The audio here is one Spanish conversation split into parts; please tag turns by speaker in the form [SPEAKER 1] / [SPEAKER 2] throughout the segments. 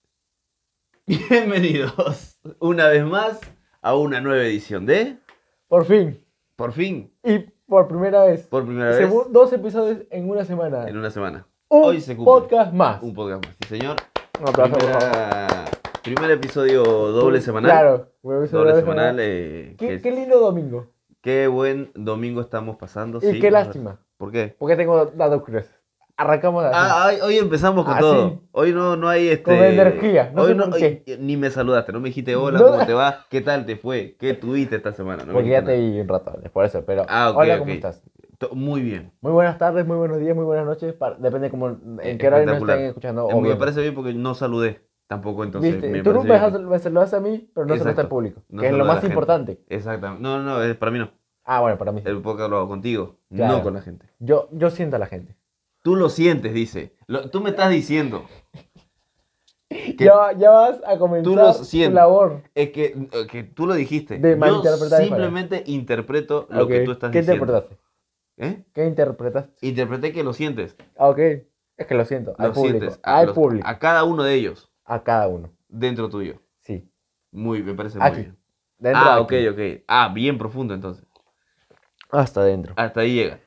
[SPEAKER 1] Bienvenidos una vez más a una nueva edición de,
[SPEAKER 2] Por fin.
[SPEAKER 1] por fin,
[SPEAKER 2] Y por primera vez.
[SPEAKER 1] por primera vez
[SPEAKER 2] Segun- dos episodios en una semana.
[SPEAKER 1] en una semana.
[SPEAKER 2] un
[SPEAKER 1] Hoy se cumple
[SPEAKER 2] podcast más.
[SPEAKER 1] un podcast más. Sí, señor.
[SPEAKER 2] Ah. Un aplauso, por favor.
[SPEAKER 1] Primera- primer episodio doble semanal.
[SPEAKER 2] Claro. un episodio
[SPEAKER 1] Doble
[SPEAKER 2] de
[SPEAKER 1] semanal. eh,
[SPEAKER 2] Qué,
[SPEAKER 1] que-
[SPEAKER 2] qué lindo domingo.
[SPEAKER 1] qué buen domingo estamos pasando.
[SPEAKER 2] y
[SPEAKER 1] Oh, sí,
[SPEAKER 2] qué
[SPEAKER 1] es verdad.
[SPEAKER 2] lástima.
[SPEAKER 1] ¿Por qué?
[SPEAKER 2] Porque tengo datos curiosos. Arrancamos así.
[SPEAKER 1] Ah, hoy, hoy empezamos con
[SPEAKER 2] Ah,
[SPEAKER 1] todo.
[SPEAKER 2] sí.
[SPEAKER 1] Hoy no, no hay este.
[SPEAKER 2] Con energía, no
[SPEAKER 1] hoy
[SPEAKER 2] sé por qué.
[SPEAKER 1] hoy ni me saludaste, no me dijiste hola,
[SPEAKER 2] No.
[SPEAKER 1] ¿cómo te va? ¿Qué tal te fue? ¿Qué tuviste esta semana? No me
[SPEAKER 2] porque ya te
[SPEAKER 1] dijiste
[SPEAKER 2] vi un rato antes, por eso. Pero,
[SPEAKER 1] Ah, ok,
[SPEAKER 2] hola, ¿cómo
[SPEAKER 1] ok.
[SPEAKER 2] estás?
[SPEAKER 1] nada. To- Muy bien.
[SPEAKER 2] Muy buenas tardes, muy buenos días, muy buenas noches. para- depende como en qué horario nos
[SPEAKER 1] Espectacular.
[SPEAKER 2] estén escuchando.
[SPEAKER 1] Eh, me
[SPEAKER 2] obviamente.
[SPEAKER 1] parece bien porque no saludé tampoco, entonces.
[SPEAKER 2] ¿Viste?
[SPEAKER 1] me
[SPEAKER 2] Tú no
[SPEAKER 1] parece
[SPEAKER 2] me,
[SPEAKER 1] bien.
[SPEAKER 2] dejas- me saludas a mí, pero no saludas
[SPEAKER 1] Exacto.
[SPEAKER 2] al público.
[SPEAKER 1] No
[SPEAKER 2] que es
[SPEAKER 1] saludas
[SPEAKER 2] lo
[SPEAKER 1] a la
[SPEAKER 2] más
[SPEAKER 1] gente.
[SPEAKER 2] importante.
[SPEAKER 1] Exactamente. No, no, es para mí no.
[SPEAKER 2] Ah, bueno, para mí. sí.
[SPEAKER 1] El podcast lo hago contigo,
[SPEAKER 2] Claro.
[SPEAKER 1] no con la gente.
[SPEAKER 2] Yo, yo siento a la gente.
[SPEAKER 1] Tú lo sientes, dice. Lo- tú me estás diciendo. que-
[SPEAKER 2] Ya, va- ya vas a comenzar
[SPEAKER 1] lo
[SPEAKER 2] tu
[SPEAKER 1] sientes.
[SPEAKER 2] labor.
[SPEAKER 1] Es que, eh, que tú lo dijiste.
[SPEAKER 2] De
[SPEAKER 1] Yo
[SPEAKER 2] malinterpretar y
[SPEAKER 1] simplemente interpreto lo
[SPEAKER 2] Ok.
[SPEAKER 1] que tú estás
[SPEAKER 2] ¿Qué
[SPEAKER 1] diciendo.
[SPEAKER 2] interpretaste?
[SPEAKER 1] ¿Eh?
[SPEAKER 2] ¿Qué interpretaste?
[SPEAKER 1] Interpreté que lo sientes.
[SPEAKER 2] Ah, ok. Es que lo siento. Al
[SPEAKER 1] Lo
[SPEAKER 2] público.
[SPEAKER 1] sientes.
[SPEAKER 2] al
[SPEAKER 1] los-
[SPEAKER 2] público. A...
[SPEAKER 1] a cada uno de ellos
[SPEAKER 2] cada uno.
[SPEAKER 1] dentro tuyo.
[SPEAKER 2] Sí.
[SPEAKER 1] Muy, me parece
[SPEAKER 2] Aquí.
[SPEAKER 1] muy bien.
[SPEAKER 2] Dentro
[SPEAKER 1] ah,
[SPEAKER 2] de
[SPEAKER 1] ok,
[SPEAKER 2] aquí.
[SPEAKER 1] ok. Ah, bien profundo entonces.
[SPEAKER 2] Hasta dentro.
[SPEAKER 1] Hasta ahí llega.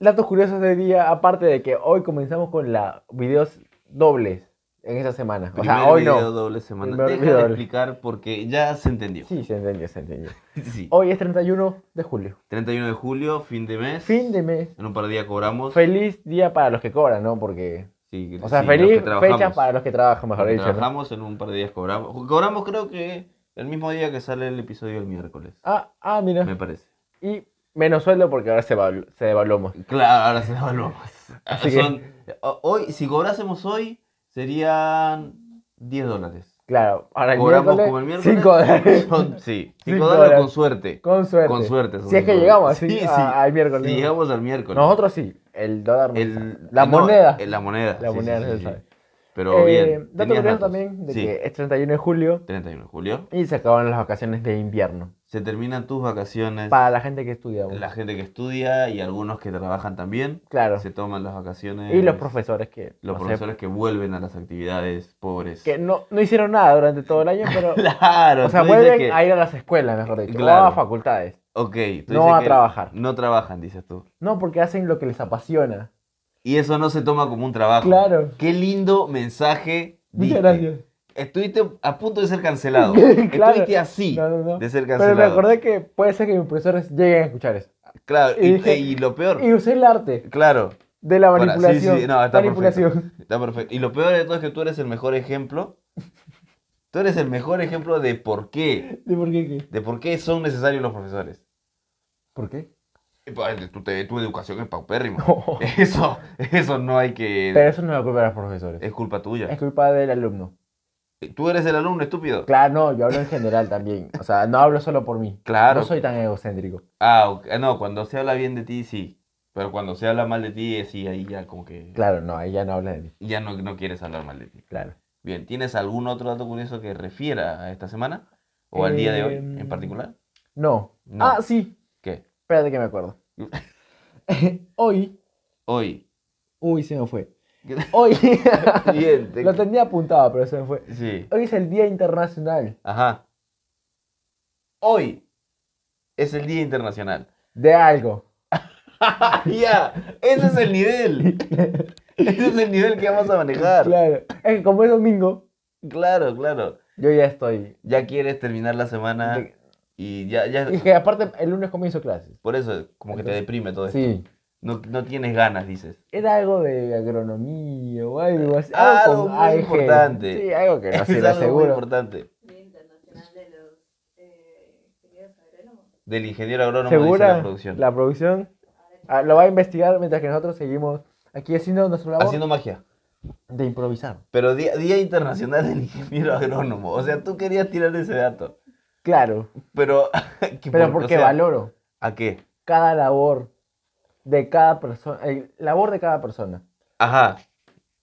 [SPEAKER 2] Datos curiosos de hoy día, aparte de que hoy comenzamos con la videos dobles en esa semana. O sea,
[SPEAKER 1] Primer
[SPEAKER 2] hoy
[SPEAKER 1] video
[SPEAKER 2] no.
[SPEAKER 1] doble semana.
[SPEAKER 2] Primer
[SPEAKER 1] Deja
[SPEAKER 2] video
[SPEAKER 1] de
[SPEAKER 2] doble.
[SPEAKER 1] explicar porque ya se entendió.
[SPEAKER 2] Sí, se entendió, se entendió.
[SPEAKER 1] Sí.
[SPEAKER 2] Hoy es 31 de julio.
[SPEAKER 1] 31 de julio, fin de mes.
[SPEAKER 2] Fin de mes.
[SPEAKER 1] En un par de días cobramos.
[SPEAKER 2] Feliz día para los que cobran, ¿no? Porque.
[SPEAKER 1] Sí,
[SPEAKER 2] O sea,
[SPEAKER 1] sí, los que
[SPEAKER 2] feliz
[SPEAKER 1] trabajamos.
[SPEAKER 2] fecha para los que
[SPEAKER 1] Los
[SPEAKER 2] trabajan, mejor
[SPEAKER 1] que
[SPEAKER 2] dicho. ¿no?
[SPEAKER 1] trabajamos, en un par de días cobramos. Cobramos creo que el mismo día que sale el episodio del miércoles.
[SPEAKER 2] Ah, ah, mira.
[SPEAKER 1] Me parece.
[SPEAKER 2] Y menos sueldo porque ahora se, evalu- se devaluó más.
[SPEAKER 1] Claro, ahora se evaluó más.
[SPEAKER 2] Así que-
[SPEAKER 1] Son- o- hoy, si cobrásemos hoy, serían 10 dólares.
[SPEAKER 2] Claro, ahora el
[SPEAKER 1] Cobramos
[SPEAKER 2] miércoles,
[SPEAKER 1] como el miércoles.
[SPEAKER 2] cinco dólares.
[SPEAKER 1] Son- sí, 5
[SPEAKER 2] Cinco
[SPEAKER 1] dólares con
[SPEAKER 2] dólares.
[SPEAKER 1] suerte.
[SPEAKER 2] Con suerte.
[SPEAKER 1] Con suerte. son
[SPEAKER 2] Si es que
[SPEAKER 1] cinco
[SPEAKER 2] llegamos
[SPEAKER 1] dólares.
[SPEAKER 2] así
[SPEAKER 1] Sí,
[SPEAKER 2] a-
[SPEAKER 1] sí.
[SPEAKER 2] al miércoles.
[SPEAKER 1] Si llegamos al miércoles.
[SPEAKER 2] Nosotros sí, el dólar. no
[SPEAKER 1] El-
[SPEAKER 2] sabe. la
[SPEAKER 1] no,
[SPEAKER 2] moneda.
[SPEAKER 1] eh, La moneda.
[SPEAKER 2] La
[SPEAKER 1] sí, sí,
[SPEAKER 2] moneda,
[SPEAKER 1] sí,
[SPEAKER 2] se
[SPEAKER 1] sí.
[SPEAKER 2] sabe.
[SPEAKER 1] Pero
[SPEAKER 2] Eh,
[SPEAKER 1] bien.
[SPEAKER 2] dato
[SPEAKER 1] tenías
[SPEAKER 2] curioso
[SPEAKER 1] datos.
[SPEAKER 2] también de
[SPEAKER 1] Sí,
[SPEAKER 2] que es 31 de julio
[SPEAKER 1] 31 de julio.
[SPEAKER 2] y se acaban las vacaciones de invierno.
[SPEAKER 1] Se terminan tus vacaciones.
[SPEAKER 2] Para la gente que estudia. aún.
[SPEAKER 1] La gente que estudia y algunos que trabajan también.
[SPEAKER 2] Claro.
[SPEAKER 1] Se toman las vacaciones.
[SPEAKER 2] Y los profesores que,
[SPEAKER 1] Los
[SPEAKER 2] no sé,
[SPEAKER 1] profesores que vuelven a las actividades pobres.
[SPEAKER 2] que no, no hicieron nada durante todo el año, pero.
[SPEAKER 1] Claro,
[SPEAKER 2] o sea,
[SPEAKER 1] tú dices
[SPEAKER 2] vuelven
[SPEAKER 1] que-
[SPEAKER 2] a ir a las escuelas, mejor dicho.
[SPEAKER 1] Claro.
[SPEAKER 2] O a facultades.
[SPEAKER 1] Ok, tú
[SPEAKER 2] No
[SPEAKER 1] dices
[SPEAKER 2] a
[SPEAKER 1] que
[SPEAKER 2] trabajar.
[SPEAKER 1] No trabajan, dices tú.
[SPEAKER 2] No, porque hacen lo que les apasiona.
[SPEAKER 1] Y eso no se toma como un trabajo.
[SPEAKER 2] Claro.
[SPEAKER 1] Qué lindo mensaje. diste.
[SPEAKER 2] Muchas gracias.
[SPEAKER 1] Estuviste a punto de ser cancelado.
[SPEAKER 2] Claro.
[SPEAKER 1] Estuviste así
[SPEAKER 2] No, no, no.
[SPEAKER 1] de ser
[SPEAKER 2] Pero
[SPEAKER 1] cancelado.
[SPEAKER 2] me acordé que puede ser que mis profesores lleguen a escuchar eso.
[SPEAKER 1] Claro, y,
[SPEAKER 2] y dije-
[SPEAKER 1] y lo peor.
[SPEAKER 2] Y usé el arte
[SPEAKER 1] Claro.
[SPEAKER 2] de la
[SPEAKER 1] Para- sí,
[SPEAKER 2] manipulación.
[SPEAKER 1] sí, no, está
[SPEAKER 2] manipulación.
[SPEAKER 1] perfecto. Está perfecto. Y lo peor de todo es que tú eres el mejor ejemplo. Tú eres el mejor ejemplo de por qué.
[SPEAKER 2] ¿De por qué qué?
[SPEAKER 1] De por qué son necesarios los profesores.
[SPEAKER 2] ¿Por qué?
[SPEAKER 1] Y, pues, Tu, te- tu educación es paupérrima. Eso, eso no hay que.
[SPEAKER 2] Pero eso no es la culpa de los profesores.
[SPEAKER 1] Es culpa tuya.
[SPEAKER 2] Es culpa del alumno.
[SPEAKER 1] Tú eres el alumno estúpido.
[SPEAKER 2] Claro, no, yo hablo en general también. O sea, no hablo solo por mí.
[SPEAKER 1] Claro.
[SPEAKER 2] No soy tan egocéntrico.
[SPEAKER 1] Ah, ok. no, cuando se habla bien de ti, sí. Pero cuando se habla mal de ti, eh, sí, ahí ya como que
[SPEAKER 2] Claro, no, ella no habla de mí.
[SPEAKER 1] ya no, no quieres hablar mal de ti.
[SPEAKER 2] Claro.
[SPEAKER 1] Bien, ¿tienes algún otro dato curioso que refiera a esta semana? ¿O al día de hoy en
[SPEAKER 2] Em,
[SPEAKER 1] particular?
[SPEAKER 2] No.
[SPEAKER 1] No.
[SPEAKER 2] Ah, sí.
[SPEAKER 1] ¿Qué?
[SPEAKER 2] Espérate que me acuerdo. Hoy.
[SPEAKER 1] Hoy.
[SPEAKER 2] Uy, se me fue. Hoy.
[SPEAKER 1] Bien, te-
[SPEAKER 2] Lo tenía apuntado, pero se me fue.
[SPEAKER 1] Sí.
[SPEAKER 2] Hoy es el Día Internacional
[SPEAKER 1] Ajá. Hoy es el Día Internacional.
[SPEAKER 2] de algo.
[SPEAKER 1] ¡Ah, ya! Ese es el nivel. Ese es el nivel que vamos a manejar.
[SPEAKER 2] Claro. Es que como es domingo,
[SPEAKER 1] Claro, claro.
[SPEAKER 2] yo ya estoy.
[SPEAKER 1] Ya quieres terminar la semana y ya, ya,
[SPEAKER 2] Y que aparte el lunes comienzo clases.
[SPEAKER 1] Por eso, como que te
[SPEAKER 2] Entonces,
[SPEAKER 1] deprime todo esto.
[SPEAKER 2] Sí.
[SPEAKER 1] No, no tienes ganas, dices.
[SPEAKER 2] Era algo de agronomía o algo así.
[SPEAKER 1] Ah, Algo
[SPEAKER 2] con
[SPEAKER 1] muy
[SPEAKER 2] AEG.
[SPEAKER 1] importante.
[SPEAKER 2] Sí, algo que no
[SPEAKER 1] es
[SPEAKER 2] sé, lo
[SPEAKER 1] algo muy
[SPEAKER 2] aseguro.
[SPEAKER 1] importante.
[SPEAKER 3] Día Internacional de los eh, Ingenieros Agrónomos.
[SPEAKER 1] Del ingeniero agrónomo dice
[SPEAKER 2] ¿Segura?
[SPEAKER 1] la producción.
[SPEAKER 2] La producción ah, lo va a investigar mientras que nosotros seguimos aquí haciendo nuestra labor
[SPEAKER 1] Haciendo magia.
[SPEAKER 2] de improvisar.
[SPEAKER 1] Pero día, Día Internacional del Ingeniero Agrónomo. O sea, tú querías tirar ese dato.
[SPEAKER 2] Claro.
[SPEAKER 1] Pero. que
[SPEAKER 2] Pero
[SPEAKER 1] por-
[SPEAKER 2] porque
[SPEAKER 1] o sea,
[SPEAKER 2] valoro
[SPEAKER 1] ¿A qué?
[SPEAKER 2] cada labor de cada persona, el labor de cada persona.
[SPEAKER 1] Ajá.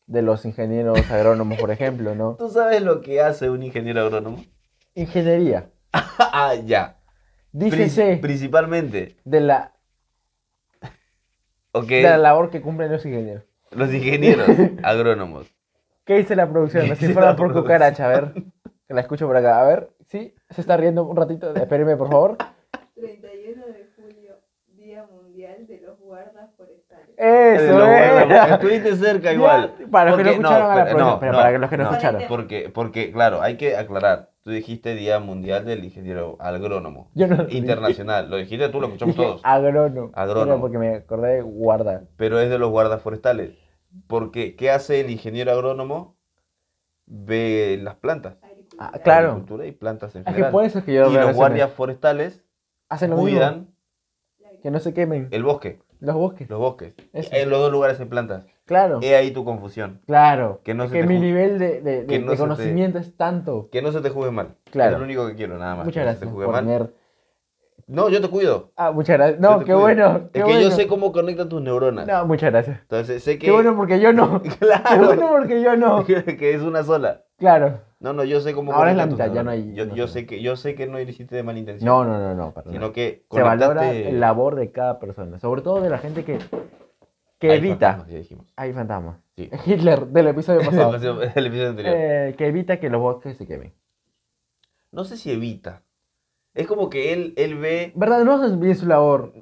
[SPEAKER 2] De los ingenieros agrónomos, por ejemplo, ¿no?
[SPEAKER 1] ¿Tú sabes lo que hace un ingeniero agrónomo?
[SPEAKER 2] Ingeniería.
[SPEAKER 1] ah, ya.
[SPEAKER 2] Dícese
[SPEAKER 1] Prin- principalmente.
[SPEAKER 2] de la
[SPEAKER 1] Ok.
[SPEAKER 2] de la labor que cumplen los ingenieros.
[SPEAKER 1] Los ingenieros agrónomos.
[SPEAKER 2] ¿Qué dice la producción?
[SPEAKER 1] ¿Qué
[SPEAKER 2] Si
[SPEAKER 1] dice
[SPEAKER 2] fuera
[SPEAKER 1] la
[SPEAKER 2] por
[SPEAKER 1] producción?
[SPEAKER 2] cucaracha, a ver. La escucho por acá. A ver, sí, se está riendo un ratito. Espérenme, por favor.
[SPEAKER 3] 31 de julio, Día Mundial de los Guardas Forestales.
[SPEAKER 2] Eh,
[SPEAKER 1] Lo
[SPEAKER 2] Eso,
[SPEAKER 1] bueno,
[SPEAKER 2] era.
[SPEAKER 1] Estuviste cerca
[SPEAKER 2] Ya,
[SPEAKER 1] igual.
[SPEAKER 2] Para los que
[SPEAKER 1] Porque-
[SPEAKER 2] no escucharon a la
[SPEAKER 1] pero-
[SPEAKER 2] próxima, pero para que los que no
[SPEAKER 3] escucharon.
[SPEAKER 1] Porque, porque, claro, hay que aclarar. Tú dijiste Día Mundial del Ingeniero Agrónomo.
[SPEAKER 2] Yo no.
[SPEAKER 1] Internacional. Lo dijiste tú, lo escuchamos
[SPEAKER 2] Dije
[SPEAKER 1] todos.
[SPEAKER 2] agrónomo.
[SPEAKER 1] Agrónomo.
[SPEAKER 2] Era porque me acordé de guarda.
[SPEAKER 1] Pero es de los guardas forestales. Porque, ¿qué hace el ingeniero agrónomo? Ve las plantas.
[SPEAKER 3] Agricultura.
[SPEAKER 2] Ah, claro.
[SPEAKER 1] Agricultura y plantas en
[SPEAKER 2] Es que
[SPEAKER 1] general.
[SPEAKER 2] por eso es que
[SPEAKER 1] y
[SPEAKER 2] yo veo
[SPEAKER 1] los
[SPEAKER 2] ese
[SPEAKER 1] guardias forestales
[SPEAKER 2] mes. hacen lo mismo,
[SPEAKER 1] cuidan Eh,
[SPEAKER 3] La
[SPEAKER 2] Que no se quemen
[SPEAKER 1] el bosque,
[SPEAKER 2] los bosques.
[SPEAKER 1] los bosques.
[SPEAKER 2] Eso.
[SPEAKER 1] En los dos lugares hay plantas.
[SPEAKER 2] Claro,
[SPEAKER 1] He ahí tu confusión.
[SPEAKER 2] claro.
[SPEAKER 1] Que no eh, se
[SPEAKER 2] que
[SPEAKER 1] te
[SPEAKER 2] mi
[SPEAKER 1] ju-
[SPEAKER 2] nivel de, de- de-
[SPEAKER 1] que no
[SPEAKER 2] de
[SPEAKER 1] se te-
[SPEAKER 2] conocimiento es tanto.
[SPEAKER 1] Que no se te juzgue mal.
[SPEAKER 2] Claro.
[SPEAKER 1] Es lo único que quiero, nada más.
[SPEAKER 2] Muchas
[SPEAKER 1] Ah, que no se te
[SPEAKER 2] gracias
[SPEAKER 1] juzgue
[SPEAKER 2] por
[SPEAKER 1] mal.
[SPEAKER 2] nerd.
[SPEAKER 1] No, yo te cuido.
[SPEAKER 2] Ah, muchas gracias.
[SPEAKER 1] Yo
[SPEAKER 2] No,
[SPEAKER 1] te
[SPEAKER 2] qué
[SPEAKER 1] cuido.
[SPEAKER 2] bueno. Qué
[SPEAKER 1] Es que
[SPEAKER 2] bueno.
[SPEAKER 1] yo sé cómo conectan tus neuronas.
[SPEAKER 2] No, muchas gracias.
[SPEAKER 1] Entonces sé que.
[SPEAKER 2] Qué bueno porque yo no. Qué
[SPEAKER 1] Claro.
[SPEAKER 2] bueno porque yo no.
[SPEAKER 1] que es una sola.
[SPEAKER 2] Claro.
[SPEAKER 1] No, no, yo sé cómo.
[SPEAKER 2] Ahora es la
[SPEAKER 1] conectan tus
[SPEAKER 2] mitad, ya no
[SPEAKER 1] neuronas.
[SPEAKER 2] hay-
[SPEAKER 1] Yo,
[SPEAKER 2] no
[SPEAKER 1] yo
[SPEAKER 2] sé.
[SPEAKER 1] sé que, yo sé que no lo hiciste de mala intención.
[SPEAKER 2] No, no, no, no. para nada.
[SPEAKER 1] Sino que
[SPEAKER 2] Se valora
[SPEAKER 1] conectaste-
[SPEAKER 2] la labor de cada persona. Sobre todo de la gente que, que
[SPEAKER 1] Ahí
[SPEAKER 2] evita.
[SPEAKER 1] fantasmas, ya dijimos.
[SPEAKER 2] Hay fantasmas.
[SPEAKER 1] Sí.
[SPEAKER 2] Hitler del episodio pasado.
[SPEAKER 1] El episodio anterior.
[SPEAKER 2] Eh, que evita que los bosques se quemen.
[SPEAKER 1] No sé si evita. Es como que él, él ve.
[SPEAKER 2] ¿Verdad? No hacen bien su labor.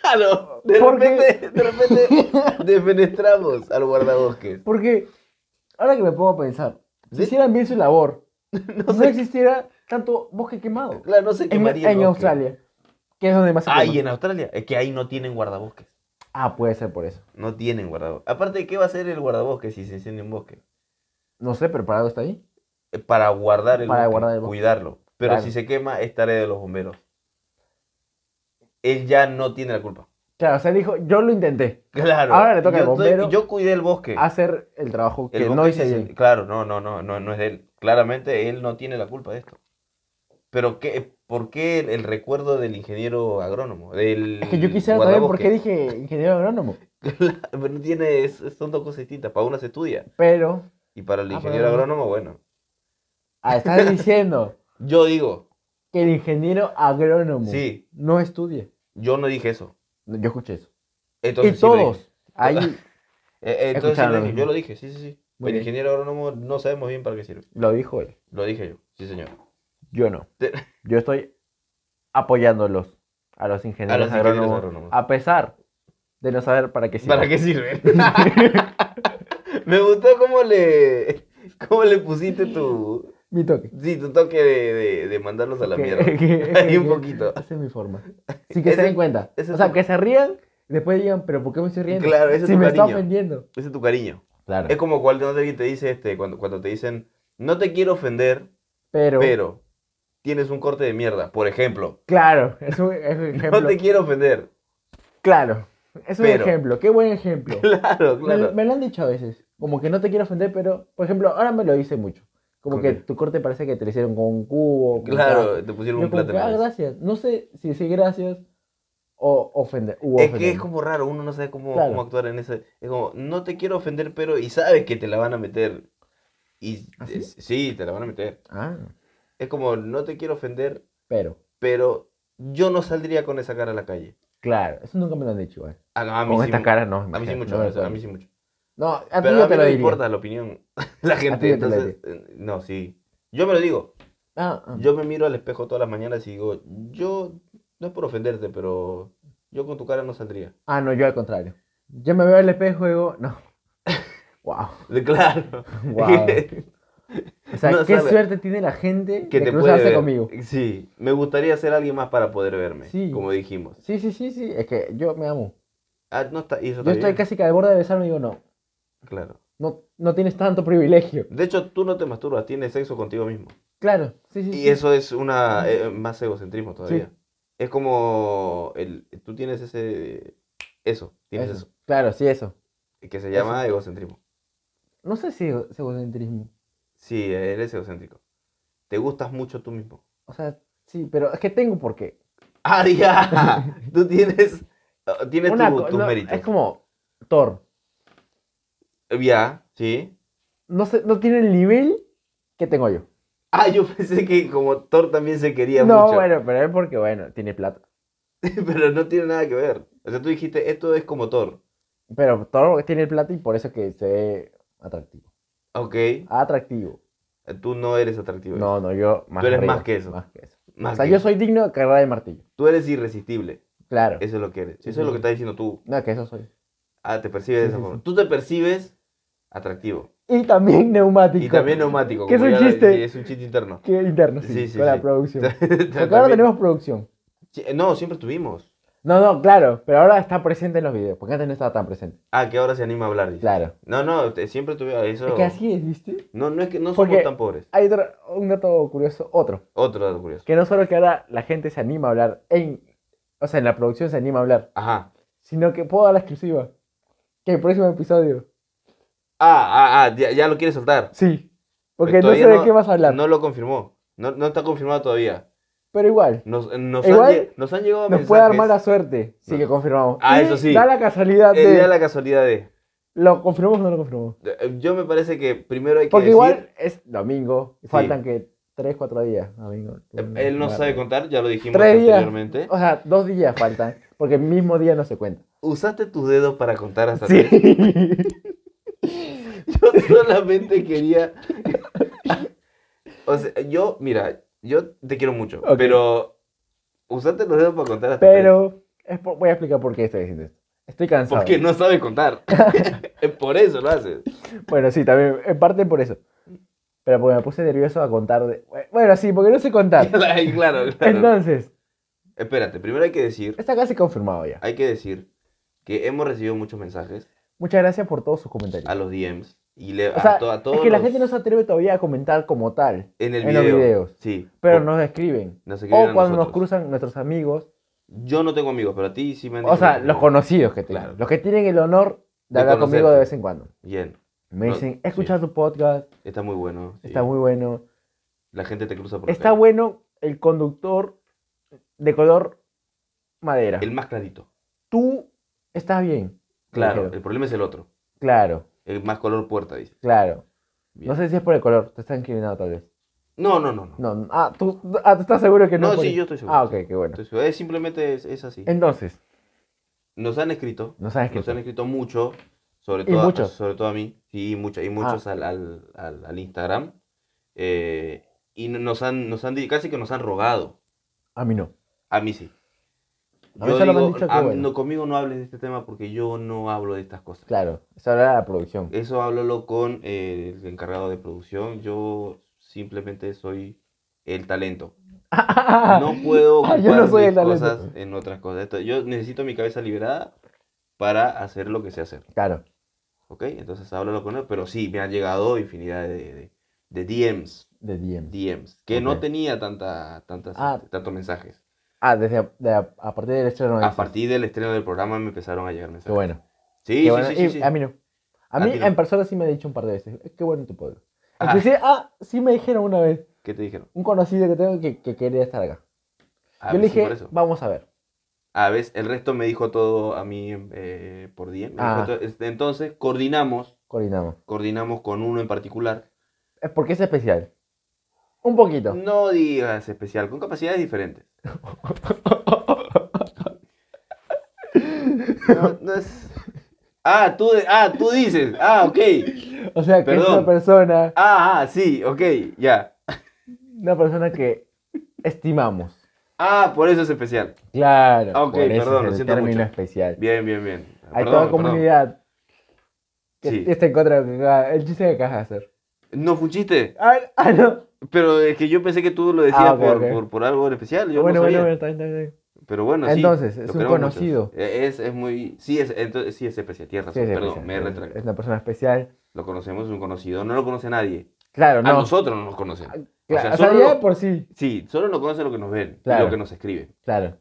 [SPEAKER 1] Claro, de
[SPEAKER 2] Porque-
[SPEAKER 1] repente, de repente defenestramos al guardabosques.
[SPEAKER 2] Porque, ahora que me pongo a pensar, si
[SPEAKER 1] ¿Sí?
[SPEAKER 2] hicieran bien su labor, no, existiera tanto bosque quemado.
[SPEAKER 1] Claro, no sé qué
[SPEAKER 2] En, en Australia, que es donde más se
[SPEAKER 1] Ay,
[SPEAKER 2] quema.
[SPEAKER 1] en Australia. Es que ahí no tienen guardabosques.
[SPEAKER 2] Ah, puede ser por eso.
[SPEAKER 1] No tienen guardabosques. Aparte, ¿qué va a hacer el guardabosques si se incendia un bosque?
[SPEAKER 2] No sé, pero para algo está ahí.
[SPEAKER 1] Eh, Para guardar el,
[SPEAKER 2] Para
[SPEAKER 1] bosque,
[SPEAKER 2] guardar el bosque.
[SPEAKER 1] cuidarlo. Pero
[SPEAKER 2] Claro.
[SPEAKER 1] si se quema, es tarea de los bomberos. Él ya no tiene la culpa.
[SPEAKER 2] Claro, o sea, dijo, yo lo intenté,
[SPEAKER 1] Claro.
[SPEAKER 2] Ahora le toca
[SPEAKER 1] yo
[SPEAKER 2] al bombero.
[SPEAKER 1] estoy- yo cuidé el bosque.
[SPEAKER 2] hacer el trabajo
[SPEAKER 1] El
[SPEAKER 2] que no
[SPEAKER 1] bosque
[SPEAKER 2] hice
[SPEAKER 1] sí se-
[SPEAKER 2] bien.
[SPEAKER 1] Claro, no, no, no, no, no es de él. Claramente él no tiene la culpa de esto. Pero qué, ¿por qué el, el recuerdo del ingeniero agrónomo? Del
[SPEAKER 2] Es que yo quisiera saber por
[SPEAKER 1] guardabosque?
[SPEAKER 2] qué dije ingeniero agrónomo,
[SPEAKER 1] Pero no tiene, es- son dos cosas distintas. Para una se estudia
[SPEAKER 2] pero,
[SPEAKER 1] y para el
[SPEAKER 2] Ah,
[SPEAKER 1] ingeniero
[SPEAKER 2] pero-
[SPEAKER 1] agrónomo, bueno.
[SPEAKER 2] ah, estás diciendo
[SPEAKER 1] Yo digo,
[SPEAKER 2] que el ingeniero agrónomo
[SPEAKER 1] Sí.
[SPEAKER 2] no estudia.
[SPEAKER 1] yo no dije eso.
[SPEAKER 2] No, Yo escuché eso.
[SPEAKER 1] Entonces,
[SPEAKER 2] y
[SPEAKER 1] sí lo dije.
[SPEAKER 2] todos, ahí
[SPEAKER 1] Eh, eh, entonces sí
[SPEAKER 2] Escucharon
[SPEAKER 1] lo
[SPEAKER 2] lo
[SPEAKER 1] dije,
[SPEAKER 2] mismo.
[SPEAKER 1] yo lo dije, sí, sí, sí.
[SPEAKER 2] Muy
[SPEAKER 1] el
[SPEAKER 2] bien.
[SPEAKER 1] ingeniero agrónomo no sabemos bien para qué sirve.
[SPEAKER 2] lo dijo él.
[SPEAKER 1] Lo dije yo, sí, señor.
[SPEAKER 2] Yo no.
[SPEAKER 1] Te-
[SPEAKER 2] Yo estoy apoyándolos a los ingenieros,
[SPEAKER 1] A los ingenieros
[SPEAKER 2] agrónomos,
[SPEAKER 1] agrónomos.
[SPEAKER 2] A pesar de no saber para qué sirve.
[SPEAKER 1] ¿Para qué sirve? Me gustó cómo le, cómo le pusiste tu,
[SPEAKER 2] Mi toque.
[SPEAKER 1] Sí, tu toque de, de, de mandarlos a la
[SPEAKER 2] Que-
[SPEAKER 1] mierda.
[SPEAKER 2] que-
[SPEAKER 1] Ahí un
[SPEAKER 2] que-
[SPEAKER 1] poquito.
[SPEAKER 2] Esa es mi forma. Sin que se
[SPEAKER 1] Ese-
[SPEAKER 2] den cuenta.
[SPEAKER 1] ese
[SPEAKER 2] O sea,
[SPEAKER 1] tu-
[SPEAKER 2] que se rían, después digan, pero ¿por qué me estoy riendo?
[SPEAKER 1] Claro, ese es
[SPEAKER 2] si
[SPEAKER 1] tu
[SPEAKER 2] me está
[SPEAKER 1] cariño.
[SPEAKER 2] ofendiendo.
[SPEAKER 1] Ese es tu cariño.
[SPEAKER 2] Claro.
[SPEAKER 1] Es como cuando alguien te dice, este, cuando, cuando te dicen, no te quiero ofender,
[SPEAKER 2] Pero,
[SPEAKER 1] pero tienes un corte de mierda. Por ejemplo,
[SPEAKER 2] claro, es un, es un ejemplo.
[SPEAKER 1] no te quiero ofender.
[SPEAKER 2] Claro, es un
[SPEAKER 1] Pero.
[SPEAKER 2] ejemplo. Qué buen ejemplo.
[SPEAKER 1] Claro,
[SPEAKER 2] Me,
[SPEAKER 1] claro.
[SPEAKER 2] me lo han dicho a veces. Como que no te quiero ofender, pero, por ejemplo, ahora me lo dice mucho. Como
[SPEAKER 1] Ok.
[SPEAKER 2] que tu corte parece que te lo hicieron con un cubo. con tal.
[SPEAKER 1] Claro, te pusieron
[SPEAKER 2] Yo
[SPEAKER 1] un
[SPEAKER 2] como que,
[SPEAKER 1] plátano.
[SPEAKER 2] ah,
[SPEAKER 1] en la mesa".
[SPEAKER 2] gracias. No sé si decir gracias o ofender. u
[SPEAKER 1] Es que
[SPEAKER 2] ofender.
[SPEAKER 1] es como raro, uno no sabe cómo,
[SPEAKER 2] Claro.
[SPEAKER 1] cómo actuar en ese. Es como, no te quiero ofender, pero. Y sabes que te la van a meter. Y
[SPEAKER 2] ¿Ah, sí?
[SPEAKER 1] eh, sí, te la van a meter.
[SPEAKER 2] Ah,
[SPEAKER 1] Es como, no te quiero ofender,
[SPEAKER 2] pero,
[SPEAKER 1] pero yo no saldría con esa cara a la calle.
[SPEAKER 2] claro, eso nunca me lo han dicho igual.
[SPEAKER 1] A, a mí
[SPEAKER 2] Con
[SPEAKER 1] sí
[SPEAKER 2] esta
[SPEAKER 1] me-
[SPEAKER 2] cara no.
[SPEAKER 1] A mí sí
[SPEAKER 2] imagínate,
[SPEAKER 1] mucho,
[SPEAKER 2] no me
[SPEAKER 1] a
[SPEAKER 2] acuerdo.
[SPEAKER 1] mí sí mucho.
[SPEAKER 2] No, a ti
[SPEAKER 1] Pero
[SPEAKER 2] yo
[SPEAKER 1] a mí no
[SPEAKER 2] te lo
[SPEAKER 1] me
[SPEAKER 2] diría.
[SPEAKER 1] importa la opinión la gente.
[SPEAKER 2] yo te lo
[SPEAKER 1] entonces, eh, no, sí. Yo me lo digo.
[SPEAKER 2] Ah, ah.
[SPEAKER 1] Yo me miro al espejo todas las mañanas y digo, yo, no es por ofenderte, pero yo con tu cara no saldría.
[SPEAKER 2] Ah, no, yo al contrario. Yo me veo al espejo y digo, no. Wow.
[SPEAKER 1] De- Claro.
[SPEAKER 2] Wow. O sea,
[SPEAKER 1] No
[SPEAKER 2] qué
[SPEAKER 1] sabe.
[SPEAKER 2] suerte tiene la gente
[SPEAKER 1] que
[SPEAKER 2] de
[SPEAKER 1] te puede
[SPEAKER 2] cruzarse
[SPEAKER 1] ver.
[SPEAKER 2] conmigo.
[SPEAKER 1] Sí, me gustaría ser alguien más para poder verme,
[SPEAKER 2] Sí.
[SPEAKER 1] como dijimos.
[SPEAKER 2] Sí, sí, sí, sí. Es que yo me amo.
[SPEAKER 1] Ah, no está, y eso
[SPEAKER 2] Yo
[SPEAKER 1] está
[SPEAKER 2] estoy
[SPEAKER 1] bien.
[SPEAKER 2] casi que al borde de besarme y digo, no,
[SPEAKER 1] Claro.
[SPEAKER 2] no, no tienes tanto privilegio.
[SPEAKER 1] De hecho, tú no te masturbas, tienes sexo contigo mismo.
[SPEAKER 2] Claro, sí, sí.
[SPEAKER 1] Y
[SPEAKER 2] sí.
[SPEAKER 1] eso es una eh, más egocentrismo todavía. Es como el, tú tienes ese eso, tienes
[SPEAKER 2] Eso.
[SPEAKER 1] eso,
[SPEAKER 2] Claro, sí, eso.
[SPEAKER 1] que se llama egocentrismo.
[SPEAKER 2] No sé si es egocentrismo.
[SPEAKER 1] Sí, eres egocéntrico. Te gustas mucho tú mismo.
[SPEAKER 2] O sea, sí, pero es que tengo por qué.
[SPEAKER 1] Aria, tú tienes oh, tienes
[SPEAKER 2] Una
[SPEAKER 1] tu,
[SPEAKER 2] co-
[SPEAKER 1] tus
[SPEAKER 2] no,
[SPEAKER 1] méritos.
[SPEAKER 2] Es como Thor.
[SPEAKER 1] Ya, sí.
[SPEAKER 2] No, sé, no tiene el nivel que tengo yo.
[SPEAKER 1] Ah, yo pensé que como Thor también se quería
[SPEAKER 2] no,
[SPEAKER 1] mucho,
[SPEAKER 2] bueno, pero es porque, bueno, tiene plata.
[SPEAKER 1] pero no tiene nada que ver. O sea, tú dijiste, esto es como Thor.
[SPEAKER 2] Pero Thor tiene plata y por eso que se ve atractivo.
[SPEAKER 1] Ok.
[SPEAKER 2] Atractivo.
[SPEAKER 1] Tú no eres atractivo.
[SPEAKER 2] No, no, yo más
[SPEAKER 1] Tú eres
[SPEAKER 2] arriba,
[SPEAKER 1] más que eso.
[SPEAKER 2] Más que eso.
[SPEAKER 1] Más
[SPEAKER 2] o sea,
[SPEAKER 1] que
[SPEAKER 2] yo
[SPEAKER 1] eso.
[SPEAKER 2] soy digno de cargar de martillo.
[SPEAKER 1] Tú eres irresistible.
[SPEAKER 2] Claro.
[SPEAKER 1] Eso es lo que eres.
[SPEAKER 2] Sí,
[SPEAKER 1] Eso
[SPEAKER 2] sí,
[SPEAKER 1] es lo que
[SPEAKER 2] sí.
[SPEAKER 1] estás diciendo tú.
[SPEAKER 2] No, que eso soy.
[SPEAKER 1] Ah, te percibes de
[SPEAKER 2] Sí,
[SPEAKER 1] esa
[SPEAKER 2] sí,
[SPEAKER 1] forma. Tú te percibes atractivo.
[SPEAKER 2] Y también neumático.
[SPEAKER 1] Y también neumático.
[SPEAKER 2] Que es
[SPEAKER 1] como
[SPEAKER 2] un
[SPEAKER 1] ya lo-
[SPEAKER 2] chiste.
[SPEAKER 1] sí, es un chiste interno.
[SPEAKER 2] Que interno, sí,
[SPEAKER 1] Sí, sí,
[SPEAKER 2] con la
[SPEAKER 1] sí.
[SPEAKER 2] producción. Porque ahora
[SPEAKER 1] También-
[SPEAKER 2] tenemos producción.
[SPEAKER 1] Sí, No, siempre tuvimos.
[SPEAKER 2] No, no, claro, pero ahora está presente en los videos, porque antes no estaba tan presente.
[SPEAKER 1] Ah, que ahora se anima a hablar. dice.
[SPEAKER 2] Claro.
[SPEAKER 1] No, no, te- siempre tuvimos eso.
[SPEAKER 2] Es que así es, ¿viste?
[SPEAKER 1] No, no es que no somos
[SPEAKER 2] Porque-
[SPEAKER 1] tan pobres.
[SPEAKER 2] Hay otro, un dato curioso, otro.
[SPEAKER 1] Otro dato curioso.
[SPEAKER 2] Que no solo que ahora la gente se anima a hablar, en, o sea, en la producción se anima a hablar,
[SPEAKER 1] Ajá.
[SPEAKER 2] sino que puedo dar la exclusiva. Que el próximo episodio,
[SPEAKER 1] Ah, ah, ah, ya, ya lo quieres soltar.
[SPEAKER 2] sí. Porque no
[SPEAKER 1] Todavía
[SPEAKER 2] sé de qué vas a hablar,
[SPEAKER 1] No lo confirmó. No, no está confirmado todavía.
[SPEAKER 2] pero igual,
[SPEAKER 1] Nos, eh, nos,
[SPEAKER 2] Igual,
[SPEAKER 1] han, lle- nos han llegado
[SPEAKER 2] nos
[SPEAKER 1] mensajes.
[SPEAKER 2] puede dar mala suerte si
[SPEAKER 1] No.
[SPEAKER 2] que confirmamos.
[SPEAKER 1] Ah,
[SPEAKER 2] Y
[SPEAKER 1] eso sí.
[SPEAKER 2] Da la casualidad
[SPEAKER 1] Eh,
[SPEAKER 2] de,
[SPEAKER 1] ya la casualidad de.
[SPEAKER 2] ¿lo confirmamos o no lo confirmamos?
[SPEAKER 1] de- eh, Yo me parece que primero hay que
[SPEAKER 2] Porque
[SPEAKER 1] decir.
[SPEAKER 2] igual es domingo, y
[SPEAKER 1] Sí.
[SPEAKER 2] faltan que 3, 4 días. Domingo,
[SPEAKER 1] eh, Él no
[SPEAKER 2] martes.
[SPEAKER 1] sabe contar, ya lo dijimos
[SPEAKER 2] Tres días.
[SPEAKER 1] anteriormente.
[SPEAKER 2] O sea, dos días faltan, porque el mismo día no se cuenta.
[SPEAKER 1] Usaste tus dedos para contar hasta
[SPEAKER 2] Sí.
[SPEAKER 1] tres. Yo solamente quería. O sea, yo, mira, yo te quiero mucho,
[SPEAKER 2] Ok.
[SPEAKER 1] pero. Usaste los dedos para contar hasta tres.
[SPEAKER 2] Pero es por- voy a explicar por qué estoy diciendo esto. Estoy cansado.
[SPEAKER 1] Porque no sabe contar. Es por eso lo haces.
[SPEAKER 2] Bueno, sí, también, en parte por eso. Pero porque me puse nervioso a contar. de- Bueno, sí, porque no sé contar.
[SPEAKER 1] Claro, claro.
[SPEAKER 2] Entonces,
[SPEAKER 1] Espérate, primero hay que decir,
[SPEAKER 2] está casi confirmado ya.
[SPEAKER 1] hay que decir que hemos recibido muchos mensajes
[SPEAKER 2] Muchas gracias por todos sus comentarios.
[SPEAKER 1] a los DMs y le,
[SPEAKER 2] O sea,
[SPEAKER 1] a, to- a todos
[SPEAKER 2] es que la
[SPEAKER 1] los-
[SPEAKER 2] gente no se atreve todavía a comentar como tal,
[SPEAKER 1] en el
[SPEAKER 2] en los
[SPEAKER 1] video.
[SPEAKER 2] videos.
[SPEAKER 1] Sí.
[SPEAKER 2] pero
[SPEAKER 1] por-
[SPEAKER 2] nos escriben.
[SPEAKER 1] nos escriben
[SPEAKER 2] O
[SPEAKER 1] a
[SPEAKER 2] cuando nos
[SPEAKER 1] nosotros.
[SPEAKER 2] cruzan nuestros amigos,
[SPEAKER 1] Yo no tengo amigos, pero a ti sí me han
[SPEAKER 2] o
[SPEAKER 1] dicho
[SPEAKER 2] sea,
[SPEAKER 1] que te
[SPEAKER 2] los
[SPEAKER 1] tengo.
[SPEAKER 2] conocidos que tengo,
[SPEAKER 1] Claro.
[SPEAKER 2] los que tienen el honor de,
[SPEAKER 1] De
[SPEAKER 2] hablar conmigo
[SPEAKER 1] conocerte.
[SPEAKER 2] de vez en cuando.
[SPEAKER 1] Bien,
[SPEAKER 2] Me
[SPEAKER 1] No,
[SPEAKER 2] dicen,
[SPEAKER 1] sí.
[SPEAKER 2] he escuchado tu podcast,
[SPEAKER 1] está muy bueno. sí.
[SPEAKER 2] está muy bueno.
[SPEAKER 1] La gente te cruza por la
[SPEAKER 2] Está
[SPEAKER 1] calle.
[SPEAKER 2] bueno el conductor de color madera.
[SPEAKER 1] El más clarito.
[SPEAKER 2] Tú estás bien.
[SPEAKER 1] Claro,
[SPEAKER 2] Dijeron.
[SPEAKER 1] el problema es el otro.
[SPEAKER 2] Claro,
[SPEAKER 1] El más color puerta, dice.
[SPEAKER 2] claro.
[SPEAKER 1] Bien.
[SPEAKER 2] No sé si es por el color, te están incriminando tal vez.
[SPEAKER 1] No, no, no. no.
[SPEAKER 2] No, no, ah, tú ah, ¿tú estás seguro que no.
[SPEAKER 1] No,
[SPEAKER 2] es por
[SPEAKER 1] sí,
[SPEAKER 2] el-
[SPEAKER 1] yo estoy seguro.
[SPEAKER 2] Ah, ok, qué bueno.
[SPEAKER 1] Entonces, eh, simplemente es, es así.
[SPEAKER 2] Entonces,
[SPEAKER 1] Nos han escrito.
[SPEAKER 2] no sabes qué.
[SPEAKER 1] Nos han escrito mucho, sobre
[SPEAKER 2] Y Ah.
[SPEAKER 1] todo, a-
[SPEAKER 2] muchos.
[SPEAKER 1] sobre todo a mí, sí, mucho, y muchos al, al, al, al Instagram. eh, y no- nos han, nos han, di- casi que nos han rogado.
[SPEAKER 2] A mí no.
[SPEAKER 1] A mí sí. Yo
[SPEAKER 2] A mí solo me han
[SPEAKER 1] digo,
[SPEAKER 2] dicho que
[SPEAKER 1] "Ah,
[SPEAKER 2] bueno".
[SPEAKER 1] no, conmigo no hables de este tema porque yo no hablo de estas cosas.
[SPEAKER 2] Claro, eso era la producción.
[SPEAKER 1] Eso háblalo con eh, el encargado de producción. Yo simplemente soy el talento. No puedo
[SPEAKER 2] Ah,
[SPEAKER 1] ocupar
[SPEAKER 2] yo no soy
[SPEAKER 1] mis
[SPEAKER 2] el talento.
[SPEAKER 1] cosas en otras cosas. Esto- yo necesito mi cabeza liberada para hacer lo que sé hacer.
[SPEAKER 2] Claro.
[SPEAKER 1] ¿Ok? Entonces háblalo con él. Pero sí, me han llegado infinidad de, de, de DMs.
[SPEAKER 2] De DM.
[SPEAKER 1] DMs. Que
[SPEAKER 2] Ok.
[SPEAKER 1] no tenía tanta, tantas,
[SPEAKER 2] Ah.
[SPEAKER 1] este, tantos mensajes.
[SPEAKER 2] Ah, desde a, de a- a partir del estreno.
[SPEAKER 1] A
[SPEAKER 2] dices.
[SPEAKER 1] partir del estreno del programa me empezaron a llegar mensajes.
[SPEAKER 2] Qué bueno.
[SPEAKER 1] Sí,
[SPEAKER 2] Qué
[SPEAKER 1] sí,
[SPEAKER 2] bueno.
[SPEAKER 1] sí, sí,
[SPEAKER 2] Y
[SPEAKER 1] sí.
[SPEAKER 2] A mí no. A
[SPEAKER 1] A
[SPEAKER 2] mí
[SPEAKER 1] ti no.
[SPEAKER 2] en persona sí me ha dicho un par de veces. "Eh, Qué bueno tu podcast.
[SPEAKER 1] Ah.
[SPEAKER 2] Inclusive, ah, sí me dijeron una vez,
[SPEAKER 1] ¿Qué te dijeron?
[SPEAKER 2] un conocido que tengo que, que quería estar acá.
[SPEAKER 1] Ah,
[SPEAKER 2] Yo le
[SPEAKER 1] sí, por
[SPEAKER 2] dije,
[SPEAKER 1] eso.
[SPEAKER 2] vamos a ver.
[SPEAKER 1] A veces, el resto me dijo todo a mí eh, por DM. Me
[SPEAKER 2] Ah.
[SPEAKER 1] dijo todo- este, Entonces, coordinamos,
[SPEAKER 2] Coordinamos.
[SPEAKER 1] coordinamos con uno en particular.
[SPEAKER 2] Es Eh, porque es especial. Un poquito.
[SPEAKER 1] No digas especial, con capacidades diferentes. No, no es- Ah, tú, de- ah, tú dices. Ah, ok.
[SPEAKER 2] O sea, que es
[SPEAKER 1] Perdón.
[SPEAKER 2] una persona,
[SPEAKER 1] Ah, ah, sí, ok, ya.
[SPEAKER 2] una persona que estimamos.
[SPEAKER 1] Ah, por eso es especial.
[SPEAKER 2] Claro.
[SPEAKER 1] Ah, ok,
[SPEAKER 2] por eso
[SPEAKER 1] perdón,
[SPEAKER 2] es
[SPEAKER 1] lo
[SPEAKER 2] el
[SPEAKER 1] siento
[SPEAKER 2] término
[SPEAKER 1] mucho.
[SPEAKER 2] especial.
[SPEAKER 1] Bien, bien, bien. Perdón,
[SPEAKER 2] Hay toda
[SPEAKER 1] perdón.
[SPEAKER 2] comunidad que
[SPEAKER 1] Sí.
[SPEAKER 2] está en contra de lo que acaba- el chiste que acabas de hacer.
[SPEAKER 1] No fuchiste,
[SPEAKER 2] Ah, ah, no.
[SPEAKER 1] pero es que yo pensé que tú lo decías
[SPEAKER 2] Ah, ok,
[SPEAKER 1] por,
[SPEAKER 2] ok.
[SPEAKER 1] Por, por algo en especial. Yo
[SPEAKER 2] bueno,
[SPEAKER 1] no
[SPEAKER 2] bueno,
[SPEAKER 1] sabía.
[SPEAKER 2] bueno, está bien, está bien, está bien.
[SPEAKER 1] Pero bueno, sí.
[SPEAKER 2] Entonces, es
[SPEAKER 1] lo
[SPEAKER 2] un
[SPEAKER 1] queremos
[SPEAKER 2] conocido.
[SPEAKER 1] mucho. Eh, Es, es muy. Sí, es, entonces, sí es especial. Tienes razón.
[SPEAKER 2] Sí, es
[SPEAKER 1] Perdón,
[SPEAKER 2] especial,
[SPEAKER 1] me
[SPEAKER 2] es-
[SPEAKER 1] retracto.
[SPEAKER 2] Es una persona especial.
[SPEAKER 1] Lo conocemos, es un conocido. No lo conoce nadie.
[SPEAKER 2] Claro,
[SPEAKER 1] A
[SPEAKER 2] no.
[SPEAKER 1] nosotros Ah, no nos conocen.
[SPEAKER 2] Claro,
[SPEAKER 1] sea,
[SPEAKER 2] o sea,
[SPEAKER 1] solo
[SPEAKER 2] ya
[SPEAKER 1] lo-
[SPEAKER 2] de por sí.
[SPEAKER 1] Sí, solo nos conocen lo que nos ven y
[SPEAKER 2] Claro.
[SPEAKER 1] lo que nos escriben.
[SPEAKER 2] Claro.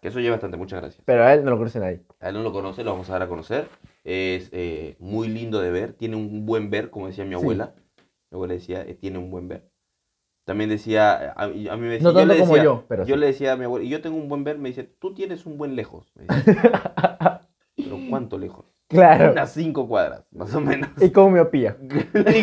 [SPEAKER 1] Que eso lleva bastante, muchas gracias.
[SPEAKER 2] Pero a él no lo conoce nadie.
[SPEAKER 1] A él no lo conoce, lo vamos a dar a conocer. Es eh, muy lindo de ver, tiene un buen ver, como decía mi
[SPEAKER 2] Sí.
[SPEAKER 1] abuela. Mi abuela decía, eh, tiene un buen ver. También decía, a, a mí me decía,
[SPEAKER 2] No
[SPEAKER 1] le
[SPEAKER 2] tanto como
[SPEAKER 1] decía-
[SPEAKER 2] yo, pero sí.
[SPEAKER 1] le decía a mi abuela, y yo tengo un buen ver, me dice, tú tienes un buen lejos. me dice. Pero ¿cuánto lejos?
[SPEAKER 2] Claro.
[SPEAKER 1] Unas cinco cuadras, más o menos.
[SPEAKER 2] Y con miopía.
[SPEAKER 1] Y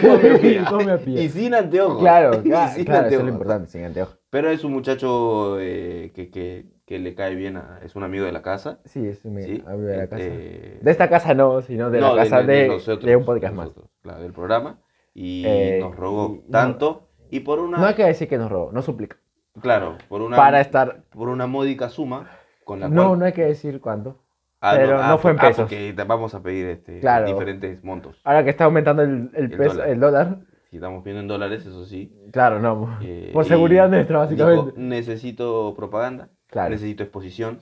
[SPEAKER 1] con miopía.
[SPEAKER 2] Y con miopía.
[SPEAKER 1] Y sin anteojos.
[SPEAKER 2] Claro,
[SPEAKER 1] Y
[SPEAKER 2] claro,
[SPEAKER 1] sin
[SPEAKER 2] claro, eso es
[SPEAKER 1] anteojos.
[SPEAKER 2] lo importante, sin anteojos.
[SPEAKER 1] Pero es un muchacho eh, que, que- que le cae bien, a- es un amigo de la casa.
[SPEAKER 2] Sí, es mi
[SPEAKER 1] ¿sí?
[SPEAKER 2] amigo de la casa.
[SPEAKER 1] Eh,
[SPEAKER 2] De esta casa no, sino de
[SPEAKER 1] no,
[SPEAKER 2] la casa de,
[SPEAKER 1] nosotros,
[SPEAKER 2] de un podcast
[SPEAKER 1] nosotros, Claro, del programa. y
[SPEAKER 2] Eh,
[SPEAKER 1] nos rogó
[SPEAKER 2] y-
[SPEAKER 1] tanto y por una
[SPEAKER 2] No hay que decir que nos robó, no suplica.
[SPEAKER 1] claro por una
[SPEAKER 2] Para estar.
[SPEAKER 1] por una módica suma con la
[SPEAKER 2] No,
[SPEAKER 1] cual
[SPEAKER 2] no hay que decir cuánto.
[SPEAKER 1] Ah,
[SPEAKER 2] pero no fue en
[SPEAKER 1] por- ah,
[SPEAKER 2] pesos.
[SPEAKER 1] porque te- vamos a pedir este
[SPEAKER 2] Claro. Ah.
[SPEAKER 1] diferentes montos
[SPEAKER 2] Ahora que está aumentando el, el
[SPEAKER 1] El
[SPEAKER 2] peso,
[SPEAKER 1] dólar.
[SPEAKER 2] el dólar.
[SPEAKER 1] si estamos viendo en dólares eso sí
[SPEAKER 2] Claro, no.
[SPEAKER 1] eh,
[SPEAKER 2] Por
[SPEAKER 1] y
[SPEAKER 2] seguridad nuestra,
[SPEAKER 1] dijo,
[SPEAKER 2] básicamente.
[SPEAKER 1] necesito propaganda
[SPEAKER 2] Claro.
[SPEAKER 1] necesito exposición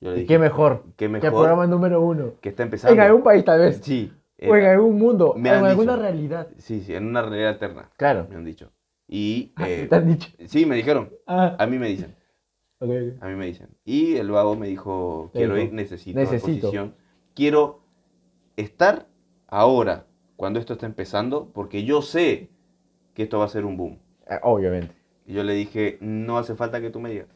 [SPEAKER 1] yo le
[SPEAKER 2] ¿Y
[SPEAKER 1] dije
[SPEAKER 2] qué mejor?
[SPEAKER 1] qué
[SPEAKER 2] Que el
[SPEAKER 1] mejor
[SPEAKER 2] programa pues. número uno.
[SPEAKER 1] que está empezando
[SPEAKER 2] En algún país, tal vez.
[SPEAKER 1] sí eh,
[SPEAKER 2] O en algún mundo.
[SPEAKER 1] me
[SPEAKER 2] en
[SPEAKER 1] han
[SPEAKER 2] alguna
[SPEAKER 1] dicho. Eh,
[SPEAKER 2] realidad.
[SPEAKER 1] sí sí en una realidad alterna
[SPEAKER 2] Claro. Ah,
[SPEAKER 1] me han dicho y eh,
[SPEAKER 2] Te han dicho.
[SPEAKER 1] sí me dijeron
[SPEAKER 2] Ah,
[SPEAKER 1] a mí me dicen
[SPEAKER 2] ok, Eh, ok.
[SPEAKER 1] A mí me dicen. Y el vago me dijo,
[SPEAKER 2] Te
[SPEAKER 1] quiero
[SPEAKER 2] dijo,
[SPEAKER 1] ir, necesito,
[SPEAKER 2] necesito.
[SPEAKER 1] exposición. Quiero estar ahora, cuando esto está empezando, porque yo sé que esto va a ser un boom.
[SPEAKER 2] Eh, Obviamente.
[SPEAKER 1] Y yo le dije, no hace falta que tú me digas.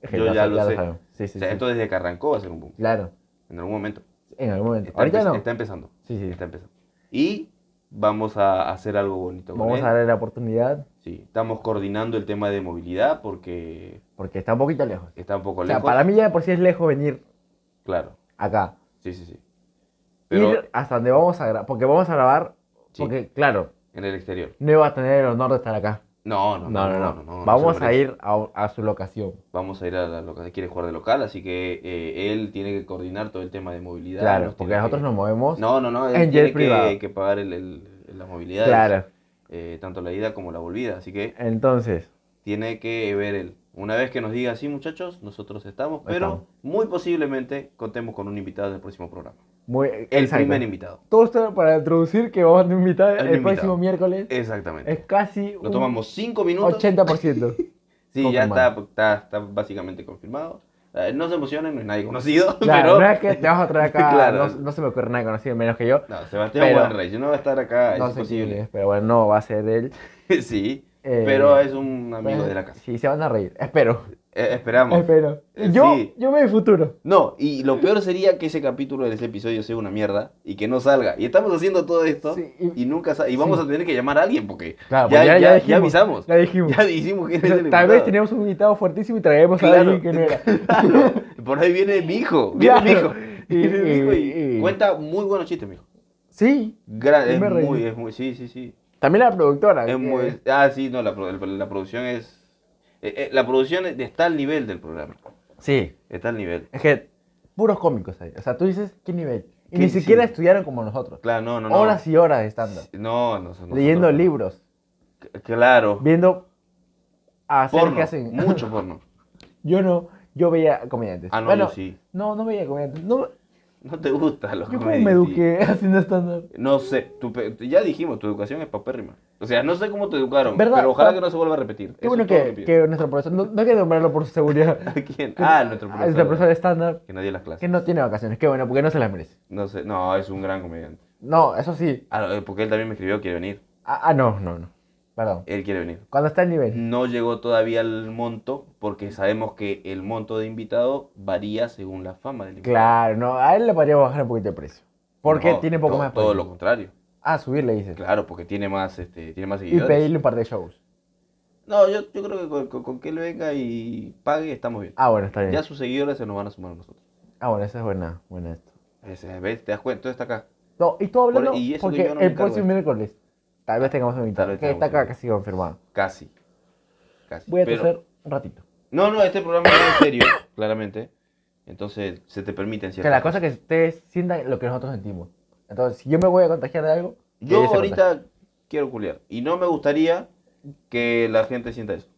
[SPEAKER 2] Es que
[SPEAKER 1] Yo ya
[SPEAKER 2] sa-
[SPEAKER 1] lo sé.
[SPEAKER 2] sabemos. Sí, sí,
[SPEAKER 1] o sea,
[SPEAKER 2] sí.
[SPEAKER 1] esto desde que arrancó va a ser un boom,
[SPEAKER 2] Claro.
[SPEAKER 1] en algún momento.
[SPEAKER 2] En algún momento.
[SPEAKER 1] Está,
[SPEAKER 2] Ahorita
[SPEAKER 1] empe-
[SPEAKER 2] no.
[SPEAKER 1] está empezando,
[SPEAKER 2] Sí, sí.
[SPEAKER 1] está empezando. Y vamos a hacer algo bonito con
[SPEAKER 2] Vamos
[SPEAKER 1] él.
[SPEAKER 2] a darle la oportunidad
[SPEAKER 1] Sí, estamos coordinando el tema de movilidad porque
[SPEAKER 2] porque está un poquito lejos.
[SPEAKER 1] está un poco
[SPEAKER 2] O sea,
[SPEAKER 1] lejos.
[SPEAKER 2] para mí ya de por sí es lejos venir
[SPEAKER 1] Claro,
[SPEAKER 2] acá.
[SPEAKER 1] sí, sí, sí. Pero
[SPEAKER 2] Ir hasta donde vamos a grabar. Porque vamos a grabar.
[SPEAKER 1] Sí.
[SPEAKER 2] Porque, claro,
[SPEAKER 1] en el exterior.
[SPEAKER 2] no iba a tener el honor de estar acá.
[SPEAKER 1] No, no,
[SPEAKER 2] No, no, no.
[SPEAKER 1] no, no
[SPEAKER 2] Vamos
[SPEAKER 1] se
[SPEAKER 2] a
[SPEAKER 1] merece.
[SPEAKER 2] ir a, a su locación.
[SPEAKER 1] Vamos a ir a la local. Quiere jugar de local, así que eh, él tiene que coordinar todo el tema de movilidad.
[SPEAKER 2] claro,
[SPEAKER 1] nos
[SPEAKER 2] porque
[SPEAKER 1] tiene
[SPEAKER 2] nosotros
[SPEAKER 1] que-
[SPEAKER 2] nos movemos.
[SPEAKER 1] No, no, no. Él
[SPEAKER 2] en jet
[SPEAKER 1] tiene que-
[SPEAKER 2] privado.
[SPEAKER 1] que, pagar el, el- las movilidades.
[SPEAKER 2] claro.
[SPEAKER 1] eh, tanto la ida como la volvida. Así que
[SPEAKER 2] Entonces,
[SPEAKER 1] tiene que ver él. Una vez que nos diga sí, muchachos, nosotros estamos, pero
[SPEAKER 2] Estamos.
[SPEAKER 1] muy posiblemente contemos con un invitado en el próximo programa.
[SPEAKER 2] muy.
[SPEAKER 1] El
[SPEAKER 2] exacto.
[SPEAKER 1] primer invitado.
[SPEAKER 2] Todo esto para introducir que vamos a invitar
[SPEAKER 1] Al
[SPEAKER 2] el
[SPEAKER 1] invitado.
[SPEAKER 2] próximo miércoles.
[SPEAKER 1] Exactamente.
[SPEAKER 2] Es casi
[SPEAKER 1] Lo
[SPEAKER 2] un
[SPEAKER 1] tomamos cinco minutos.
[SPEAKER 2] 80%.
[SPEAKER 1] sí, ya está,
[SPEAKER 2] confirmado.
[SPEAKER 1] está, está básicamente confirmado. Eh, no se emocionen, no es nadie conocido,
[SPEAKER 2] claro,
[SPEAKER 1] pero.
[SPEAKER 2] no es que te vas a traer acá.
[SPEAKER 1] Claro.
[SPEAKER 2] no, no se me ocurre nadie conocido menos que yo.
[SPEAKER 1] No, Sebastián
[SPEAKER 2] Pero-
[SPEAKER 1] Wanreich, no va a estar acá,
[SPEAKER 2] No
[SPEAKER 1] Ah, es
[SPEAKER 2] sé quién
[SPEAKER 1] imposible.
[SPEAKER 2] es, pero bueno, no va a ser él.
[SPEAKER 1] sí,
[SPEAKER 2] Eh,
[SPEAKER 1] pero es un amigo
[SPEAKER 2] Pues,
[SPEAKER 1] de la casa.
[SPEAKER 2] Sí, se van a reír. Espero.
[SPEAKER 1] Eh, esperamos.
[SPEAKER 2] Espero.
[SPEAKER 1] Eh,
[SPEAKER 2] Yo,
[SPEAKER 1] sí.
[SPEAKER 2] yo veo el futuro.
[SPEAKER 1] no, y lo peor sería que ese capítulo de ese episodio sea una mierda y que no salga. Y estamos haciendo todo esto
[SPEAKER 2] Sí,
[SPEAKER 1] y, nunca sa- Y vamos
[SPEAKER 2] sí.
[SPEAKER 1] a tener que llamar a alguien porque
[SPEAKER 2] Claro,
[SPEAKER 1] ya,
[SPEAKER 2] pues
[SPEAKER 1] ya,
[SPEAKER 2] ya- ya
[SPEAKER 1] ya
[SPEAKER 2] dijimos,
[SPEAKER 1] avisamos.
[SPEAKER 2] Ya dijimos.
[SPEAKER 1] Ya dijimos que
[SPEAKER 2] Tal vez teníamos un invitado fuertísimo y traemos a
[SPEAKER 1] Claro.
[SPEAKER 2] alguien que no era.
[SPEAKER 1] Claro, por ahí viene mi hijo. Viene mi hijo.
[SPEAKER 2] Claro.
[SPEAKER 1] Viene mi hijo y,
[SPEAKER 2] Y- y-
[SPEAKER 1] cuenta muy buenos chistes, mijo.
[SPEAKER 2] Sí,
[SPEAKER 1] Gra-
[SPEAKER 2] Y
[SPEAKER 1] es
[SPEAKER 2] me reí.
[SPEAKER 1] muy, es muy, sí, sí, sí.
[SPEAKER 2] también la productora. que-
[SPEAKER 1] Es muy- ah, sí, no, la, pro- el- la producción es. eh, eh, la producción es- está al nivel del programa.
[SPEAKER 2] Sí,
[SPEAKER 1] Está al nivel.
[SPEAKER 2] es que puros cómicos ahí. O sea, tú dices, ¿qué nivel? Y
[SPEAKER 1] ¿Qué-
[SPEAKER 2] ni siquiera
[SPEAKER 1] sí.
[SPEAKER 2] estudiaron como nosotros.
[SPEAKER 1] Claro, no, no, no.
[SPEAKER 2] Horas y horas de stand
[SPEAKER 1] No, no, no, no,
[SPEAKER 2] leyendo
[SPEAKER 1] no, no.
[SPEAKER 2] libros,
[SPEAKER 1] C- Claro.
[SPEAKER 2] viendo a hacer
[SPEAKER 1] Porno.
[SPEAKER 2] que hacen.
[SPEAKER 1] Mucho porno.
[SPEAKER 2] Yo no, yo veía comediantes.
[SPEAKER 1] Ah, no,
[SPEAKER 2] Bueno,
[SPEAKER 1] yo sí.
[SPEAKER 2] No, no veía comediantes. No,
[SPEAKER 1] No te gusta lo
[SPEAKER 2] yo como me eduqué haciendo stand-up.
[SPEAKER 1] No sé, tu pe- ya dijimos, tu educación es papérrima. O sea, no sé cómo te educaron,
[SPEAKER 2] ¿Verdad?
[SPEAKER 1] pero ojalá
[SPEAKER 2] Pa-
[SPEAKER 1] que no se vuelva a repetir.
[SPEAKER 2] Qué
[SPEAKER 1] Eso
[SPEAKER 2] bueno
[SPEAKER 1] es todo
[SPEAKER 2] que,
[SPEAKER 1] lo pido.
[SPEAKER 2] que nuestro profesor, no, no hay que nombrarlo por su seguridad.
[SPEAKER 1] ¿A quién? Ah, nuestro
[SPEAKER 2] Ah, Nuestro profesor
[SPEAKER 1] profesor.
[SPEAKER 2] de stand-up,
[SPEAKER 1] Que nadie las clases.
[SPEAKER 2] que no tiene vacaciones. Qué bueno, porque no se las merece.
[SPEAKER 1] No sé, no, es un gran comediante.
[SPEAKER 2] No, eso sí.
[SPEAKER 1] Ah, eh, porque él también me escribió, quiere venir.
[SPEAKER 2] Ah, ah, no, no, no. Perdón.
[SPEAKER 1] Él quiere venir.
[SPEAKER 2] Cuando está el nivel.
[SPEAKER 1] No llegó todavía al monto, porque sabemos que el monto de invitado varía según la fama del invitado.
[SPEAKER 2] Claro, no, a él le podría bajar un poquito el precio. Porque
[SPEAKER 1] No,
[SPEAKER 2] tiene poco
[SPEAKER 1] to-
[SPEAKER 2] más pues.
[SPEAKER 1] Todo
[SPEAKER 2] precio.
[SPEAKER 1] lo contrario.
[SPEAKER 2] Ah, subirle dices.
[SPEAKER 1] Claro, porque tiene más, este, tiene más
[SPEAKER 2] y
[SPEAKER 1] seguidores.
[SPEAKER 2] pedirle un par de shows.
[SPEAKER 1] No, yo, yo creo que con, con- con que él venga y pague estamos bien.
[SPEAKER 2] Ah, bueno, está bien.
[SPEAKER 1] Ya sus seguidores se nos van a sumar a nosotros.
[SPEAKER 2] Ah, bueno, esa es buena, buena esto.
[SPEAKER 1] Ese, ¿Ves? ¿Te das cuenta? Todo está acá.
[SPEAKER 2] No, y tú hablando,
[SPEAKER 1] y eso que
[SPEAKER 2] porque
[SPEAKER 1] yo no me
[SPEAKER 2] el
[SPEAKER 1] encargo
[SPEAKER 2] próximo miércoles tal vez tengamos un invitado,
[SPEAKER 1] vez
[SPEAKER 2] que
[SPEAKER 1] tengamos
[SPEAKER 2] está
[SPEAKER 1] un
[SPEAKER 2] acá
[SPEAKER 1] invitado.
[SPEAKER 2] casi confirmado.
[SPEAKER 1] Casi. Casi.
[SPEAKER 2] Voy a
[SPEAKER 1] Pero-
[SPEAKER 2] toser un ratito.
[SPEAKER 1] No, no, este programa es en serio, claramente. Entonces se te permiten
[SPEAKER 2] Que
[SPEAKER 1] ciertas
[SPEAKER 2] la cosa es que ustedes sientan lo que nosotros sentimos. Entonces, si yo me voy a contagiar de algo, que
[SPEAKER 1] Yo
[SPEAKER 2] ellos se contagien.
[SPEAKER 1] ahorita quiero culiar. Y no me gustaría que la gente sienta eso.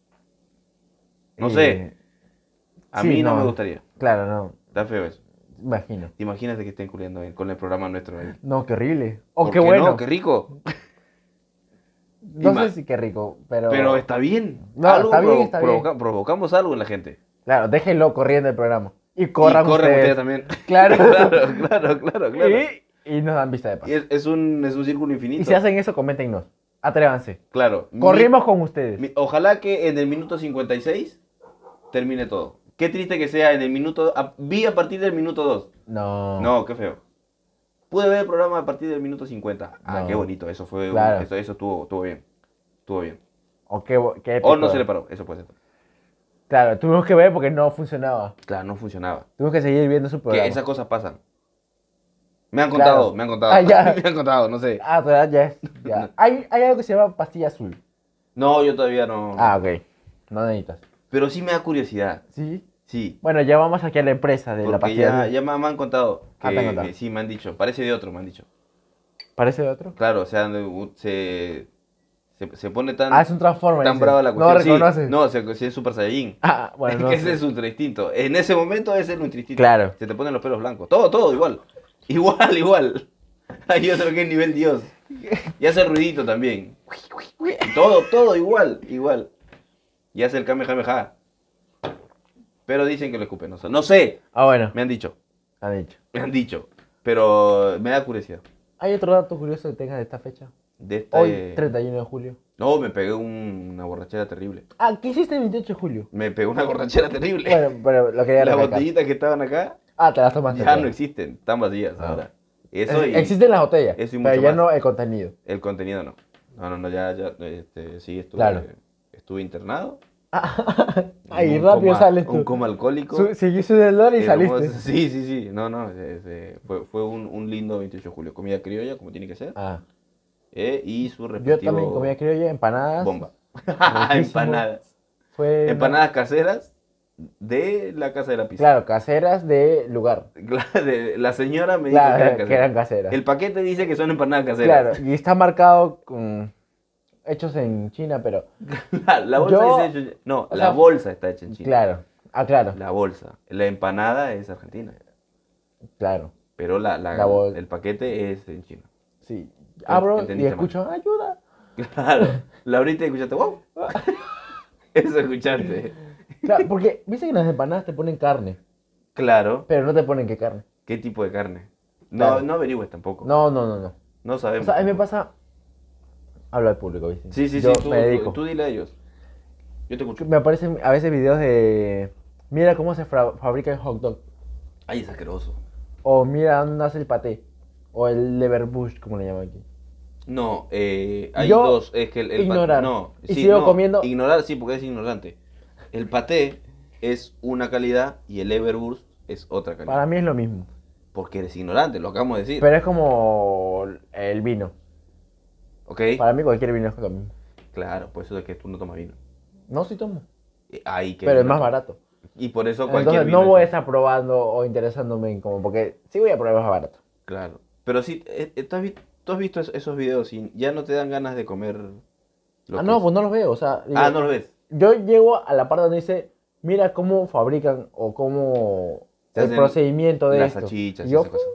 [SPEAKER 1] No sé.
[SPEAKER 2] Eh,
[SPEAKER 1] A
[SPEAKER 2] sí,
[SPEAKER 1] mí no,
[SPEAKER 2] no.
[SPEAKER 1] me gustaría.
[SPEAKER 2] Claro, no,
[SPEAKER 1] Está feo eso.
[SPEAKER 2] imagino.
[SPEAKER 1] ¿Te imaginas de que estén culiando ahí con el programa nuestro? ahí?
[SPEAKER 2] No, qué horrible. O
[SPEAKER 1] ¿Por
[SPEAKER 2] Oh, qué
[SPEAKER 1] no?
[SPEAKER 2] bueno. No,
[SPEAKER 1] qué rico.
[SPEAKER 2] sé
[SPEAKER 1] Ima-
[SPEAKER 2] si qué rico, pero.
[SPEAKER 1] Pero está bien.
[SPEAKER 2] No,
[SPEAKER 1] Algo
[SPEAKER 2] está bien,
[SPEAKER 1] provo-
[SPEAKER 2] está bien.
[SPEAKER 1] provoca- Provocamos algo en la gente.
[SPEAKER 2] Claro, déjenlo corriendo el programa. Y corran,
[SPEAKER 1] y corran
[SPEAKER 2] ustedes.
[SPEAKER 1] ustedes también.
[SPEAKER 2] Claro.
[SPEAKER 1] claro, claro, claro, claro.
[SPEAKER 2] Y, y nos dan vista de
[SPEAKER 1] Y
[SPEAKER 2] paso.
[SPEAKER 1] es, es un, es un círculo
[SPEAKER 2] Y,
[SPEAKER 1] infinito.
[SPEAKER 2] si hacen eso, coméntenos. Atrévanse.
[SPEAKER 1] Claro. Mi-
[SPEAKER 2] Corrimos con ustedes.
[SPEAKER 1] mi- ojalá que en el minuto 56 termine todo. Qué triste que sea en el minuto... a- vi a partir del minuto 2.
[SPEAKER 2] No.
[SPEAKER 1] No, qué feo. Pude ver el programa a partir del minuto 50. Ah,
[SPEAKER 2] No.
[SPEAKER 1] qué bonito. Eso fue... un-
[SPEAKER 2] Claro.
[SPEAKER 1] eso eso estuvo, estuvo bien. Estuvo bien.
[SPEAKER 2] O Oh, qué, bo- qué
[SPEAKER 1] O
[SPEAKER 2] épico.
[SPEAKER 1] no se le paró. Eso puede ser.
[SPEAKER 2] Claro, tuvimos que ver porque no funcionaba.
[SPEAKER 1] Claro, no funcionaba.
[SPEAKER 2] Tuvimos que seguir viendo su
[SPEAKER 1] Que
[SPEAKER 2] programa.
[SPEAKER 1] esas cosas pasan. Me han contado,
[SPEAKER 2] Claro.
[SPEAKER 1] me han contado.
[SPEAKER 2] Ah, ya.
[SPEAKER 1] me han contado, no sé.
[SPEAKER 2] Ah, todavía ya es. Ya. Hay, hay algo que se llama pastilla azul.
[SPEAKER 1] No, yo todavía no.
[SPEAKER 2] Ah, ok. No necesitas.
[SPEAKER 1] Pero sí me da curiosidad.
[SPEAKER 2] Sí.
[SPEAKER 1] Sí.
[SPEAKER 2] Bueno, ya vamos aquí a la empresa de la
[SPEAKER 1] Porque
[SPEAKER 2] pastilla
[SPEAKER 1] ya,
[SPEAKER 2] azul.
[SPEAKER 1] ya me, me han contado. Que
[SPEAKER 2] Ah, te han contado.
[SPEAKER 1] me- sí, me han dicho. Parece de otro, me han dicho.
[SPEAKER 2] ¿Parece de otro?
[SPEAKER 1] Claro, o sea, no, se, se, se pone tan,
[SPEAKER 2] Ah, es un transformer.
[SPEAKER 1] tan
[SPEAKER 2] dice.
[SPEAKER 1] brava la cuestión.
[SPEAKER 2] No
[SPEAKER 1] Sí,
[SPEAKER 2] reconoces.
[SPEAKER 1] no, se, sí es Super Saiyajin.
[SPEAKER 2] Ah, bueno, no.
[SPEAKER 1] Ese
[SPEAKER 2] sé.
[SPEAKER 1] es ultra instinto. En ese momento es el ultra instinto.
[SPEAKER 2] Claro.
[SPEAKER 1] Se te ponen los pelos blancos. Todo, todo igual. Igual, igual. Hay otro que es nivel Dios. Y hace el ruidito también. Todo, todo igual, igual. Y hace el kamehameha. Pero dicen que lo escupen. No sé. No sé.
[SPEAKER 2] Ah, bueno.
[SPEAKER 1] Me han dicho.
[SPEAKER 2] Han dicho.
[SPEAKER 1] Me han dicho. Pero me da curiosidad.
[SPEAKER 2] ¿Hay otro dato curioso que tengas de esta fecha?
[SPEAKER 1] De este-
[SPEAKER 2] Hoy, 31 de julio.
[SPEAKER 1] No, me pegué un- una borrachera terrible.
[SPEAKER 2] Ah, ¿qué hiciste el 28 de julio?
[SPEAKER 1] Me pegué una borrachera terrible.
[SPEAKER 2] Bueno, pero lo quería
[SPEAKER 1] Las
[SPEAKER 2] recalcar.
[SPEAKER 1] botellitas que estaban acá
[SPEAKER 2] Ah, te las tomaste.
[SPEAKER 1] ya
[SPEAKER 2] pero-
[SPEAKER 1] no existen, están vacías
[SPEAKER 2] Ah.
[SPEAKER 1] ahora. Eso
[SPEAKER 2] Es-
[SPEAKER 1] y
[SPEAKER 2] Existen las botellas,
[SPEAKER 1] eso y
[SPEAKER 2] pero
[SPEAKER 1] mucho
[SPEAKER 2] ya
[SPEAKER 1] más.
[SPEAKER 2] no el contenido.
[SPEAKER 1] el contenido no. No, no, no, ya, ya, este, sí, estuve,
[SPEAKER 2] Claro.
[SPEAKER 1] estuve internado.
[SPEAKER 2] Ahí
[SPEAKER 1] Un
[SPEAKER 2] rápido
[SPEAKER 1] coma-
[SPEAKER 2] sales tú.
[SPEAKER 1] Un coma alcohólico.
[SPEAKER 2] Su- Seguí su dolor y
[SPEAKER 1] Pero
[SPEAKER 2] saliste.
[SPEAKER 1] vos- Sí, sí, sí. No, no, es- es- fue, fue un, un lindo 28 de julio. Comida criolla, como tiene que ser.
[SPEAKER 2] Ah,
[SPEAKER 1] eh, y su respectivo...
[SPEAKER 2] yo también comía criolla, empanadas.
[SPEAKER 1] Bomba.
[SPEAKER 2] riquísimo.
[SPEAKER 1] empanadas.
[SPEAKER 2] Fue una-
[SPEAKER 1] Empanadas caseras de la casa de la pizza.
[SPEAKER 2] Claro, caseras de lugar.
[SPEAKER 1] Claro, de- La señora me dijo que eran
[SPEAKER 2] Claro, que
[SPEAKER 1] caseras.
[SPEAKER 2] eran caseras.
[SPEAKER 1] El paquete dice que son empanadas
[SPEAKER 2] Claro,
[SPEAKER 1] caseras.
[SPEAKER 2] y está marcado con hechos en China, pero
[SPEAKER 1] La, la bolsa
[SPEAKER 2] Yo-
[SPEAKER 1] dice hecha en- No,
[SPEAKER 2] o
[SPEAKER 1] la
[SPEAKER 2] sea,
[SPEAKER 1] bolsa está hecha en China.
[SPEAKER 2] claro. Ah, claro,
[SPEAKER 1] La bolsa. La empanada es argentina.
[SPEAKER 2] claro.
[SPEAKER 1] Pero la, la-
[SPEAKER 2] La bol-
[SPEAKER 1] el paquete es en China.
[SPEAKER 2] Sí. Abro y
[SPEAKER 1] entendiste mal.
[SPEAKER 2] escucho, ayuda.
[SPEAKER 1] Claro. Laurita, escuchaste, wow. Eso escuchaste.
[SPEAKER 2] Claro, porque viste que en las empanadas te ponen carne,
[SPEAKER 1] Claro.
[SPEAKER 2] pero no te ponen qué carne.
[SPEAKER 1] ¿Qué tipo de carne? No,
[SPEAKER 2] Claro.
[SPEAKER 1] no averigües tampoco. No,
[SPEAKER 2] No, no, no, no. O
[SPEAKER 1] sabemos.
[SPEAKER 2] sea, a mí me pasa. Hablo al público, ¿viste?
[SPEAKER 1] Sí, sí, sí.
[SPEAKER 2] Yo
[SPEAKER 1] tú,
[SPEAKER 2] me
[SPEAKER 1] tú-
[SPEAKER 2] dedico.
[SPEAKER 1] tú dile a ellos. Yo te escucho.
[SPEAKER 2] Me aparecen a veces videos de. Mira cómo se fra- fabrica el hot dog.
[SPEAKER 1] Ay, es asqueroso.
[SPEAKER 2] O mira dónde hace el paté. O el leverbush, como le llaman aquí.
[SPEAKER 1] No, eh, hay
[SPEAKER 2] Yo
[SPEAKER 1] dos. Es que el, el pat-
[SPEAKER 2] ignorar.
[SPEAKER 1] No,
[SPEAKER 2] Y
[SPEAKER 1] sí,
[SPEAKER 2] sigo
[SPEAKER 1] no,
[SPEAKER 2] comiendo-
[SPEAKER 1] Ignorar, sí, porque es ignorante. El paté es una calidad y el Everburst es otra calidad.
[SPEAKER 2] Para mí es lo mismo.
[SPEAKER 1] Porque eres ignorante, lo acabamos de decir.
[SPEAKER 2] Pero es como el vino.
[SPEAKER 1] ¿Ok?
[SPEAKER 2] Para mí cualquier vino es lo mismo.
[SPEAKER 1] Claro, por eso es que tú no tomas vino.
[SPEAKER 2] No, sí tomo.
[SPEAKER 1] Eh, Ahí que
[SPEAKER 2] pero es más barato.
[SPEAKER 1] Y por eso cualquier
[SPEAKER 2] Entonces
[SPEAKER 1] vino
[SPEAKER 2] no voy a
[SPEAKER 1] es-
[SPEAKER 2] estar probando o interesándome en como. Porque sí voy a probar más barato.
[SPEAKER 1] Claro. Pero sí, eh, eh, ¿tú, has vi- tú has visto es- esos videos y ya no te dan ganas de comer. lo
[SPEAKER 2] Ah,
[SPEAKER 1] que
[SPEAKER 2] no,
[SPEAKER 1] es.
[SPEAKER 2] pues no los veo. O sea, digo,
[SPEAKER 1] Ah, no lo ves.
[SPEAKER 2] yo llego a la parte donde dice. Mira cómo fabrican o cómo.
[SPEAKER 1] Se
[SPEAKER 2] El
[SPEAKER 1] hacen
[SPEAKER 2] procedimiento de
[SPEAKER 1] Las
[SPEAKER 2] esto.
[SPEAKER 1] salchichas
[SPEAKER 2] Y
[SPEAKER 1] y
[SPEAKER 2] yo,
[SPEAKER 1] esas cosas.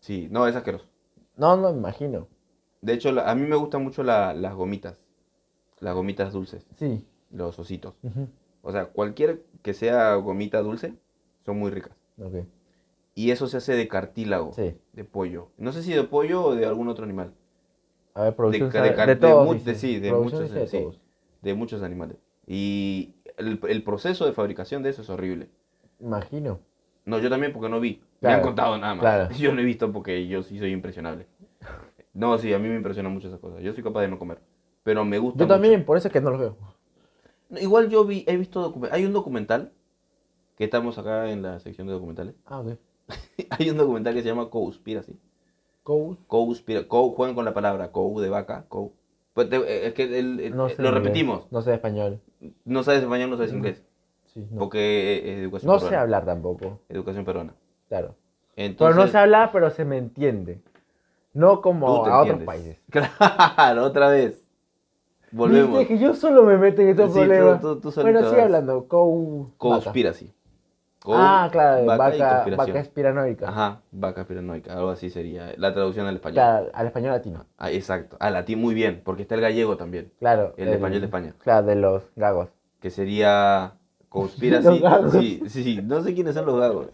[SPEAKER 1] Sí, no, es asqueroso.
[SPEAKER 2] No, no me imagino.
[SPEAKER 1] De hecho, la- a mí me gustan mucho la- las gomitas. Las gomitas dulces,
[SPEAKER 2] Sí.
[SPEAKER 1] los ositos.
[SPEAKER 2] Ujú.
[SPEAKER 1] O sea, cualquier que sea gomita dulce, son muy ricas.
[SPEAKER 2] Ok.
[SPEAKER 1] Y eso se hace de cartílago,
[SPEAKER 2] Sí.
[SPEAKER 1] de pollo. No sé si de pollo o de algún otro animal.
[SPEAKER 2] A ver, producción.
[SPEAKER 1] de
[SPEAKER 2] sabe-
[SPEAKER 1] car- de
[SPEAKER 2] todos,
[SPEAKER 1] mu-
[SPEAKER 2] dice.
[SPEAKER 1] de- sí, de
[SPEAKER 2] Producción
[SPEAKER 1] muchos,
[SPEAKER 2] dice
[SPEAKER 1] sí.
[SPEAKER 2] todos.
[SPEAKER 1] De muchos animales. Y el, el proceso de fabricación de eso es horrible.
[SPEAKER 2] Imagino.
[SPEAKER 1] No, yo también porque no vi. Me han
[SPEAKER 2] Claro,
[SPEAKER 1] contado nada más.
[SPEAKER 2] claro.
[SPEAKER 1] Yo no he visto porque yo sí soy impresionable. No, sí, a mí me impresionan mucho esas cosas. Yo soy capaz de no comer. Pero me gusta
[SPEAKER 2] Yo
[SPEAKER 1] mucho.
[SPEAKER 2] también, por eso es que no los veo.
[SPEAKER 1] No, Igual yo vi, he visto documentales. Hay un documental, que estamos acá en la sección de documentales.
[SPEAKER 2] Ah, ok.
[SPEAKER 1] Hay un documental que se llama Cowspiracy.
[SPEAKER 2] Cool.
[SPEAKER 1] Cowspiracy. Cow, juegan con la palabra. Cow de vaca. Cow. Pues te- eh, es que el- el-
[SPEAKER 2] No
[SPEAKER 1] eh,
[SPEAKER 2] sé
[SPEAKER 1] lo
[SPEAKER 2] inglés,
[SPEAKER 1] repetimos.
[SPEAKER 2] No sé español.
[SPEAKER 1] No sabes español, no sabes
[SPEAKER 2] No.
[SPEAKER 1] inglés.
[SPEAKER 2] Sí, no.
[SPEAKER 1] Porque eh, es- es educación
[SPEAKER 2] No sé
[SPEAKER 1] peruana.
[SPEAKER 2] hablar tampoco.
[SPEAKER 1] Educación peruana.
[SPEAKER 2] Claro.
[SPEAKER 1] Entonces,
[SPEAKER 2] pero no sé hablar, pero se me entiende. No como
[SPEAKER 1] tú te
[SPEAKER 2] a otros
[SPEAKER 1] entiendes.
[SPEAKER 2] países.
[SPEAKER 1] Claro, otra vez. Volvemos.
[SPEAKER 2] Viste que yo solo me meto en estos
[SPEAKER 1] Sí, tú-
[SPEAKER 2] problemas.
[SPEAKER 1] tú- tú solito
[SPEAKER 2] bueno, sigue
[SPEAKER 1] vas.
[SPEAKER 2] hablando. Co
[SPEAKER 1] Conspiracy. Co-
[SPEAKER 2] Ah, claro. Vaca,
[SPEAKER 1] y
[SPEAKER 2] vaca,
[SPEAKER 1] conspiración.
[SPEAKER 2] espiranoica.
[SPEAKER 1] Ajá, vaca piranoica, algo así sería la traducción al español.
[SPEAKER 2] Claro, al español latino.
[SPEAKER 1] Ah, exacto, al latín muy bien, porque está el gallego también,
[SPEAKER 2] Claro.
[SPEAKER 1] El español de España.
[SPEAKER 2] Claro, de los gagos.
[SPEAKER 1] que sería
[SPEAKER 2] Los
[SPEAKER 1] conspiracy.
[SPEAKER 2] gagos.
[SPEAKER 1] sí, sí, sí, no sé quiénes son los gagos.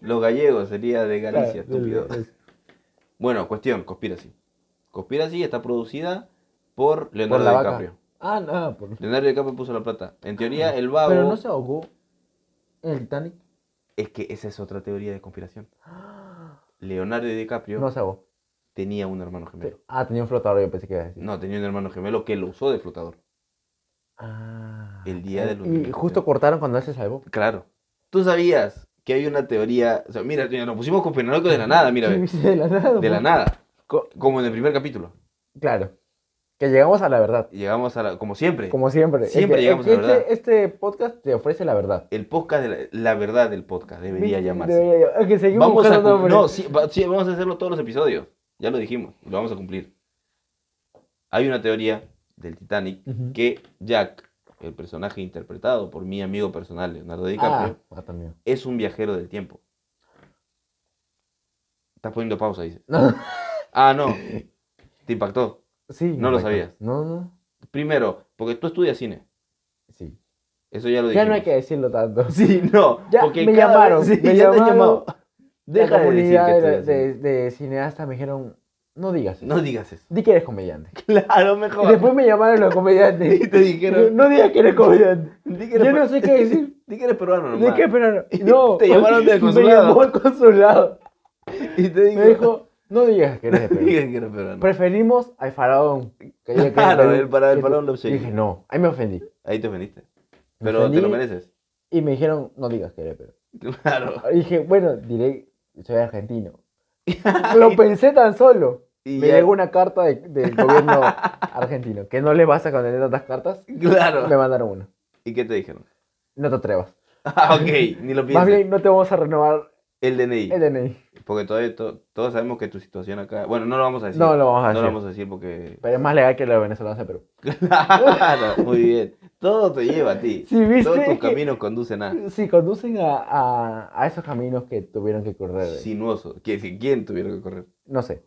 [SPEAKER 1] Los gallegos sería de Galicia,
[SPEAKER 2] Claro, de-
[SPEAKER 1] estúpido. Bueno, cuestión, conspiracy. Conspiracy está producida por
[SPEAKER 2] Por
[SPEAKER 1] Leonardo
[SPEAKER 2] la vaca.
[SPEAKER 1] DiCaprio.
[SPEAKER 2] Ah, no, por...
[SPEAKER 1] Leonardo DiCaprio puso la plata. En teoría, el vago
[SPEAKER 2] Pero no se ahogó en el Titanic.
[SPEAKER 1] es que esa es otra teoría de conspiración. Leonardo DiCaprio
[SPEAKER 2] No se ahogó.
[SPEAKER 1] tenía un hermano gemelo.
[SPEAKER 2] Ah, tenía un flotador, yo pensé que iba a decir.
[SPEAKER 1] No, tenía un hermano gemelo que lo usó de flotador.
[SPEAKER 2] Ah.
[SPEAKER 1] El día del
[SPEAKER 2] Y Ah,
[SPEAKER 1] hundimiento.
[SPEAKER 2] justo cortaron cuando él se salvó.
[SPEAKER 1] Claro. Tú sabías que hay una teoría. O sea, mira, mira, nos pusimos conspiranoicos de la nada, mira, ve,
[SPEAKER 2] De la nada.
[SPEAKER 1] de la
[SPEAKER 2] pues.
[SPEAKER 1] nada.
[SPEAKER 2] Co-
[SPEAKER 1] Como en el primer capítulo.
[SPEAKER 2] Claro. Que llegamos a la verdad.
[SPEAKER 1] Llegamos a la. Como siempre.
[SPEAKER 2] Como siempre. Es
[SPEAKER 1] Siempre
[SPEAKER 2] que-
[SPEAKER 1] llegamos
[SPEAKER 2] es
[SPEAKER 1] a la
[SPEAKER 2] que
[SPEAKER 1] verdad.
[SPEAKER 2] este, este podcast te ofrece la verdad.
[SPEAKER 1] El podcast de la, la verdad del podcast debería
[SPEAKER 2] ¿Viste?
[SPEAKER 1] llamarse.
[SPEAKER 2] Debería llam- Es que seguimos
[SPEAKER 1] Vamos a
[SPEAKER 2] buscando
[SPEAKER 1] cum-
[SPEAKER 2] nombres.
[SPEAKER 1] no, sí, va- sí, vamos a hacerlo todos los episodios. Ya lo dijimos, lo vamos a cumplir. Hay una teoría del Titanic
[SPEAKER 2] Ujú.
[SPEAKER 1] que Jack, el personaje interpretado por mi amigo personal Leonardo
[SPEAKER 2] Ah,
[SPEAKER 1] DiCaprio,
[SPEAKER 2] ah, también.
[SPEAKER 1] es un viajero del tiempo. Estás poniendo pausa, dice.
[SPEAKER 2] No,
[SPEAKER 1] Ah, no. Te impactó.
[SPEAKER 2] sí.
[SPEAKER 1] No lo
[SPEAKER 2] Michael.
[SPEAKER 1] sabías.
[SPEAKER 2] No, no.
[SPEAKER 1] Primero, porque tú estudias cine.
[SPEAKER 2] Sí.
[SPEAKER 1] Eso ya lo dijimos.
[SPEAKER 2] Ya no hay que decirlo tanto.
[SPEAKER 1] Sí, no.
[SPEAKER 2] Ya
[SPEAKER 1] porque
[SPEAKER 2] me
[SPEAKER 1] cada vez-
[SPEAKER 2] llamaron,
[SPEAKER 1] sí, ya
[SPEAKER 2] me
[SPEAKER 1] te han
[SPEAKER 2] llamaron.
[SPEAKER 1] llamado. Deja
[SPEAKER 2] la
[SPEAKER 1] de decir
[SPEAKER 2] comunidad
[SPEAKER 1] que
[SPEAKER 2] de,
[SPEAKER 1] estudias cine.
[SPEAKER 2] de- de cineastas me dijeron, no digas eso.
[SPEAKER 1] No digas eso.
[SPEAKER 2] Di que eres comediante.
[SPEAKER 1] Claro,
[SPEAKER 2] Y
[SPEAKER 1] mejor.
[SPEAKER 2] después me llamaron los
[SPEAKER 1] Y
[SPEAKER 2] comediantes.
[SPEAKER 1] te dijeron.
[SPEAKER 2] No digas que eres comediante.
[SPEAKER 1] Di que eres
[SPEAKER 2] Yo no
[SPEAKER 1] per-
[SPEAKER 2] sé qué decir.
[SPEAKER 1] Di que eres peruano,
[SPEAKER 2] ¿De
[SPEAKER 1] nomás.
[SPEAKER 2] qué pero No.
[SPEAKER 1] Te llamaron del
[SPEAKER 2] Me
[SPEAKER 1] consulado.
[SPEAKER 2] llamó el consulado.
[SPEAKER 1] Y te digo,
[SPEAKER 2] Me dijo, no digas que eres de Perú.
[SPEAKER 1] Digan que eres peruano.
[SPEAKER 2] Preferimos al faraón. Que diga que
[SPEAKER 1] Claro,
[SPEAKER 2] es de Perú.
[SPEAKER 1] el para- el
[SPEAKER 2] Que-
[SPEAKER 1] faraón lo sé.
[SPEAKER 2] Dije, no, ahí me ofendí.
[SPEAKER 1] Ahí te ofendiste.
[SPEAKER 2] Me
[SPEAKER 1] Pero te lo
[SPEAKER 2] ofendí.
[SPEAKER 1] mereces.
[SPEAKER 2] Y me dijeron, no digas que eres de Perú.
[SPEAKER 1] Claro.
[SPEAKER 2] Y dije, bueno, diré, soy argentino. Lo pensé tan solo.
[SPEAKER 1] Y
[SPEAKER 2] me
[SPEAKER 1] ya-
[SPEAKER 2] llegó una carta de- del gobierno argentino, que no les vas a contener tantas cartas. Me
[SPEAKER 1] Claro.
[SPEAKER 2] mandaron una.
[SPEAKER 1] ¿Y qué te dijeron?
[SPEAKER 2] No te atrevas.
[SPEAKER 1] Ah, ok, ni lo
[SPEAKER 2] Más
[SPEAKER 1] pienses.
[SPEAKER 2] bien, no te vamos a renovar
[SPEAKER 1] El DNI.
[SPEAKER 2] el DNI.
[SPEAKER 1] Porque todavía to- todos sabemos que tu situación acá. Bueno, no lo vamos a decir.
[SPEAKER 2] No lo vamos
[SPEAKER 1] No
[SPEAKER 2] a decir.
[SPEAKER 1] lo vamos a decir porque.
[SPEAKER 2] Pero es más legal que los venezolanos de Perú.
[SPEAKER 1] Claro, muy bien. Todo te lleva a ti.
[SPEAKER 2] Sí, viste.
[SPEAKER 1] Todos tus
[SPEAKER 2] que-
[SPEAKER 1] caminos conducen a
[SPEAKER 2] Sí, conducen a, a- a esos caminos que tuvieron que correr. eh.
[SPEAKER 1] sinuoso. Que si quién tuviera que correr.
[SPEAKER 2] No sé.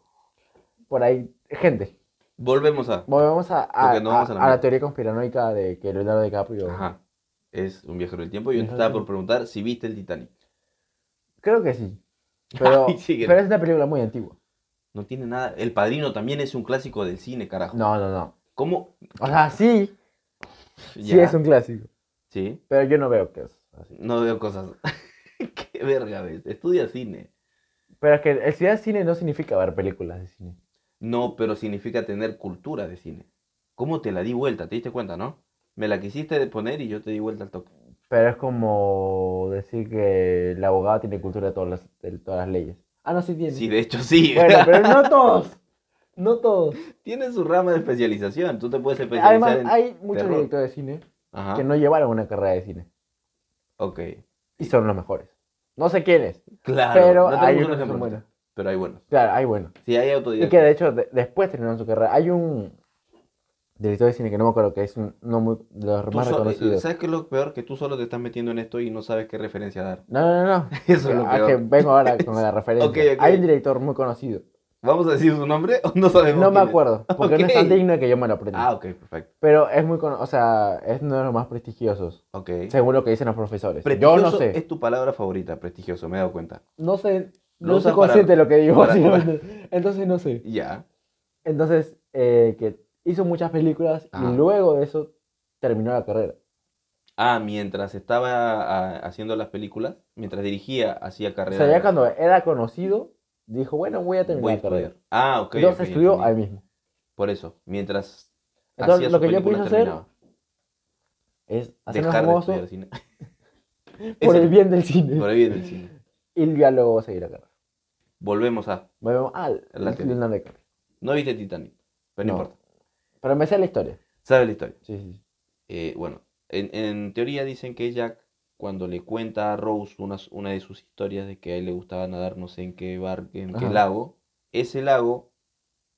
[SPEAKER 2] Por ahí, gente.
[SPEAKER 1] Volvemos a.
[SPEAKER 2] Volvemos a, a-
[SPEAKER 1] Porque nos vamos
[SPEAKER 2] a-
[SPEAKER 1] a la
[SPEAKER 2] a la
[SPEAKER 1] mierda.
[SPEAKER 2] teoría conspiranoica de que Leonardo DiCaprio.
[SPEAKER 1] Ajá. Es un viajero del tiempo. Yo te
[SPEAKER 2] Viajero
[SPEAKER 1] estaba
[SPEAKER 2] del
[SPEAKER 1] por preguntar si viste el Titanic.
[SPEAKER 2] Creo que sí. Pero,
[SPEAKER 1] Ay, sigue.
[SPEAKER 2] pero es una película muy antigua.
[SPEAKER 1] No tiene nada. El Padrino también es un clásico del cine, carajo.
[SPEAKER 2] No, no, no.
[SPEAKER 1] ¿Cómo?
[SPEAKER 2] O sea, sí. Sí,
[SPEAKER 1] Ya.
[SPEAKER 2] es un clásico.
[SPEAKER 1] Sí.
[SPEAKER 2] Pero yo no veo que es así.
[SPEAKER 1] No veo cosas. Qué verga ves. Estudia cine.
[SPEAKER 2] Pero es que el ciudad cine no significa ver películas de cine.
[SPEAKER 1] No, pero significa tener cultura de cine. ¿Cómo te la di vuelta? ¿Te diste cuenta, no? Me la quisiste de poner y yo te di vuelta al toque.
[SPEAKER 2] Pero es como decir que la abogada tiene cultura de todas las, de todas las leyes. Ah, no, sí tiene.
[SPEAKER 1] Sí, de hecho sí.
[SPEAKER 2] Bueno, pero no todos. No todos.
[SPEAKER 1] Tiene su rama de especialización. Tú te puedes especializar
[SPEAKER 2] Además,
[SPEAKER 1] en...
[SPEAKER 2] hay
[SPEAKER 1] Pues
[SPEAKER 2] muchos
[SPEAKER 1] terror. Ah.
[SPEAKER 2] directores de cine
[SPEAKER 1] Ajá.
[SPEAKER 2] que no llevaron una carrera de cine.
[SPEAKER 1] Ok.
[SPEAKER 2] Y son los mejores. No sé quiénes.
[SPEAKER 1] Claro.
[SPEAKER 2] Pero
[SPEAKER 1] no
[SPEAKER 2] hay
[SPEAKER 1] tenemos un
[SPEAKER 2] unos que son
[SPEAKER 1] ejemplo.
[SPEAKER 2] buenos.
[SPEAKER 1] Pero hay buenos.
[SPEAKER 2] Claro, hay buenos.
[SPEAKER 1] Sí, hay
[SPEAKER 2] Y
[SPEAKER 1] autodidactas.
[SPEAKER 2] que de hecho de- después terminaron su carrera. Hay un director de cine que no me acuerdo que es un, no muy, de los
[SPEAKER 1] Tú
[SPEAKER 2] más
[SPEAKER 1] solo-
[SPEAKER 2] reconocidos.
[SPEAKER 1] ¿Sabes qué es lo peor? Que tú solo te estás metiendo en esto y no sabes qué referencia dar.
[SPEAKER 2] No, no, no, no.
[SPEAKER 1] Eso es lo
[SPEAKER 2] Ah, que
[SPEAKER 1] peor.
[SPEAKER 2] vengo ahora con la referencia.
[SPEAKER 1] Ok, ok.
[SPEAKER 2] Hay un director muy conocido.
[SPEAKER 1] ¿Vamos a decir su nombre o no sabemos
[SPEAKER 2] No me
[SPEAKER 1] quién es?
[SPEAKER 2] acuerdo, porque no es
[SPEAKER 1] Ok.
[SPEAKER 2] tan digno de que yo me lo aprenda.
[SPEAKER 1] Ah, ok, perfecto.
[SPEAKER 2] Pero es muy, cono- o sea, es uno de los más prestigiosos,
[SPEAKER 1] Ok.
[SPEAKER 2] según lo que dicen los profesores.
[SPEAKER 1] Prestigioso
[SPEAKER 2] yo no sé.
[SPEAKER 1] es tu palabra favorita, prestigioso, me he dado cuenta.
[SPEAKER 2] No sé,
[SPEAKER 1] Lo
[SPEAKER 2] no soy
[SPEAKER 1] usas
[SPEAKER 2] consciente
[SPEAKER 1] para-
[SPEAKER 2] de lo que digo.
[SPEAKER 1] para-
[SPEAKER 2] básicamente. Entonces no sé.
[SPEAKER 1] Ya.
[SPEAKER 2] Entonces, eh, que hizo muchas películas
[SPEAKER 1] Ajá.
[SPEAKER 2] y luego de eso terminó la carrera.
[SPEAKER 1] Ah, mientras estaba ah, haciendo las películas, mientras dirigía, hacía
[SPEAKER 2] O
[SPEAKER 1] carrera.
[SPEAKER 2] sea, ya cuando era conocido, dijo, bueno, voy a terminar
[SPEAKER 1] Voy a
[SPEAKER 2] la carrera.
[SPEAKER 1] estudiar. Ah, ok.
[SPEAKER 2] Entonces
[SPEAKER 1] ok,
[SPEAKER 2] estudió
[SPEAKER 1] entendí.
[SPEAKER 2] ahí mismo.
[SPEAKER 1] Por eso, mientras
[SPEAKER 2] Entonces,
[SPEAKER 1] hacía
[SPEAKER 2] lo
[SPEAKER 1] sus
[SPEAKER 2] que yo
[SPEAKER 1] películas,
[SPEAKER 2] pienso hacer-
[SPEAKER 1] terminaba.
[SPEAKER 2] Es hacernos
[SPEAKER 1] Dejar de
[SPEAKER 2] famosos
[SPEAKER 1] estudiar cine.
[SPEAKER 2] por
[SPEAKER 1] Eso,
[SPEAKER 2] el bien del cine.
[SPEAKER 1] por el bien del cine.
[SPEAKER 2] Y ya luego seguir la carrera.
[SPEAKER 1] Volvemos a.
[SPEAKER 2] Volvemos al
[SPEAKER 1] La
[SPEAKER 2] al
[SPEAKER 1] tele.
[SPEAKER 2] Leonardo DiCaprio.
[SPEAKER 1] No viste Titanic, pero no,
[SPEAKER 2] No.
[SPEAKER 1] importa.
[SPEAKER 2] Pero me sé la historia.
[SPEAKER 1] Sabes la historia.
[SPEAKER 2] Sí, sí, sí.
[SPEAKER 1] Eh, bueno, en, en teoría dicen que Jack, cuando le cuenta a Rose unas- una de sus historias de que a él le gustaba nadar no sé en qué bar, en qué
[SPEAKER 2] Ajá.
[SPEAKER 1] lago, ese lago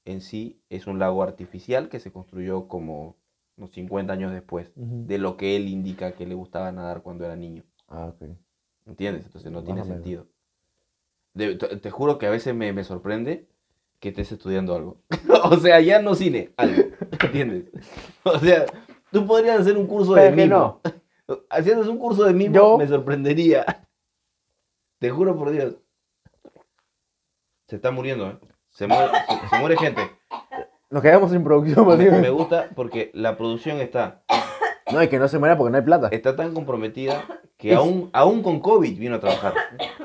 [SPEAKER 1] en sí es un lago artificial que se construyó como unos 50 años después
[SPEAKER 2] Ujú.
[SPEAKER 1] de lo que él indica que le gustaba nadar cuando era niño.
[SPEAKER 2] Ah, ok.
[SPEAKER 1] ¿Entiendes? Entonces no
[SPEAKER 2] Más
[SPEAKER 1] tiene
[SPEAKER 2] o menos.
[SPEAKER 1] sentido. De- te, te juro que a veces me, me sorprende que estés estudiando algo. o sea, ya no cine, algo. ¿Entiendes? O sea, tú podrías hacer un curso de
[SPEAKER 2] Pero que
[SPEAKER 1] mimo.
[SPEAKER 2] no.
[SPEAKER 1] Haciendo un curso de mimo
[SPEAKER 2] Yo-
[SPEAKER 1] me sorprendería. Te juro por Dios. Se está muriendo, ¿eh? Se muere, se- se muere gente.
[SPEAKER 2] Nos quedamos sin producción,
[SPEAKER 1] Me
[SPEAKER 2] básicamente.
[SPEAKER 1] gusta porque la producción está,
[SPEAKER 2] No, es que no se muera porque no hay plata.
[SPEAKER 1] está tan comprometida que
[SPEAKER 2] Es-
[SPEAKER 1] aún, aún con COVID vino a trabajar.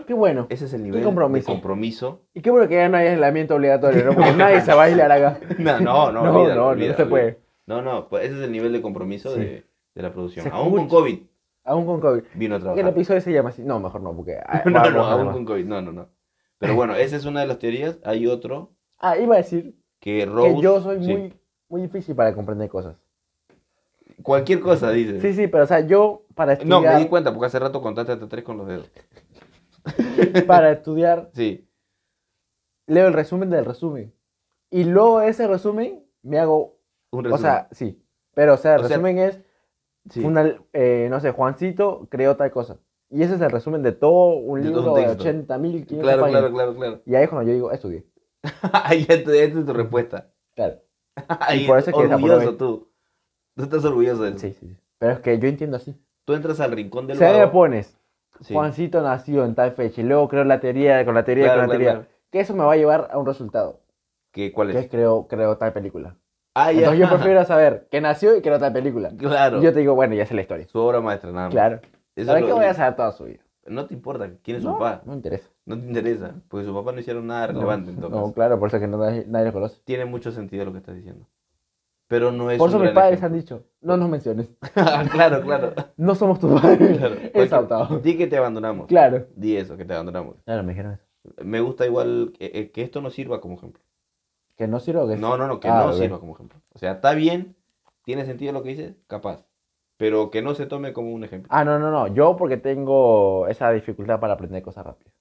[SPEAKER 2] Qué bueno.
[SPEAKER 1] Ese es el nivel de
[SPEAKER 2] compromiso.
[SPEAKER 1] compromiso
[SPEAKER 2] Y qué bueno que ya no hay aislamiento obligatorio, ¿no? Porque nadie se va a aislar acá.
[SPEAKER 1] No, no, no,
[SPEAKER 2] No,
[SPEAKER 1] olvídalo,
[SPEAKER 2] no, no
[SPEAKER 1] olvídalo,
[SPEAKER 2] se
[SPEAKER 1] olvídalo.
[SPEAKER 2] puede.
[SPEAKER 1] No, no, pues ese es el nivel de compromiso de, de la producción.
[SPEAKER 2] Se
[SPEAKER 1] Aún con
[SPEAKER 2] escucha.
[SPEAKER 1] COVID,
[SPEAKER 2] Aún con COVID.
[SPEAKER 1] Vino a
[SPEAKER 2] El
[SPEAKER 1] trabajar.
[SPEAKER 2] episodio se llama así. No, mejor no, porque. ah,
[SPEAKER 1] No,
[SPEAKER 2] vamos,
[SPEAKER 1] no,
[SPEAKER 2] vamos,
[SPEAKER 1] aún
[SPEAKER 2] vamos.
[SPEAKER 1] con COVID, no, no, no. Pero bueno, esa es una de las teorías. Hay otro
[SPEAKER 2] Ah, iba a decir
[SPEAKER 1] que Rose...
[SPEAKER 2] que yo soy
[SPEAKER 1] sí.
[SPEAKER 2] muy, muy difícil para comprender cosas.
[SPEAKER 1] Cualquier cosa, dices.
[SPEAKER 2] Sí, sí, pero o sea, yo para
[SPEAKER 1] no,
[SPEAKER 2] estudiar,
[SPEAKER 1] me di cuenta porque hace rato contaste hasta tres con los dedos.
[SPEAKER 2] para estudiar,
[SPEAKER 1] Sí.
[SPEAKER 2] leo el resumen del resumen. Y luego de ese resumen me hago.
[SPEAKER 1] Un
[SPEAKER 2] O sea, sí. Pero, o sea, el
[SPEAKER 1] O sea,
[SPEAKER 2] resumen es.
[SPEAKER 1] resumen. Sí.
[SPEAKER 2] una- eh, no sé, Juancito creó tal cosa. Y ese es el resumen de todo un
[SPEAKER 1] De
[SPEAKER 2] libro
[SPEAKER 1] todo un
[SPEAKER 2] de
[SPEAKER 1] texto.
[SPEAKER 2] 80 mil,
[SPEAKER 1] Claro, claro, claro, claro.
[SPEAKER 2] Y ahí es cuando yo digo, estudié.
[SPEAKER 1] Ahí está, esta es tu respuesta.
[SPEAKER 2] Claro.
[SPEAKER 1] Ahí,
[SPEAKER 2] por eso es que
[SPEAKER 1] orgulloso
[SPEAKER 2] desaprobé.
[SPEAKER 1] tú. Tú estás orgulloso de eso.
[SPEAKER 2] Sí, sí. sí. Pero es que yo entiendo así.
[SPEAKER 1] Tú entras al rincón
[SPEAKER 2] Si
[SPEAKER 1] del
[SPEAKER 2] ahí me
[SPEAKER 1] vago.
[SPEAKER 2] pones,
[SPEAKER 1] Sí.
[SPEAKER 2] Juancito nació en tal fecha y luego creo la teoría con la teoría
[SPEAKER 1] Claro,
[SPEAKER 2] con la
[SPEAKER 1] claro,
[SPEAKER 2] teoría.
[SPEAKER 1] claro.
[SPEAKER 2] Que eso me va a llevar a un resultado.
[SPEAKER 1] ¿Qué, ¿Cuál
[SPEAKER 2] Que es
[SPEAKER 1] es?
[SPEAKER 2] creo, creo tal película.
[SPEAKER 1] Ah, ya.
[SPEAKER 2] Entonces yo prefiero saber que nació y creo tal película.
[SPEAKER 1] Claro.
[SPEAKER 2] Y yo te digo, bueno, ya sé la historia.
[SPEAKER 1] Su obra maestra, nada más.
[SPEAKER 2] Claro.
[SPEAKER 1] Eso
[SPEAKER 2] ¿Para
[SPEAKER 1] es
[SPEAKER 2] qué
[SPEAKER 1] lo-
[SPEAKER 2] voy a saber toda su vida?
[SPEAKER 1] No te importa quién es su
[SPEAKER 2] No,
[SPEAKER 1] papá.
[SPEAKER 2] no me interesa.
[SPEAKER 1] No te interesa. Porque su papá no hicieron nada
[SPEAKER 2] No,
[SPEAKER 1] relevante en todo
[SPEAKER 2] No,
[SPEAKER 1] caso.
[SPEAKER 2] claro, por eso que no, nadie nadie lo conoce.
[SPEAKER 1] Tiene mucho sentido lo que estás diciendo. Pero no es
[SPEAKER 2] Por
[SPEAKER 1] un
[SPEAKER 2] eso mis
[SPEAKER 1] gran
[SPEAKER 2] padres han
[SPEAKER 1] ejemplo.
[SPEAKER 2] dicho, no nos menciones.
[SPEAKER 1] claro, claro.
[SPEAKER 2] No somos tus padres.
[SPEAKER 1] claro.
[SPEAKER 2] es
[SPEAKER 1] Cualquier-
[SPEAKER 2] saltado.
[SPEAKER 1] Di que te abandonamos.
[SPEAKER 2] Claro.
[SPEAKER 1] Di eso, que te abandonamos.
[SPEAKER 2] Claro, me dijeron eso.
[SPEAKER 1] Me gusta igual que, eh, que esto no sirva como ejemplo.
[SPEAKER 2] Que no sirve o que
[SPEAKER 1] No, no, no, que
[SPEAKER 2] Ah,
[SPEAKER 1] no
[SPEAKER 2] ok.
[SPEAKER 1] sirva como ejemplo. O sea, está bien, tiene sentido lo que dices, capaz. Pero que no se tome como un ejemplo.
[SPEAKER 2] Ah, no, no, no. Yo porque tengo esa dificultad para aprender cosas rápidas.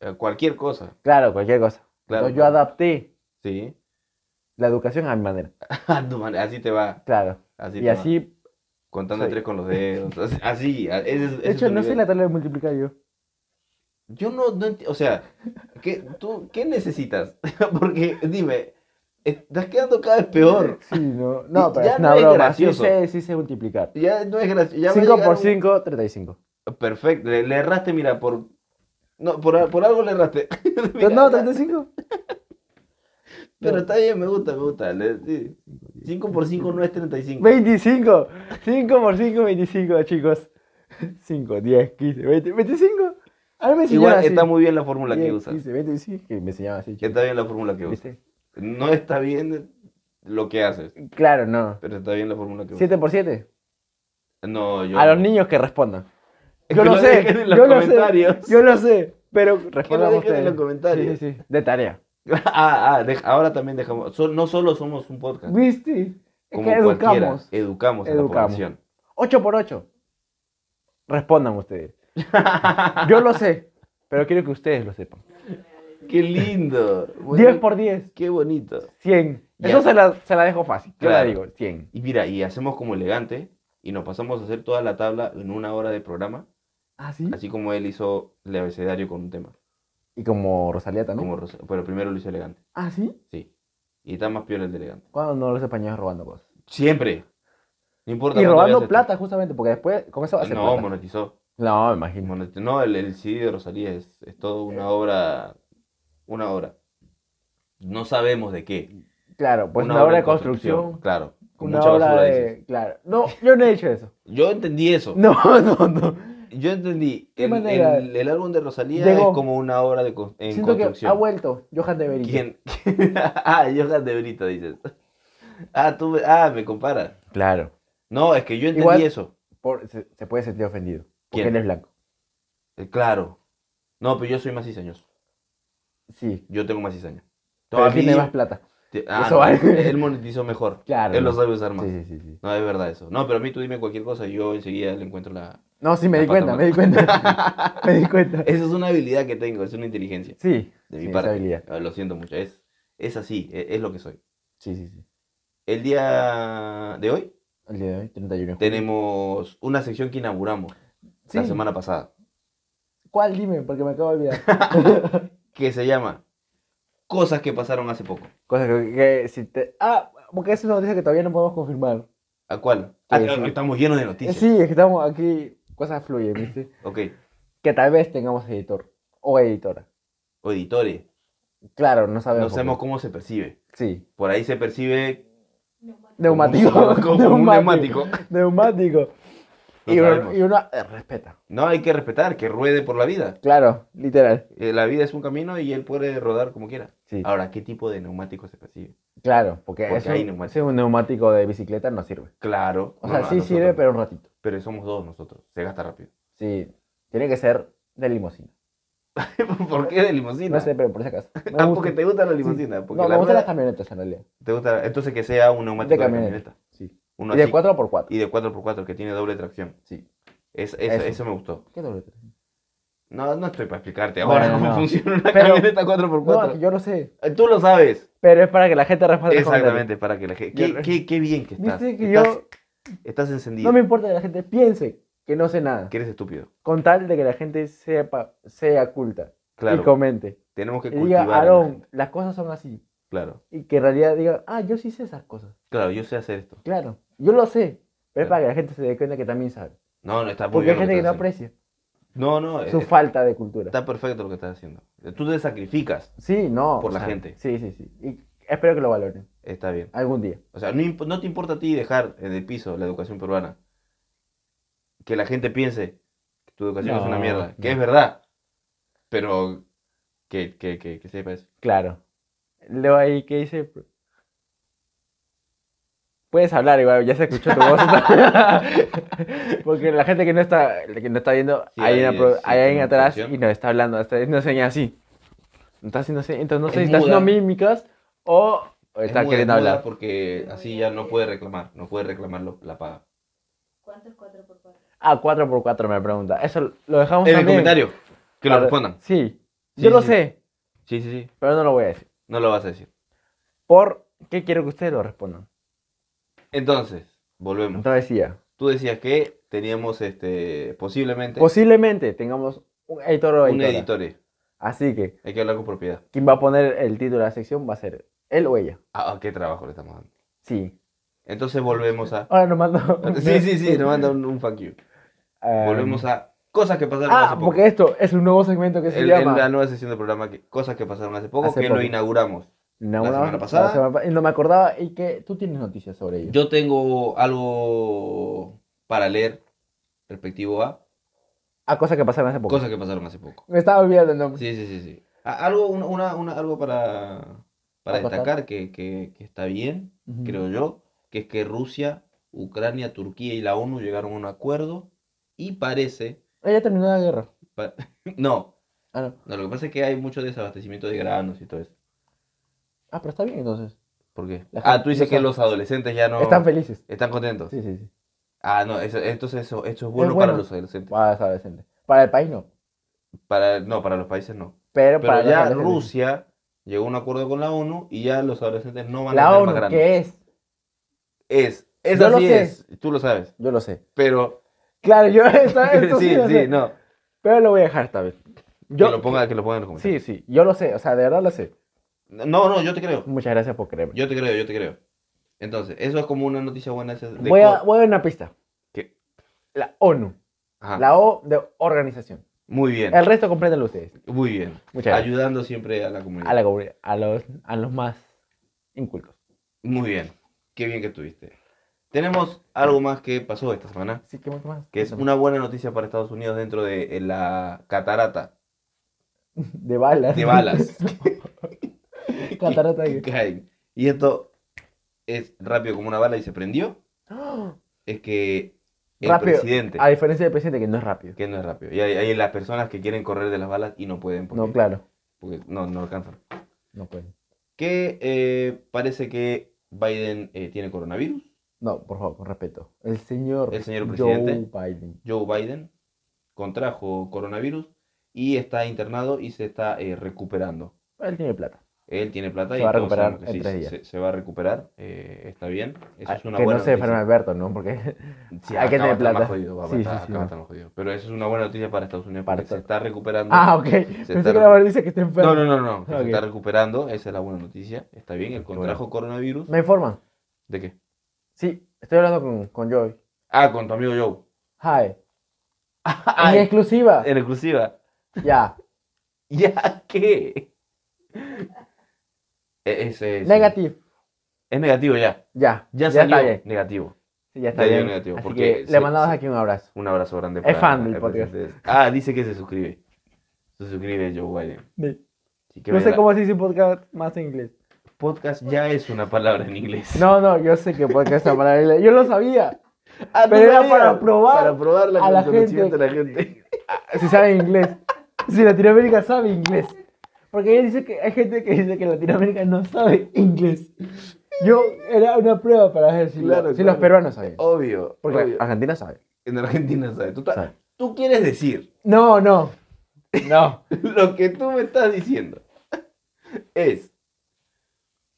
[SPEAKER 1] Eh, Cualquier cosa.
[SPEAKER 2] Claro, cualquier cosa.
[SPEAKER 1] Claro,
[SPEAKER 2] Entonces, yo
[SPEAKER 1] claro.
[SPEAKER 2] adapté
[SPEAKER 1] Sí.
[SPEAKER 2] la educación a mi manera.
[SPEAKER 1] A tu manera, así te va.
[SPEAKER 2] Claro.
[SPEAKER 1] Así
[SPEAKER 2] y
[SPEAKER 1] te va.
[SPEAKER 2] así,
[SPEAKER 1] Contando
[SPEAKER 2] soy.
[SPEAKER 1] tres con los dedos. así- Así. a- ese es- ese
[SPEAKER 2] de
[SPEAKER 1] es
[SPEAKER 2] hecho,
[SPEAKER 1] tu
[SPEAKER 2] no sé
[SPEAKER 1] nivel.
[SPEAKER 2] la tabla de multiplicar yo.
[SPEAKER 1] Yo no, no enti- O sea, ¿qué, tú, ¿qué necesitas? Porque, dime, eh, estás quedando cada vez peor.
[SPEAKER 2] Sí, no. No, pero
[SPEAKER 1] Ya
[SPEAKER 2] es una
[SPEAKER 1] no es
[SPEAKER 2] broma. Sí
[SPEAKER 1] gracioso.
[SPEAKER 2] sé, sí sé multiplicar.
[SPEAKER 1] Ya no es gracioso.
[SPEAKER 2] 5 por 5, 35.
[SPEAKER 1] Perfecto. Le, le erraste, mira, por. No, por, por algo le erraste. Mira,
[SPEAKER 2] Pues No,
[SPEAKER 1] ya-
[SPEAKER 2] 35.
[SPEAKER 1] Pero
[SPEAKER 2] No.
[SPEAKER 1] está bien, me gusta, me gusta. 5 por 5 no es 35.
[SPEAKER 2] 25. 5 por 5, 25, chicos. 5, 10, 15, 20, 25. A mí me enseñaron
[SPEAKER 1] Igual
[SPEAKER 2] así.
[SPEAKER 1] está muy bien la fórmula que
[SPEAKER 2] 10,
[SPEAKER 1] usas.
[SPEAKER 2] 15, 20, sí, que me enseñaban así. chicos.
[SPEAKER 1] Está bien la fórmula que usas.
[SPEAKER 2] ¿Viste?
[SPEAKER 1] No está bien lo que haces,
[SPEAKER 2] Claro, no.
[SPEAKER 1] pero está bien la fórmula que usas.
[SPEAKER 2] 7 por 7.
[SPEAKER 1] No, yo.
[SPEAKER 2] A los niños que respondan.
[SPEAKER 1] Que
[SPEAKER 2] Yo
[SPEAKER 1] lo
[SPEAKER 2] lo sé.
[SPEAKER 1] dejen en los
[SPEAKER 2] yo lo
[SPEAKER 1] comentarios.
[SPEAKER 2] sé. Yo lo sé. Pero respondan
[SPEAKER 1] dejen en
[SPEAKER 2] ustedes.
[SPEAKER 1] los comentarios.
[SPEAKER 2] Sí, sí, sí. De tarea.
[SPEAKER 1] Ah, ah, deja- ahora también dejamos. so- no solo somos un podcast.
[SPEAKER 2] ¿Viste? Es
[SPEAKER 1] Como
[SPEAKER 2] que
[SPEAKER 1] cualquiera,
[SPEAKER 2] educamos.
[SPEAKER 1] Educamos a la
[SPEAKER 2] Educamos.
[SPEAKER 1] población.
[SPEAKER 2] 8 por 8. Respondan ustedes. Yo lo sé. Pero quiero que ustedes lo sepan.
[SPEAKER 1] Qué lindo.
[SPEAKER 2] 10 por 10.
[SPEAKER 1] Qué bonito.
[SPEAKER 2] 100.
[SPEAKER 1] Ya.
[SPEAKER 2] Eso se la, se la dejo fácil. Yo la
[SPEAKER 1] Claro.
[SPEAKER 2] digo, 100.
[SPEAKER 1] Y mira, y hacemos como elegante y nos pasamos a hacer toda la tabla en una hora de programa,
[SPEAKER 2] ¿Ah, sí?
[SPEAKER 1] así como él hizo el abecedario con un tema.
[SPEAKER 2] Y como Rosalía también.
[SPEAKER 1] Como Rosa- pero primero lo hizo elegante.
[SPEAKER 2] ¿Ah, sí?
[SPEAKER 1] Sí. Y está más piola el de elegante.
[SPEAKER 2] Cuando no los españoles robando cosas.
[SPEAKER 1] Siempre. No importa.
[SPEAKER 2] Y
[SPEAKER 1] cuánto
[SPEAKER 2] robando
[SPEAKER 1] veas
[SPEAKER 2] plata, justamente, porque después con eso va a
[SPEAKER 1] esto.
[SPEAKER 2] ser
[SPEAKER 1] No,
[SPEAKER 2] plata.
[SPEAKER 1] monetizó.
[SPEAKER 2] No, me imagino.
[SPEAKER 1] Monet- No, el, el CD de Rosalía es, es toda
[SPEAKER 2] Eh.
[SPEAKER 1] una obra. Una obra. No sabemos de qué.
[SPEAKER 2] Claro, pues una, obra de construcción.
[SPEAKER 1] Claro. Con
[SPEAKER 2] una
[SPEAKER 1] mucha
[SPEAKER 2] obra
[SPEAKER 1] basura,
[SPEAKER 2] de...
[SPEAKER 1] dices.
[SPEAKER 2] Claro. No, yo no he hecho eso.
[SPEAKER 1] Yo entendí eso.
[SPEAKER 2] No, no, no.
[SPEAKER 1] Yo entendí.
[SPEAKER 2] ¿Qué
[SPEAKER 1] El,
[SPEAKER 2] manera?
[SPEAKER 1] el- el álbum de Rosalía
[SPEAKER 2] Llegó.
[SPEAKER 1] es como una obra de con- en
[SPEAKER 2] Siento que ha
[SPEAKER 1] construcción.
[SPEAKER 2] vuelto Johan de Berillo.
[SPEAKER 1] ¿Quién? ah, Johan de Brito, dices. Ah, tú me, ah, me comparas.
[SPEAKER 2] Claro.
[SPEAKER 1] No, es que yo entendí
[SPEAKER 2] Igual-
[SPEAKER 1] eso.
[SPEAKER 2] Por- se, se puede sentir ofendido. Porque
[SPEAKER 1] ¿Quién?
[SPEAKER 2] él es blanco.
[SPEAKER 1] Eh, claro. No, pero yo soy más cizañoso.
[SPEAKER 2] Sí.
[SPEAKER 1] Yo tengo más cizaña.
[SPEAKER 2] Pero
[SPEAKER 1] Todavía-
[SPEAKER 2] tiene más plata.
[SPEAKER 1] te- ah,
[SPEAKER 2] eso
[SPEAKER 1] no,
[SPEAKER 2] vale.
[SPEAKER 1] Él monetizó mejor.
[SPEAKER 2] Claro.
[SPEAKER 1] Él lo sabe usar más.
[SPEAKER 2] Sí, sí, sí, sí.
[SPEAKER 1] No, es verdad eso. No, pero a mí tú dime cualquier cosa y yo enseguida le encuentro la...
[SPEAKER 2] No, sí, me
[SPEAKER 1] La
[SPEAKER 2] di
[SPEAKER 1] pata
[SPEAKER 2] cuenta,
[SPEAKER 1] mal.
[SPEAKER 2] me di cuenta. me di cuenta.
[SPEAKER 1] Esa es una habilidad que tengo, es una inteligencia.
[SPEAKER 2] Sí,
[SPEAKER 1] De mi
[SPEAKER 2] sí, esa
[SPEAKER 1] parte.
[SPEAKER 2] habilidad.
[SPEAKER 1] Ah, Lo siento mucho. Es, es así, e- es, lo que soy.
[SPEAKER 2] Sí, sí, sí.
[SPEAKER 1] El día de hoy
[SPEAKER 2] El día de hoy, 31 de julio.
[SPEAKER 1] tenemos una sección que inauguramos la
[SPEAKER 2] Sí.
[SPEAKER 1] semana pasada.
[SPEAKER 2] ¿Cuál? Dime, porque me acabo de olvidar.
[SPEAKER 1] que se llama Cosas que pasaron hace poco.
[SPEAKER 2] Cosa que, que si te... Ah, porque es una noticia que todavía no podemos confirmar.
[SPEAKER 1] ¿A cuál? Ah,
[SPEAKER 2] Sí,
[SPEAKER 1] ah,
[SPEAKER 2] sí.
[SPEAKER 1] Estamos llenos de
[SPEAKER 2] Eh,
[SPEAKER 1] noticias.
[SPEAKER 2] Sí, es que estamos aquí, cosas fluyen, ¿viste?
[SPEAKER 1] Ok,
[SPEAKER 2] Que tal vez tengamos editor o editora.
[SPEAKER 1] O editores,
[SPEAKER 2] Claro, no
[SPEAKER 1] no
[SPEAKER 2] sabemos.
[SPEAKER 1] sabemos
[SPEAKER 2] porque-
[SPEAKER 1] cómo se percibe.
[SPEAKER 2] Sí.
[SPEAKER 1] Por ahí se percibe
[SPEAKER 4] No,
[SPEAKER 2] Neumático.
[SPEAKER 1] Como- como un
[SPEAKER 2] neumático.
[SPEAKER 1] neumático.
[SPEAKER 2] Neumático.
[SPEAKER 1] Lo
[SPEAKER 2] y, uno,
[SPEAKER 1] sabemos.
[SPEAKER 2] y uno, eh, respeta.
[SPEAKER 1] No, hay que respetar, que ruede por la vida.
[SPEAKER 2] Claro, literal.
[SPEAKER 1] Eh, La vida es un camino y él puede rodar como quiera.
[SPEAKER 2] Sí.
[SPEAKER 1] Ahora, ¿qué tipo de neumático se percibe?
[SPEAKER 2] Claro, porque,
[SPEAKER 1] Porque
[SPEAKER 2] es
[SPEAKER 1] hay
[SPEAKER 2] un-
[SPEAKER 1] neumático.
[SPEAKER 2] si es un neumático de bicicleta no sirve.
[SPEAKER 1] Claro.
[SPEAKER 2] O
[SPEAKER 1] no,
[SPEAKER 2] sea,
[SPEAKER 1] no, a
[SPEAKER 2] sí
[SPEAKER 1] nosotros
[SPEAKER 2] sirve,
[SPEAKER 1] no.
[SPEAKER 2] pero un ratito.
[SPEAKER 1] Pero somos dos nosotros, se gasta rápido.
[SPEAKER 2] Sí, tiene que ser de limosina.
[SPEAKER 1] ¿Por qué de limusina?
[SPEAKER 2] No sé, pero por si acaso. Me
[SPEAKER 1] Ah,
[SPEAKER 2] gusta-
[SPEAKER 1] porque te gusta la
[SPEAKER 2] sí.
[SPEAKER 1] limusina. Porque
[SPEAKER 2] No,
[SPEAKER 1] la
[SPEAKER 2] me
[SPEAKER 1] rueda-
[SPEAKER 2] gustan las camionetas en realidad.
[SPEAKER 1] te gusta- Entonces que sea un
[SPEAKER 2] De
[SPEAKER 1] neumático de
[SPEAKER 2] camioneta.
[SPEAKER 1] camioneta.
[SPEAKER 2] Sí.
[SPEAKER 1] Uno
[SPEAKER 2] Y de
[SPEAKER 1] así,
[SPEAKER 2] 4x4.
[SPEAKER 1] y de 4x4 que tiene doble tracción.
[SPEAKER 2] Sí.
[SPEAKER 1] Es, es- eso.
[SPEAKER 2] Eso.
[SPEAKER 1] me gustó.
[SPEAKER 2] ¿Qué doble tres?
[SPEAKER 1] No, no estoy para explicarte
[SPEAKER 2] Bueno,
[SPEAKER 1] ahora cómo
[SPEAKER 2] no.
[SPEAKER 1] funciona una
[SPEAKER 2] Pero-
[SPEAKER 1] camioneta
[SPEAKER 2] No,
[SPEAKER 1] 4x4.
[SPEAKER 2] yo no sé.
[SPEAKER 1] Eh, Tú lo sabes.
[SPEAKER 2] Pero es para que la gente responda. en los
[SPEAKER 1] Exactamente, para que la gente...
[SPEAKER 2] Yo-
[SPEAKER 1] Qué, qué- qué bien que estás.
[SPEAKER 2] comentarios. Viste que
[SPEAKER 1] estás,
[SPEAKER 2] yo.
[SPEAKER 1] estás encendido.
[SPEAKER 2] No me importa que la gente piense que no sé nada.
[SPEAKER 1] Que eres estúpido.
[SPEAKER 2] Con tal de que la gente sepa, sea culta.
[SPEAKER 1] Claro.
[SPEAKER 2] Y comente.
[SPEAKER 1] Tenemos que
[SPEAKER 2] Y diga,
[SPEAKER 1] cultivar. a la
[SPEAKER 2] Aarón,
[SPEAKER 1] gente.
[SPEAKER 2] las cosas son así.
[SPEAKER 1] Claro.
[SPEAKER 2] Y que en realidad diga, ah, yo sí sé esas cosas.
[SPEAKER 1] Claro, yo sé hacer esto.
[SPEAKER 2] Claro, yo lo sé.
[SPEAKER 1] Claro.
[SPEAKER 2] Pero es para que la gente se dé cuenta que también sabe.
[SPEAKER 1] No, no está muy
[SPEAKER 2] Porque
[SPEAKER 1] bien
[SPEAKER 2] hay
[SPEAKER 1] lo
[SPEAKER 2] gente que no
[SPEAKER 1] estás haciendo.
[SPEAKER 2] aprecia
[SPEAKER 1] No, no,
[SPEAKER 2] su
[SPEAKER 1] eh,
[SPEAKER 2] falta de cultura.
[SPEAKER 1] está perfecto lo que estás haciendo. Tú te sacrificas.
[SPEAKER 2] Sí, no.
[SPEAKER 1] Por
[SPEAKER 2] o
[SPEAKER 1] la
[SPEAKER 2] sea,
[SPEAKER 1] gente.
[SPEAKER 2] Sí, sí, sí. Y espero que lo valoren
[SPEAKER 1] Está bien.
[SPEAKER 2] algún día.
[SPEAKER 1] O sea, no, imp- no te importa a ti dejar en el piso la educación peruana. Que la gente piense que tu educación es una
[SPEAKER 2] No,
[SPEAKER 1] mierda. Que
[SPEAKER 2] no.
[SPEAKER 1] es verdad. Pero que, que, que, que sepa eso.
[SPEAKER 2] Claro. Leo ahí que dice. Puedes hablar igual, ya se escuchó tu voz. Porque la gente que no está, que no está viendo,
[SPEAKER 1] Sí,
[SPEAKER 2] hay,
[SPEAKER 1] ahí
[SPEAKER 2] una, pro-
[SPEAKER 1] es, sí,
[SPEAKER 2] hay alguien
[SPEAKER 1] tiene
[SPEAKER 2] atrás
[SPEAKER 1] producción.
[SPEAKER 2] y nos está hablando, está haciendo señas así. Está haciendo se- entonces no sé
[SPEAKER 1] Es
[SPEAKER 2] si está haciendo
[SPEAKER 1] muda.
[SPEAKER 2] mímicas o, o está
[SPEAKER 1] Es muda,
[SPEAKER 2] queriendo
[SPEAKER 1] es muda
[SPEAKER 2] hablar.
[SPEAKER 1] Porque así ya no puede reclamar. No puede reclamar lo- la paga.
[SPEAKER 3] ¿Cuánto es 4x4?
[SPEAKER 2] Ah, 4x4 me pregunta. Eso lo dejamos
[SPEAKER 1] En el
[SPEAKER 2] también
[SPEAKER 1] comentario. Que lo
[SPEAKER 2] para-
[SPEAKER 1] respondan.
[SPEAKER 2] Sí.
[SPEAKER 1] Sí,
[SPEAKER 2] Yo lo
[SPEAKER 1] sí.
[SPEAKER 2] sé,
[SPEAKER 1] Sí, sí, sí.
[SPEAKER 2] pero no lo voy a decir.
[SPEAKER 1] No lo vas a decir.
[SPEAKER 2] ¿Por qué quiero que ustedes lo respondan?
[SPEAKER 1] Entonces, volvemos.
[SPEAKER 2] Entonces decía,
[SPEAKER 1] Tú decías que teníamos este posiblemente
[SPEAKER 2] posiblemente tengamos un editor o
[SPEAKER 1] un
[SPEAKER 2] editora.
[SPEAKER 1] editor. eh.
[SPEAKER 2] Así que
[SPEAKER 1] Hay que hablar con propiedad.
[SPEAKER 2] quien va a poner el título de la sección va a ser él o ella.
[SPEAKER 1] Ah, ah, qué trabajo le estamos dando.
[SPEAKER 2] Sí.
[SPEAKER 1] Entonces volvemos a.
[SPEAKER 2] Ahora nos mando.
[SPEAKER 1] Sí, sí, sí, nos manda un, un fuck you.
[SPEAKER 2] Ah,
[SPEAKER 1] Volvemos a cosas que pasaron
[SPEAKER 2] Ah,
[SPEAKER 1] hace poco.
[SPEAKER 2] porque esto es un nuevo segmento que se
[SPEAKER 1] El- en
[SPEAKER 2] llama.
[SPEAKER 1] la nueva sesión del programa, que- cosas que pasaron hace poco,
[SPEAKER 2] Hace
[SPEAKER 1] que lo
[SPEAKER 2] poco.
[SPEAKER 1] inauguramos.
[SPEAKER 2] No,
[SPEAKER 1] la
[SPEAKER 2] no,
[SPEAKER 1] semana
[SPEAKER 2] no,
[SPEAKER 1] pasada.
[SPEAKER 2] la semana pa- y no me acordaba y que tú tienes noticias sobre ello.
[SPEAKER 1] Yo tengo algo para leer respectivo a
[SPEAKER 2] Ah, cosas que pasaron hace poco.
[SPEAKER 1] cosas que pasaron hace poco.
[SPEAKER 2] Me estaba olvidando el nombre.
[SPEAKER 1] Sí, sí, sí, sí. A- Algo, una, una- una- algo para, para
[SPEAKER 2] Acotar.
[SPEAKER 1] destacar que, que- que está bien,
[SPEAKER 2] Ujú.
[SPEAKER 1] creo yo, que es que Rusia, Ucrania, Turquía y la ONU llegaron a un acuerdo y parece...
[SPEAKER 2] Ella terminó la guerra.
[SPEAKER 1] pa- no,
[SPEAKER 2] Ah, no.
[SPEAKER 1] no, lo que pasa es que hay mucho desabastecimiento de granos y todo eso.
[SPEAKER 2] Ah, pero está bien entonces.
[SPEAKER 1] ¿Por qué?
[SPEAKER 2] La
[SPEAKER 1] Ah,
[SPEAKER 2] gente
[SPEAKER 1] tú dices que
[SPEAKER 2] usa-
[SPEAKER 1] los adolescentes ya no
[SPEAKER 2] Están felices.
[SPEAKER 1] están contentos.
[SPEAKER 2] Sí, sí, sí.
[SPEAKER 1] Ah, no, eso- entonces eso, esto es bueno, para
[SPEAKER 2] bueno.
[SPEAKER 1] los adolescentes.
[SPEAKER 2] Para los adolescentes. Para el país no.
[SPEAKER 1] Para, no, para los países no.
[SPEAKER 2] Pero,
[SPEAKER 1] Pero
[SPEAKER 2] para los
[SPEAKER 1] ya
[SPEAKER 2] adolescentes sí.
[SPEAKER 1] Rusia llegó a un acuerdo con la ONU y ya los adolescentes no van a
[SPEAKER 2] La
[SPEAKER 1] ser más
[SPEAKER 2] ONU,
[SPEAKER 1] grandes.
[SPEAKER 2] ¿qué es?
[SPEAKER 1] Es, es
[SPEAKER 2] Yo lo
[SPEAKER 1] así
[SPEAKER 2] sé.
[SPEAKER 1] es, tú lo sabes.
[SPEAKER 2] Yo lo sé.
[SPEAKER 1] Pero
[SPEAKER 2] Claro, yo esto, esto
[SPEAKER 1] sí,
[SPEAKER 2] Ah, lo sé.
[SPEAKER 1] sí, no.
[SPEAKER 2] Pero lo voy a dejar esta vez. Yo,
[SPEAKER 1] que lo ponga, que lo ponga en los comentarios.
[SPEAKER 2] Sí, sí, yo lo sé, o sea, de verdad lo sé.
[SPEAKER 1] No, no, yo te creo.
[SPEAKER 2] Muchas gracias por creerme.
[SPEAKER 1] Yo te creo, yo te creo. Entonces, eso es como una noticia buena esa de
[SPEAKER 2] voy, a,
[SPEAKER 1] co-
[SPEAKER 2] voy a dar una pista.
[SPEAKER 1] ¿Qué?
[SPEAKER 2] La ONU.
[SPEAKER 1] Ajá,
[SPEAKER 2] La O de organización.
[SPEAKER 1] Muy bien.
[SPEAKER 2] El resto compréndanlo ustedes.
[SPEAKER 1] Muy bien.
[SPEAKER 2] Muchas gracias.
[SPEAKER 1] Ayudando siempre a la comunidad.
[SPEAKER 2] A, la, comunidad, a, los, a los más incultos.
[SPEAKER 1] Muy bien. Qué bien que estuviste. Tenemos algo más que pasó esta semana,
[SPEAKER 2] Así que mucho más.
[SPEAKER 1] que es una buena noticia para Estados Unidos dentro de eh, la catarata
[SPEAKER 2] De balas.
[SPEAKER 1] de balas.
[SPEAKER 2] Catarata
[SPEAKER 1] que-
[SPEAKER 2] de-
[SPEAKER 1] que caen. Y esto es rápido como una bala y se prendió.
[SPEAKER 2] ¡Ah!
[SPEAKER 1] Es que el
[SPEAKER 2] Rápido.
[SPEAKER 1] presidente,
[SPEAKER 2] A diferencia del presidente que no es rápido.
[SPEAKER 1] que no es rápido, y hay, hay las personas que quieren correr de las balas y no pueden porque
[SPEAKER 2] No, claro.
[SPEAKER 1] porque no, no alcanzan.
[SPEAKER 2] No puede.
[SPEAKER 1] Que eh, parece que Biden eh, tiene coronavirus,
[SPEAKER 2] No, por favor, con respeto. El señor,
[SPEAKER 1] El señor presidente.
[SPEAKER 2] Joe Biden.
[SPEAKER 1] Joe Biden contrajo coronavirus y está internado y se está eh, recuperando.
[SPEAKER 2] Él tiene plata.
[SPEAKER 1] Él tiene plata
[SPEAKER 2] Se
[SPEAKER 1] y
[SPEAKER 2] va a
[SPEAKER 1] todos
[SPEAKER 2] recuperar
[SPEAKER 1] sabemos que
[SPEAKER 2] en tres días.
[SPEAKER 1] Se, se va a recuperar, eh, está bien. Eso
[SPEAKER 2] Ah,
[SPEAKER 1] es una
[SPEAKER 2] que
[SPEAKER 1] buena
[SPEAKER 2] no se enferme
[SPEAKER 1] noticia.
[SPEAKER 2] Alberto, ¿no? Porque
[SPEAKER 1] Sí,
[SPEAKER 2] Hay que
[SPEAKER 1] acá va a
[SPEAKER 2] tener
[SPEAKER 1] estar más
[SPEAKER 2] plata.
[SPEAKER 1] jodido, va a
[SPEAKER 2] Sí,
[SPEAKER 1] estar-
[SPEAKER 2] sí,
[SPEAKER 1] acá
[SPEAKER 2] sí,
[SPEAKER 1] va a
[SPEAKER 2] no.
[SPEAKER 1] estar más jodido. Pero eso es una buena noticia para Estados Unidos porque
[SPEAKER 2] Para
[SPEAKER 1] se
[SPEAKER 2] todo.
[SPEAKER 1] está recuperando.
[SPEAKER 2] Ah, ok.
[SPEAKER 1] está
[SPEAKER 2] Pensé que la verdad dice que está enfermo.
[SPEAKER 1] No, no, no, no. que
[SPEAKER 2] Ok.
[SPEAKER 1] Se está recuperando. Esa es la buena noticia. Está bien, él contrajo coronavirus.
[SPEAKER 2] Me informan.
[SPEAKER 1] ¿De qué?
[SPEAKER 2] Sí, estoy hablando con, con Joy.
[SPEAKER 1] Ah, con tu amigo Joe.
[SPEAKER 2] Hi.
[SPEAKER 1] Ah,
[SPEAKER 2] En exclusiva.
[SPEAKER 1] en exclusiva.
[SPEAKER 2] Ya.
[SPEAKER 1] ¿Ya qué? E- ese- ese-
[SPEAKER 2] Negative.
[SPEAKER 1] Es negativo ya.
[SPEAKER 2] Ya.
[SPEAKER 1] Ya salió
[SPEAKER 2] está bien.
[SPEAKER 1] negativo.
[SPEAKER 2] Sí, ya está
[SPEAKER 1] Ya dio
[SPEAKER 2] bien.
[SPEAKER 1] negativo,
[SPEAKER 2] Así
[SPEAKER 1] porque
[SPEAKER 2] que
[SPEAKER 1] se-
[SPEAKER 2] le mandamos
[SPEAKER 1] se-
[SPEAKER 2] aquí un abrazo.
[SPEAKER 1] Un abrazo grande
[SPEAKER 2] Es fan del
[SPEAKER 1] el
[SPEAKER 2] podcast.
[SPEAKER 1] presidente. Ah, dice que se suscribe. Se suscribe Joe Biden. Así que
[SPEAKER 2] No sé
[SPEAKER 1] vaya-
[SPEAKER 2] cómo se dice podcast más en inglés.
[SPEAKER 1] Podcast ya es una palabra en inglés.
[SPEAKER 2] No, no, yo sé que podcast es para Yo lo sabía.
[SPEAKER 1] Ah, ¿tú
[SPEAKER 2] pero era
[SPEAKER 1] sabías?
[SPEAKER 2] para probar
[SPEAKER 1] Para probar la
[SPEAKER 2] a la
[SPEAKER 1] conocimiento de la gente.
[SPEAKER 2] Si sabe inglés. Si Latinoamérica sabe inglés. Porque ella dice que hay gente que dice que Latinoamérica no sabe inglés. Yo era una prueba para ver si, lo-
[SPEAKER 1] Claro,
[SPEAKER 2] si
[SPEAKER 1] claro.
[SPEAKER 2] los peruanos saben.
[SPEAKER 1] Obvio.
[SPEAKER 2] Porque
[SPEAKER 1] obvio.
[SPEAKER 2] Argentina sabe.
[SPEAKER 1] En Argentina, ¿sabes? Tú, ta-
[SPEAKER 2] Sabe.
[SPEAKER 1] tú quieres decir
[SPEAKER 2] No, no. No.
[SPEAKER 1] lo que tú me estás diciendo es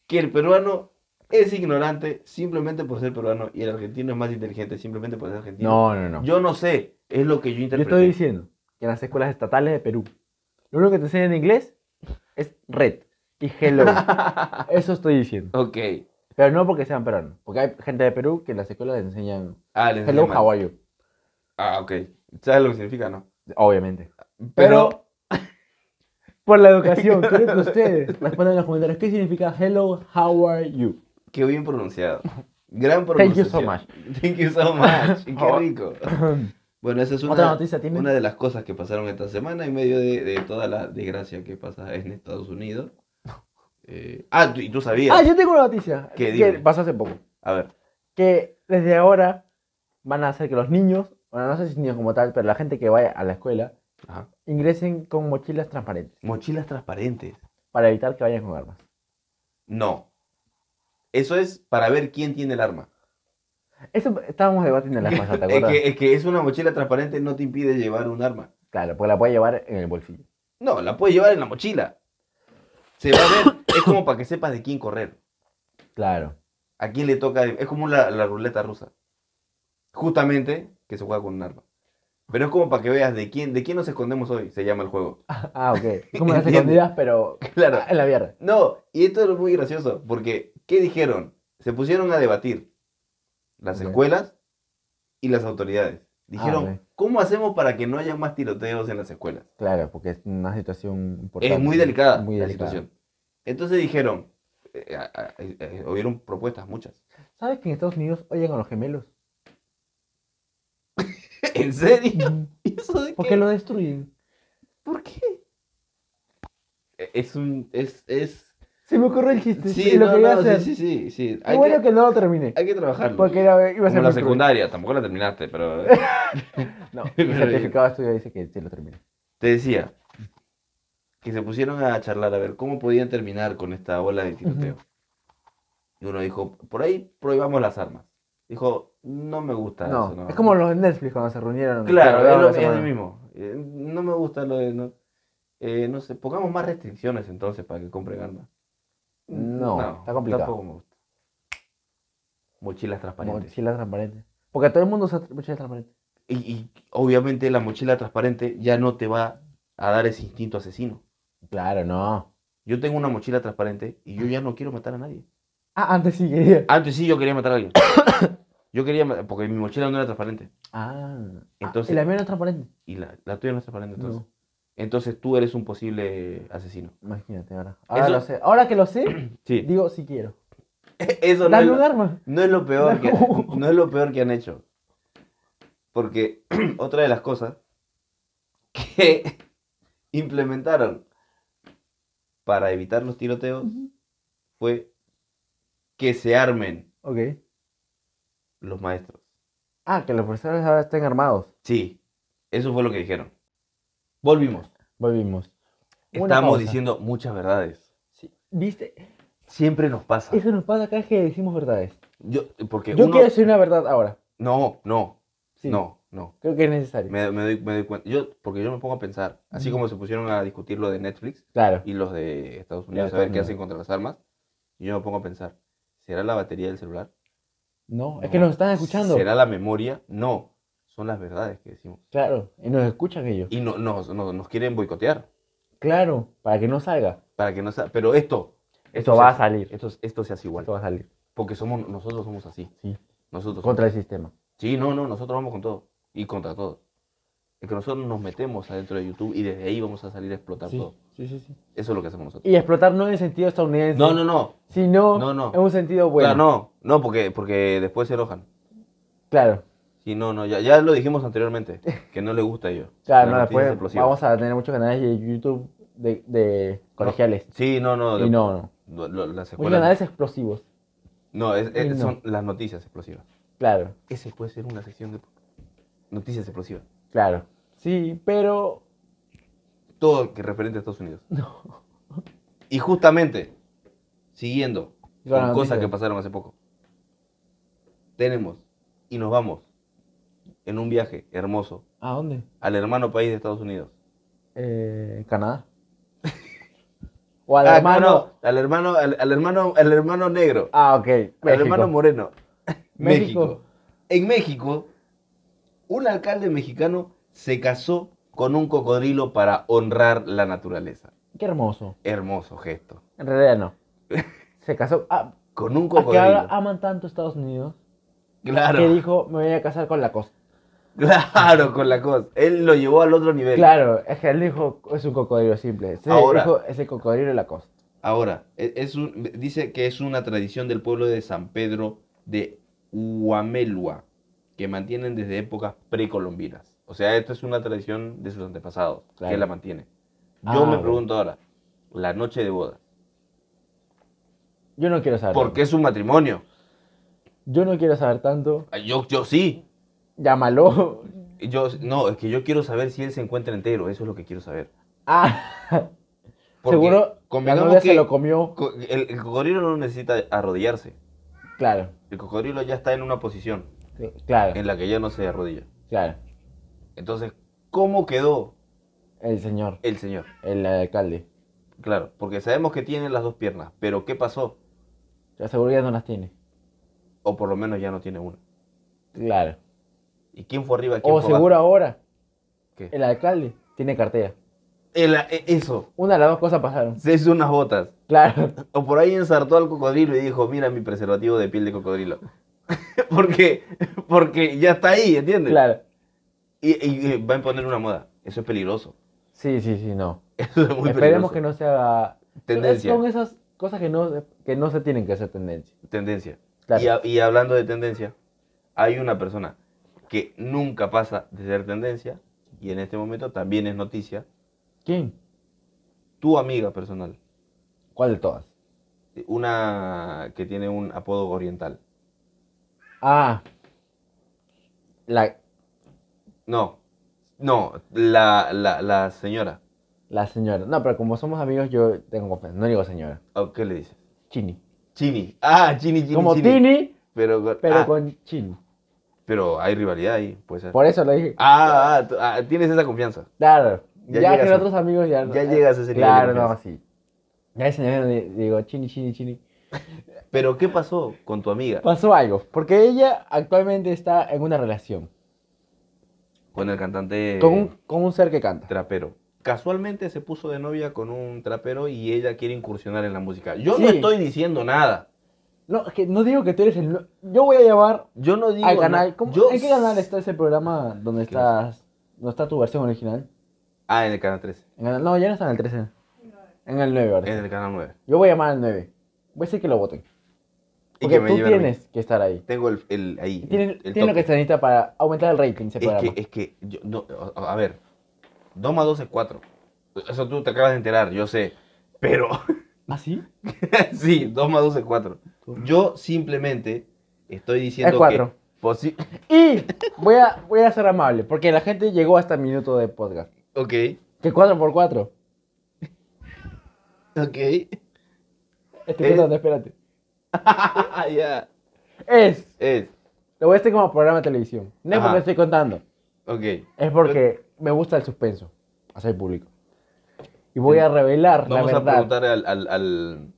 [SPEAKER 1] que el peruano es ignorante simplemente por ser peruano y el argentino es más inteligente simplemente por ser argentino.
[SPEAKER 2] No, no, no. Yo,
[SPEAKER 1] Yo no sé, es lo que yo interpreté.
[SPEAKER 2] estoy diciendo que en las escuelas estatales de Perú, lo único que te enseñan en inglés es red y hello. Eso estoy diciendo.
[SPEAKER 1] Ok.
[SPEAKER 2] Pero no porque sean peruanos. Porque hay gente de Perú que en las escuelas les enseñan
[SPEAKER 1] Ah, les
[SPEAKER 2] hello,
[SPEAKER 1] enseñé mal.
[SPEAKER 2] how are you.
[SPEAKER 1] Ah, ok. ¿Sabes lo que significa, no?
[SPEAKER 2] Obviamente. Pero por la educación, creo que ustedes respondan en los comentarios qué significa hello, how are you.
[SPEAKER 1] Qué bien pronunciado. Gran
[SPEAKER 2] Thank you
[SPEAKER 1] pronunciación.
[SPEAKER 2] so much.
[SPEAKER 1] Thank you so much. Qué
[SPEAKER 2] Oh.
[SPEAKER 1] rico. Bueno, esa es una,
[SPEAKER 2] Otra noticia, Timmy.
[SPEAKER 1] una de las cosas que pasaron esta semana en medio de, de toda la desgracia que pasa en Estados Unidos. Eh, ah, tú- y tú sabías.
[SPEAKER 2] Ah, yo tengo una noticia
[SPEAKER 1] ¿Qué,
[SPEAKER 2] que
[SPEAKER 1] dime?
[SPEAKER 2] pasó hace poco.
[SPEAKER 1] A ver,
[SPEAKER 2] Que desde ahora van a hacer que los niños, bueno, no sé si niños como tal, pero la gente que vaya a la escuela,
[SPEAKER 1] Ajá.
[SPEAKER 2] ingresen con mochilas transparentes
[SPEAKER 1] mochilas transparentes.
[SPEAKER 2] para evitar que vayan con armas.
[SPEAKER 1] No. Eso es para ver quién tiene el arma.
[SPEAKER 2] Eso estábamos debatiendo la pasada, ¿te
[SPEAKER 1] Es
[SPEAKER 2] acuerdas?
[SPEAKER 1] que, es que es una mochila transparente no te impide llevar un arma.
[SPEAKER 2] Claro, porque la puede llevar en el bolsillo.
[SPEAKER 1] No, la puedes llevar en la mochila. Se va a ver. es como para que sepas de quién correr.
[SPEAKER 2] Claro.
[SPEAKER 1] ¿A quién le toca? Es como la, la ruleta rusa. Justamente que se juega con un arma. Pero es como para que veas de quién, de quién nos escondemos hoy, se llama el juego.
[SPEAKER 2] Ah, ok. Como las
[SPEAKER 1] Entiendo.
[SPEAKER 2] escondidas, pero
[SPEAKER 1] Claro.
[SPEAKER 2] en la mierda.
[SPEAKER 1] No, y esto es muy gracioso, porque ¿qué dijeron? Se pusieron a debatir las
[SPEAKER 2] Ya.
[SPEAKER 1] escuelas y las autoridades. Dijeron,
[SPEAKER 2] Ah, ok.
[SPEAKER 1] ¿cómo hacemos para que no haya más tiroteos en las escuelas?
[SPEAKER 2] Claro, porque es una situación importante.
[SPEAKER 1] Es muy delicada
[SPEAKER 2] muy
[SPEAKER 1] la
[SPEAKER 2] delicada.
[SPEAKER 1] situación. Entonces dijeron, eh, a- a- eh, hubieron propuestas muchas.
[SPEAKER 2] ¿Sabes que en Estados Unidos oyen a los gemelos?
[SPEAKER 1] ¿En serio? ¿Y eso de
[SPEAKER 2] ¿Por
[SPEAKER 1] qué?
[SPEAKER 2] qué lo destruyen?
[SPEAKER 1] ¿Por qué? E, Es un. Es. es...
[SPEAKER 2] Se me ocurrió el chiste.
[SPEAKER 1] Sí,
[SPEAKER 2] y lo
[SPEAKER 1] no,
[SPEAKER 2] que iba a
[SPEAKER 1] no,
[SPEAKER 2] hacer.
[SPEAKER 1] sí, sí, sí, sí.
[SPEAKER 2] Qué
[SPEAKER 1] Hay,
[SPEAKER 2] bueno
[SPEAKER 1] que,
[SPEAKER 2] que no lo terminé.
[SPEAKER 1] hay que trabajarlo.
[SPEAKER 2] Porque era- iba a
[SPEAKER 1] Como
[SPEAKER 2] ser
[SPEAKER 1] la
[SPEAKER 2] muy cruel.
[SPEAKER 1] secundaria, tampoco la terminaste, pero.
[SPEAKER 2] No,
[SPEAKER 1] Pero
[SPEAKER 2] el certificado de estudio dice que sí lo terminé.
[SPEAKER 1] Te decía que se pusieron a charlar a ver cómo podían terminar con esta ola de tiroteo. Y uno dijo, por ahí prohibamos las armas. Dijo, no me gusta
[SPEAKER 2] No,
[SPEAKER 1] eso.
[SPEAKER 2] es como los de Netflix cuando se reunieron.
[SPEAKER 1] Claro,
[SPEAKER 2] Pero,
[SPEAKER 1] es lo,
[SPEAKER 2] no,
[SPEAKER 1] es lo
[SPEAKER 2] no.
[SPEAKER 1] mismo. Eh, No me gusta lo de. No, eh, no sé, pongamos más restricciones entonces para que compren armas.
[SPEAKER 2] No, está complicado.
[SPEAKER 1] Tampoco me gusta. Mochilas transparentes.
[SPEAKER 2] Mochila transparente. Porque todo el mundo usa mochila transparente.
[SPEAKER 1] y, y obviamente la mochila transparente ya no te va a dar ese instinto asesino.
[SPEAKER 2] Claro, no.
[SPEAKER 1] Yo tengo una mochila transparente y yo ya no quiero matar a nadie.
[SPEAKER 2] Ah, antes sí quería.
[SPEAKER 1] Antes sí yo quería matar a alguien. Yo quería ma- porque mi mochila no era transparente.
[SPEAKER 2] Ah,
[SPEAKER 1] Entonces-
[SPEAKER 2] entonces. y la mía no es transparente.
[SPEAKER 1] Y la, la tuya no es transparente entonces.
[SPEAKER 2] No.
[SPEAKER 1] Entonces tú eres un posible asesino.
[SPEAKER 2] Imagínate ahora. Ahora
[SPEAKER 1] Eso-
[SPEAKER 2] lo sé. Ahora que lo sé,
[SPEAKER 1] Sí.
[SPEAKER 2] digo si quiero.
[SPEAKER 1] Eso no es,
[SPEAKER 2] Dame un
[SPEAKER 1] lo,
[SPEAKER 2] arma.
[SPEAKER 1] no es lo peor que,
[SPEAKER 2] No.
[SPEAKER 1] no es lo peor que han hecho. Porque otra de las cosas que implementaron para evitar los tiroteos fue que se armen
[SPEAKER 2] Ok.
[SPEAKER 1] los maestros.
[SPEAKER 2] Ah, que los profesores ahora estén armados.
[SPEAKER 1] Sí, eso fue lo que dijeron. Volvimos.
[SPEAKER 2] Volvimos. Una
[SPEAKER 1] Estamos
[SPEAKER 2] pausa.
[SPEAKER 1] diciendo muchas verdades.
[SPEAKER 2] ¿Viste?
[SPEAKER 1] Siempre nos pasa.
[SPEAKER 2] Eso nos pasa acá que decimos verdades.
[SPEAKER 1] Yo, porque
[SPEAKER 2] Yo
[SPEAKER 1] Ah. uno...
[SPEAKER 2] quiero decir una verdad ahora.
[SPEAKER 1] No, no,
[SPEAKER 2] Sí.
[SPEAKER 1] no, no.
[SPEAKER 2] Creo que es necesario.
[SPEAKER 1] Me, me doy, me doy cuenta. Yo, porque yo me pongo a pensar, así
[SPEAKER 2] Ujú.
[SPEAKER 1] como se pusieron a discutir lo de Netflix
[SPEAKER 2] Claro.
[SPEAKER 1] y los de Estados Unidos, a
[SPEAKER 2] Estados
[SPEAKER 1] ver qué
[SPEAKER 2] Unidos.
[SPEAKER 1] hacen contra las armas, y yo me pongo a pensar, ¿será la batería del celular?
[SPEAKER 2] No, es
[SPEAKER 1] No.
[SPEAKER 2] que nos están escuchando.
[SPEAKER 1] ¿Será la memoria? No, son las verdades que decimos.
[SPEAKER 2] Claro. Y nos escuchan ellos.
[SPEAKER 1] Y no, nos- nos- nos quieren boicotear.
[SPEAKER 2] Claro. Para que no salga.
[SPEAKER 1] Para que no sea... Pero esto...
[SPEAKER 2] Esto
[SPEAKER 1] se
[SPEAKER 2] va a
[SPEAKER 1] hace-
[SPEAKER 2] salir.
[SPEAKER 1] Esto, esto se hace igual.
[SPEAKER 2] Esto va a salir.
[SPEAKER 1] Porque somos, nosotros somos así.
[SPEAKER 2] Sí.
[SPEAKER 1] Nosotros.
[SPEAKER 2] Contra el sistema.
[SPEAKER 1] Sí, no, no, nosotros vamos con todo. Y contra todo. Es que nosotros nos metemos adentro de YouTube y desde ahí vamos a salir a explotar
[SPEAKER 2] Sí.
[SPEAKER 1] todo.
[SPEAKER 2] sí, sí, sí.
[SPEAKER 1] Eso es lo que hacemos nosotros.
[SPEAKER 2] Y explotar no en el sentido estadounidense.
[SPEAKER 1] No, no, no.
[SPEAKER 2] Sino
[SPEAKER 1] No, no.
[SPEAKER 2] en un sentido bueno.
[SPEAKER 1] Claro, no, no, porque, porque después se enojan.
[SPEAKER 2] Claro,
[SPEAKER 1] Sí, no, no, ya, ya lo dijimos anteriormente, que no le gusta a ellos.
[SPEAKER 2] claro, no,
[SPEAKER 1] Las noticias
[SPEAKER 2] después
[SPEAKER 1] explosivas.
[SPEAKER 2] vamos a tener muchos canales de YouTube de, de colegiales.
[SPEAKER 1] Sí, no, no.
[SPEAKER 2] Y
[SPEAKER 1] de-
[SPEAKER 2] no, no.
[SPEAKER 1] lo- lo- las
[SPEAKER 2] Muchos
[SPEAKER 1] escuelas.
[SPEAKER 2] canales explosivos.
[SPEAKER 1] No, es- es-
[SPEAKER 2] Y no.
[SPEAKER 1] son las noticias explosivas.
[SPEAKER 2] Claro,
[SPEAKER 1] Ese puede ser una sección de noticias explosivas.
[SPEAKER 2] claro. Sí, pero.
[SPEAKER 1] Todo que referente a Estados Unidos. Y justamente, siguiendo
[SPEAKER 2] Con
[SPEAKER 1] con
[SPEAKER 2] las
[SPEAKER 1] cosas que
[SPEAKER 2] noticias.
[SPEAKER 1] pasaron hace poco, tenemos y nos vamos en un viaje hermoso
[SPEAKER 2] ¿A dónde?
[SPEAKER 1] al hermano país de Estados Unidos.
[SPEAKER 2] Eh, Canadá. O al
[SPEAKER 1] Ah,
[SPEAKER 2] hermano.
[SPEAKER 1] no, no, al hermano, al, al hermano, al hermano negro,
[SPEAKER 2] Ah, ok.
[SPEAKER 1] al hermano
[SPEAKER 2] México.
[SPEAKER 1] moreno.
[SPEAKER 2] México.
[SPEAKER 1] En México, un alcalde mexicano se casó con un cocodrilo para honrar la naturaleza.
[SPEAKER 2] Qué hermoso.
[SPEAKER 1] Hermoso gesto.
[SPEAKER 2] En realidad no. Se casó. Ah,
[SPEAKER 1] Con un
[SPEAKER 2] es que ahora
[SPEAKER 1] cocodrilo.
[SPEAKER 2] aman tanto Estados Unidos que
[SPEAKER 1] Claro,
[SPEAKER 2] dijo me voy a casar con la costa.
[SPEAKER 1] claro, con la cosa. Él lo llevó al otro nivel.
[SPEAKER 2] Claro, es que él dijo es un cocodrilo simple. Se
[SPEAKER 1] Ahora.
[SPEAKER 2] dijo es el cocodrilo de la costa.
[SPEAKER 1] Ahora, e- es un- dice que es una tradición del pueblo de San Pedro de Huamelua, que mantienen desde épocas precolombinas. O sea, esto es una tradición de sus antepasados,
[SPEAKER 2] Claro.
[SPEAKER 1] que la mantiene. Yo
[SPEAKER 2] Ah,
[SPEAKER 1] me
[SPEAKER 2] bueno.
[SPEAKER 1] pregunto ahora, la noche de boda,
[SPEAKER 2] Yo no quiero saber.
[SPEAKER 1] ¿por qué es un matrimonio?
[SPEAKER 2] Yo no quiero saber tanto.
[SPEAKER 1] Ah, Yo, yo sí.
[SPEAKER 2] Llámalo.
[SPEAKER 1] Yo, no, es que yo quiero saber si él se encuentra entero, eso es lo que quiero saber.
[SPEAKER 2] Ah,
[SPEAKER 1] Porque
[SPEAKER 2] seguro la
[SPEAKER 1] convengamos
[SPEAKER 2] novia
[SPEAKER 1] que
[SPEAKER 2] se lo comió.
[SPEAKER 1] co- el- el cocodrilo no necesita arrodillarse.
[SPEAKER 2] Claro,
[SPEAKER 1] El cocodrilo ya está en una posición
[SPEAKER 2] claro,
[SPEAKER 1] en la que ya no se arrodilla.
[SPEAKER 2] claro.
[SPEAKER 1] Entonces, ¿cómo quedó
[SPEAKER 2] El señor,
[SPEAKER 1] el señor?
[SPEAKER 2] el alcalde.
[SPEAKER 1] Claro, porque sabemos que tiene las dos piernas, pero ¿qué pasó?
[SPEAKER 2] La seguridad no las tiene.
[SPEAKER 1] O por lo menos ya no tiene una.
[SPEAKER 2] Claro.
[SPEAKER 1] ¿Y quién fue arriba? ¿Quién fue
[SPEAKER 2] O
[SPEAKER 1] abajo?
[SPEAKER 2] Oh, seguro ahora,
[SPEAKER 1] ¿Qué?
[SPEAKER 2] el alcalde tiene cartera.
[SPEAKER 1] El- e- eso,
[SPEAKER 2] Una de las dos cosas pasaron.
[SPEAKER 1] se hizo unas botas.
[SPEAKER 2] Claro.
[SPEAKER 1] O por ahí ensartó al cocodrilo y dijo, mira mi preservativo de piel de cocodrilo. porque, porque ya está ahí, ¿entiendes?
[SPEAKER 2] Claro.
[SPEAKER 1] Y, y- y va a imponer una moda. Eso es peligroso.
[SPEAKER 2] Sí, sí, sí, no.
[SPEAKER 1] Eso es muy peligroso.
[SPEAKER 2] Esperemos que no sea
[SPEAKER 1] Tendencia.
[SPEAKER 2] Son esas cosas que no, que no se tienen que hacer tendencia.
[SPEAKER 1] Tendencia.
[SPEAKER 2] Claro.
[SPEAKER 1] Y, a- y hablando de tendencia, hay una persona que nunca pasa de ser tendencia y en este momento también es noticia.
[SPEAKER 2] ¿Quién?
[SPEAKER 1] Tu amiga personal,
[SPEAKER 2] ¿Cuál de todas?
[SPEAKER 1] una que tiene un apodo oriental.
[SPEAKER 2] Ah. La,
[SPEAKER 1] No, no, la, la, la señora.
[SPEAKER 2] la señora. No, pero como somos amigos, yo tengo confianza. No digo señora.
[SPEAKER 1] ¿O oh, ¿Qué le dices?
[SPEAKER 2] Chini.
[SPEAKER 1] Chini. Ah, Chini, Chini.
[SPEAKER 2] como
[SPEAKER 1] Chini.
[SPEAKER 2] Tini,
[SPEAKER 1] Pero, con-
[SPEAKER 2] pero
[SPEAKER 1] ah,
[SPEAKER 2] con Chini.
[SPEAKER 1] pero hay rivalidad ahí, puede ser.
[SPEAKER 2] Por eso le dije.
[SPEAKER 1] Ah, ah, tú- ah, tienes esa confianza.
[SPEAKER 2] Claro.
[SPEAKER 1] Ya
[SPEAKER 2] Ya,
[SPEAKER 1] llegas
[SPEAKER 2] que
[SPEAKER 1] a-
[SPEAKER 2] otros amigos ya.
[SPEAKER 1] ya llegas a ese nivel de
[SPEAKER 2] Claro, no,
[SPEAKER 1] confianza.
[SPEAKER 2] sí. Ya ese nivel le- le digo, chini, chini, chini.
[SPEAKER 1] Pero, ¿qué pasó con tu amiga?
[SPEAKER 2] Pasó algo. Porque ella actualmente está en una relación.
[SPEAKER 1] Con el cantante...
[SPEAKER 2] Con un, con un ser que canta.
[SPEAKER 1] trapero. Casualmente se puso de novia con un trapero y ella quiere incursionar en la música. Yo no
[SPEAKER 2] Sí.
[SPEAKER 1] estoy diciendo nada.
[SPEAKER 2] No, es que no digo que tú eres el. no- Yo voy a llamar
[SPEAKER 1] Yo no digo
[SPEAKER 2] al canal.
[SPEAKER 1] na-
[SPEAKER 2] ¿cómo-
[SPEAKER 1] yo-
[SPEAKER 2] ¿En qué canal está ese programa donde
[SPEAKER 1] ¿Qué no
[SPEAKER 2] estás. ¿No está tu versión original?
[SPEAKER 1] Ah, en el canal 13.
[SPEAKER 2] En el- no, ya no está en el 13.
[SPEAKER 3] No,
[SPEAKER 2] En el 9 ahora.
[SPEAKER 1] En
[SPEAKER 2] sí.
[SPEAKER 1] el canal 9.
[SPEAKER 2] Yo voy a llamar al 9. Voy a decir que lo voten.
[SPEAKER 1] Y
[SPEAKER 2] Porque
[SPEAKER 1] que me
[SPEAKER 2] tú
[SPEAKER 1] lleven a mí.
[SPEAKER 2] tienes que estar ahí.
[SPEAKER 1] Tengo el, el- ahí.
[SPEAKER 2] Tienes,
[SPEAKER 1] el
[SPEAKER 2] tienes lo
[SPEAKER 1] toque.
[SPEAKER 2] que se necesita para aumentar el rating de ese programa.
[SPEAKER 1] Es que, es que yo- no, a a ver, 2 más 2 es 4. Eso tú te acabas de enterar, yo sé. Pero,
[SPEAKER 2] ¿Ah, sí?
[SPEAKER 1] sí, 2 más 2 es 4. Yo simplemente estoy diciendo
[SPEAKER 2] Es cuatro.
[SPEAKER 1] que... posi-
[SPEAKER 2] Y voy a, voy a ser amable, porque la gente llegó hasta el minuto de podcast.
[SPEAKER 1] Ok,
[SPEAKER 2] Que 4x4.
[SPEAKER 1] ok.
[SPEAKER 2] Este,
[SPEAKER 1] ¿Eh?
[SPEAKER 2] espérate, espérate.
[SPEAKER 1] Ah, ya.
[SPEAKER 2] Es,
[SPEAKER 1] Es,
[SPEAKER 2] lo voy a hacer como programa de televisión. No es
[SPEAKER 1] Ajá.
[SPEAKER 2] porque estoy contando,
[SPEAKER 1] ok.
[SPEAKER 2] es porque me gusta el suspenso. Hacer público. Y voy a revelar
[SPEAKER 1] Vamos
[SPEAKER 2] la
[SPEAKER 1] a
[SPEAKER 2] verdad.
[SPEAKER 1] preguntar al, al, al,